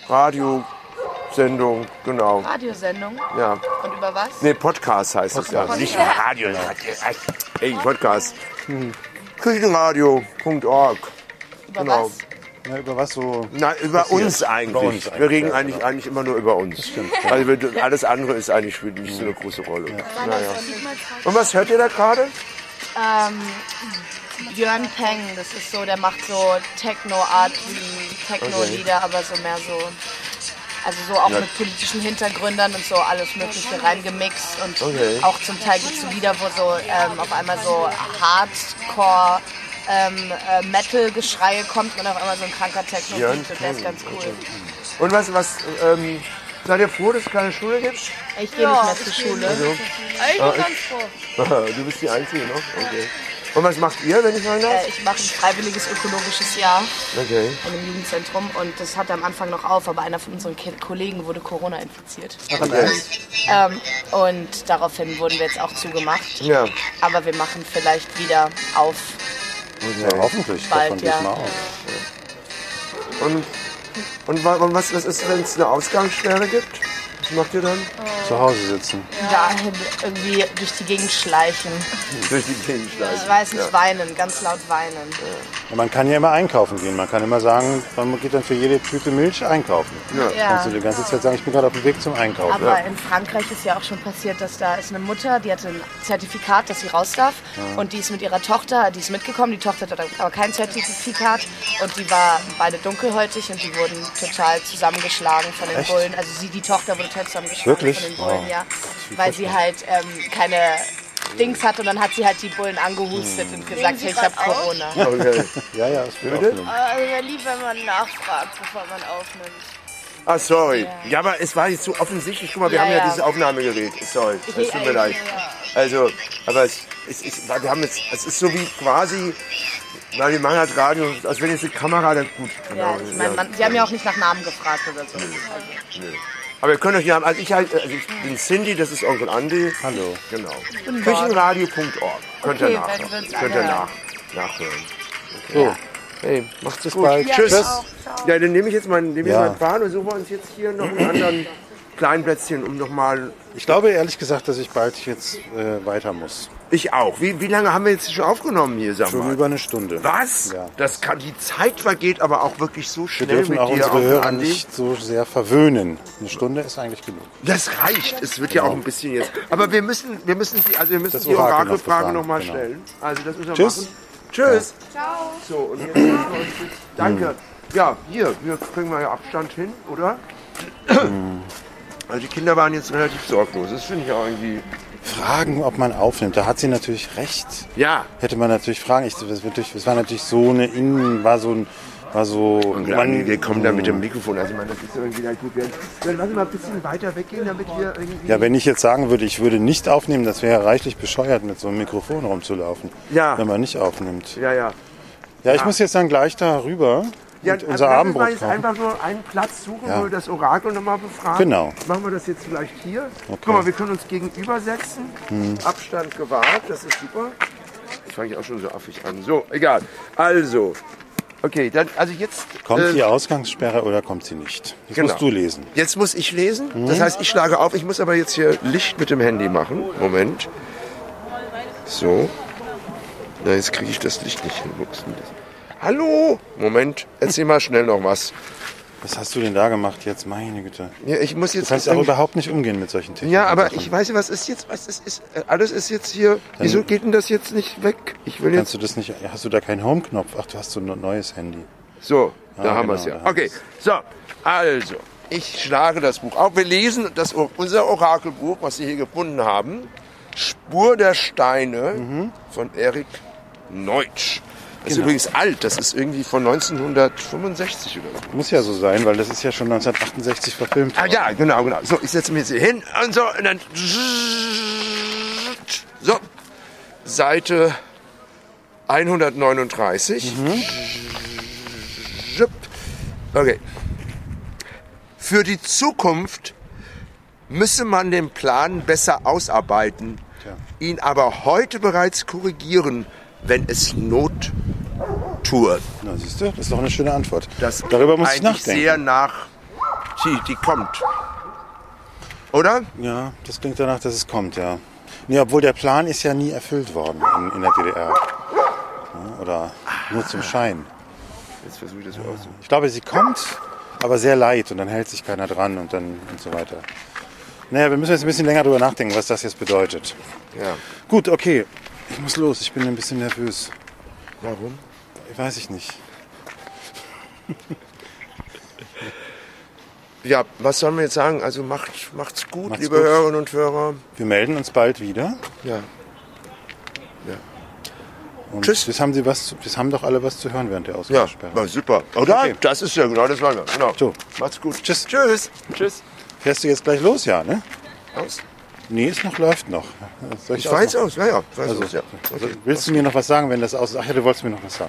Speaker 2: Radiosendung, genau.
Speaker 8: Radiosendung.
Speaker 2: Ja.
Speaker 8: Und über was?
Speaker 2: Nee, Podcast heißt es ja. Nicht Radio. Ey, Podcast. Hm. Küchenradio.org.
Speaker 8: Über
Speaker 2: genau.
Speaker 8: was?
Speaker 1: Na, über was so?
Speaker 2: Na, über uns eigentlich.
Speaker 1: Über uns eigentlich,
Speaker 2: wir reden
Speaker 1: ja, genau.
Speaker 2: eigentlich, eigentlich immer nur über uns. Also wir, alles andere ist eigentlich spielt nicht so eine große Rolle. Naja. Und was hört ihr da gerade?
Speaker 8: Ähm, Björn Peng, das ist so, der macht so Techno-Art, Techno-Lieder, aber so mehr so. Also so auch mit politischen Hintergründern und so alles Mögliche reingemixt und
Speaker 2: Okay.
Speaker 8: auch zum Teil gibt es so Lieder, wo so ähm, auf einmal so Hardcore ähm, äh, Metal-Geschreie kommt und auf einmal so ein kranker Techno
Speaker 2: Björn
Speaker 8: und der ist ganz cool.
Speaker 2: Und was, was, ähm, seid ihr froh, dass es keine Schule gibt?
Speaker 8: Ich gehe nicht mehr zur Schule.
Speaker 2: Du bist die Einzige, ne? Okay. Und was macht ihr, wenn ich mal
Speaker 8: Äh,
Speaker 2: darf?
Speaker 8: Ich mache ein freiwilliges ökologisches Jahr.
Speaker 2: Okay.
Speaker 8: in einem Jugendzentrum und das hatte am Anfang noch auf, aber einer von unseren Ki- Kollegen wurde Corona infiziert. Ähm, und daraufhin wurden wir jetzt auch zugemacht.
Speaker 2: Ja.
Speaker 8: Aber wir machen vielleicht wieder auf.
Speaker 1: Ja, hoffentlich
Speaker 8: Bald,
Speaker 1: davon
Speaker 8: ja.
Speaker 1: gehe ich mal aus.
Speaker 2: Und, und, wa- und was, was ist, wenn es eine Ausgangssperre gibt? Was macht ihr dann?
Speaker 1: Zu Hause sitzen.
Speaker 8: Dahin irgendwie durch die Gegend schleichen.
Speaker 2: Durch die Gegend
Speaker 8: Ich weiß nicht, weinen, ganz laut weinen.
Speaker 1: Ja, man kann ja immer einkaufen gehen. Man kann immer sagen, man geht dann für jede Tüte Milch einkaufen. Kannst du die ganze Zeit sagen, ich bin gerade auf dem Weg zum Einkaufen.
Speaker 8: Aber in Frankreich ist ja auch schon passiert, dass da ist eine Mutter, die hatte ein Zertifikat, dass sie raus darf. Und die ist mit ihrer Tochter, die ist mitgekommen. Die Tochter hatte aber kein Zertifikat. Und die waren beide dunkelhäutig und die wurden total zusammengeschlagen von den
Speaker 1: Echt?
Speaker 8: Bullen. Also sie, die Tochter, wurde total zusammengeschlagen
Speaker 1: Wirklich?
Speaker 8: von den Bullen,
Speaker 1: Wow.
Speaker 8: ja. Weil sie halt ähm, keine Dings hat und dann hat sie halt die Bullen angehustet und gesagt, hey, ich habe Corona.
Speaker 2: Okay.
Speaker 1: Hm. Ja, ja, ist gut aufgenommen.
Speaker 9: Also wäre lieb, wenn man nachfragt, bevor man aufnimmt.
Speaker 2: Ah, sorry. Ja, aber es war jetzt so offensichtlich. Guck mal, wir
Speaker 8: Ja,
Speaker 2: haben ja,
Speaker 8: ja.
Speaker 2: dieses Aufnahmegerät. Sorry, es tut mir leid. Also, aber es, es, es, wir haben jetzt, es ist so wie quasi, weil wir machen halt Radio, als wenn jetzt eine Kamera, dann gut.
Speaker 8: Ja,
Speaker 2: Genau,
Speaker 8: ich mein, man, sie haben ja auch nicht nach Namen gefragt oder so.
Speaker 2: Aber ihr könnt euch ja, also ich, halt, also ich bin Cindy, das ist Onkel Andi.
Speaker 1: Hallo.
Speaker 2: Genau. Küchenradio.org. Könnt ihr
Speaker 8: Okay,
Speaker 2: nachhören.
Speaker 8: dann wird's
Speaker 2: Könnt ihr
Speaker 8: alle
Speaker 2: nach, nachhören.
Speaker 1: So,
Speaker 2: Hey, macht's gut.
Speaker 1: bald.
Speaker 2: Tschüss. Ja, dann nehme ich jetzt meinen, nehme ich
Speaker 1: Ja.
Speaker 2: meinen Plan und suchen wir uns jetzt hier noch einen anderen kleinen Plätzchen, um nochmal
Speaker 1: Ich glaube ehrlich gesagt, dass ich bald jetzt äh, weiter muss.
Speaker 2: Ich auch. Wie, wie lange haben wir jetzt schon aufgenommen hier, sag
Speaker 1: Schon
Speaker 2: mal?
Speaker 1: über eine Stunde.
Speaker 2: Was?
Speaker 1: Ja.
Speaker 2: Das kann, die Zeit vergeht aber auch wirklich so
Speaker 1: Wir
Speaker 2: schnell
Speaker 1: dürfen
Speaker 2: mit
Speaker 1: auch
Speaker 2: dir,
Speaker 1: unsere
Speaker 2: Onkel
Speaker 1: Hörer
Speaker 2: Andi.
Speaker 1: nicht so sehr verwöhnen. Eine Stunde ist eigentlich genug.
Speaker 2: Das reicht. Es wird ja auch ein bisschen jetzt. Aber wir müssen, wir müssen, die- also wir müssen
Speaker 1: Das
Speaker 2: die
Speaker 1: Orakel noch
Speaker 2: Orakelfrage
Speaker 1: befragen,
Speaker 2: nochmal
Speaker 1: genau.
Speaker 2: stellen. Also das müssen wir
Speaker 1: Tschüss.
Speaker 2: machen. Tschüss. Ciao. So und jetzt müssen wir uns jetzt,
Speaker 1: Mm.
Speaker 2: danke. Ja, hier, hier kriegen wir ja Abstand hin, oder? Also die Kinder waren jetzt relativ sorglos. Das finde ich auch irgendwie.
Speaker 1: Fragen, ob man aufnimmt. Da hat sie natürlich recht.
Speaker 2: Ja.
Speaker 1: Hätte man natürlich fragen. Ich, das, wird natürlich, das war natürlich so eine Innen, war so ein, war so.
Speaker 2: Und
Speaker 1: man-
Speaker 2: Mann, wir kommen da mit
Speaker 1: Mm.
Speaker 2: dem Mikrofon. Also ich meine, das ist irgendwie halt gut. Wir dann lassen wir mal ein bisschen weiter weggehen, damit wir irgendwie.
Speaker 1: Ja, wenn ich jetzt sagen würde, ich würde nicht aufnehmen, das wäre ja reichlich bescheuert, mit so einem Mikrofon rumzulaufen.
Speaker 2: Ja.
Speaker 1: Wenn man nicht aufnimmt.
Speaker 2: ja, ja.
Speaker 1: Ja, ich muss jetzt dann gleich da rüber. ja,
Speaker 2: also
Speaker 1: unser
Speaker 2: lass uns mal
Speaker 1: Abendbrot
Speaker 2: jetzt
Speaker 1: kaufen.
Speaker 2: einfach nur einen Platz suchen,
Speaker 1: Ja.
Speaker 2: wo wir das Orakel nochmal befragen.
Speaker 1: Genau.
Speaker 2: Machen wir das jetzt vielleicht hier. Guck mal, wir können uns gegenübersetzen.
Speaker 1: Hm.
Speaker 2: Abstand gewahrt, das ist super. Ich fange ich auch schon so affig an. So, egal. Also, okay, dann, also jetzt.
Speaker 1: Kommt
Speaker 2: äh,
Speaker 1: die Ausgangssperre oder kommt sie nicht? Das
Speaker 2: Genau.
Speaker 1: musst du lesen. Mhm.
Speaker 2: Jetzt muss ich lesen. Das heißt, ich schlage auf. Ich muss aber jetzt hier Licht mit dem Handy machen. Moment. So. Na, jetzt kriege ich das Licht nicht hin. Wo ist denn das? Hallo? Moment, erzähl mal schnell noch was.
Speaker 1: Was hast du denn da gemacht jetzt? Meine Güte.
Speaker 2: Ja, ich muss
Speaker 1: Du
Speaker 2: jetzt.
Speaker 1: kannst auch
Speaker 2: irgendwie-
Speaker 1: überhaupt nicht umgehen mit solchen Techniken. Also,
Speaker 2: ja, aber ich weiß, nicht, was ist jetzt? Was ist, ist, äh, alles ist jetzt hier. Wieso geht denn das jetzt nicht weg? Ich will
Speaker 1: Kannst
Speaker 2: jetzt.
Speaker 1: du das nicht, hast du da keinen Home-Knopf? Ach, du hast so ein neues Handy.
Speaker 2: So, da
Speaker 1: Ja,
Speaker 2: haben
Speaker 1: genau,
Speaker 2: wir es ja.
Speaker 1: da haben
Speaker 2: Okay, so, also, ich schlage das Buch auf. Wir lesen das, Or- unser Orakelbuch, was Sie hier gefunden haben. Spur der Steine
Speaker 1: Mhm.
Speaker 2: von Erik Neutsch. Das ist
Speaker 1: Genau.
Speaker 2: übrigens alt, das ist irgendwie von 1965 oder so.
Speaker 1: Muss ja so sein, weil das ist ja schon 1968 verfilmt.
Speaker 2: Ah ja, genau, genau. So, ich setze mich jetzt hier hin und so und dann. So, Seite 139. Jupp. Okay. Für die Zukunft müsse man den Plan besser ausarbeiten, ihn aber heute bereits korrigieren, wenn es Not tue.
Speaker 1: Na, siehst du, das ist doch eine schöne Antwort.
Speaker 2: Das
Speaker 1: Darüber muss ich
Speaker 2: eigentlich sehr
Speaker 1: nachdenken.
Speaker 2: nach. Die, die kommt. Oder?
Speaker 1: Ja, das klingt danach, dass es kommt, ja. Nee, obwohl der Plan ist ja nie erfüllt worden in, in der DDR. Ja, oder nur zum Schein.
Speaker 2: Ah. Jetzt versuche ich das so auszu-
Speaker 1: Ich glaube, sie kommt, aber sehr leid und dann hält sich keiner dran und dann und so weiter. Naja, wir müssen jetzt ein bisschen länger drüber nachdenken, was das jetzt bedeutet.
Speaker 2: Ja.
Speaker 1: Gut, okay. Ich muss los, ich bin ein bisschen nervös.
Speaker 2: Warum?
Speaker 1: Weiß ich nicht.
Speaker 2: Ja, was sollen wir jetzt sagen? Also macht, macht's gut,
Speaker 1: Macht's
Speaker 2: liebe
Speaker 1: gut.
Speaker 2: Hörerinnen und Hörer.
Speaker 1: Wir melden uns bald wieder.
Speaker 2: Ja.
Speaker 1: Und
Speaker 2: Tschüss.
Speaker 1: Das haben, sie was, zu- das haben doch alle was zu hören während der
Speaker 2: Ja,
Speaker 1: Ausgangssperre.
Speaker 2: war super. Oder?
Speaker 1: Okay.
Speaker 2: Das ist ja genau das wollen wir. Genau.
Speaker 1: So.
Speaker 2: Macht's gut.
Speaker 1: Tschüss.
Speaker 2: Tschüss. Tschüss.
Speaker 1: Fährst du jetzt gleich los, ja, ne?
Speaker 2: Aus.
Speaker 1: Nee, es noch läuft noch. Soll
Speaker 2: Ich weiß
Speaker 1: ausmachen?
Speaker 2: aus, ja, ja. Ich weiß
Speaker 1: Also,
Speaker 2: aus, ja. Okay.
Speaker 1: Willst du mir noch was sagen, wenn das aus... Ach ja, du wolltest mir noch was sagen.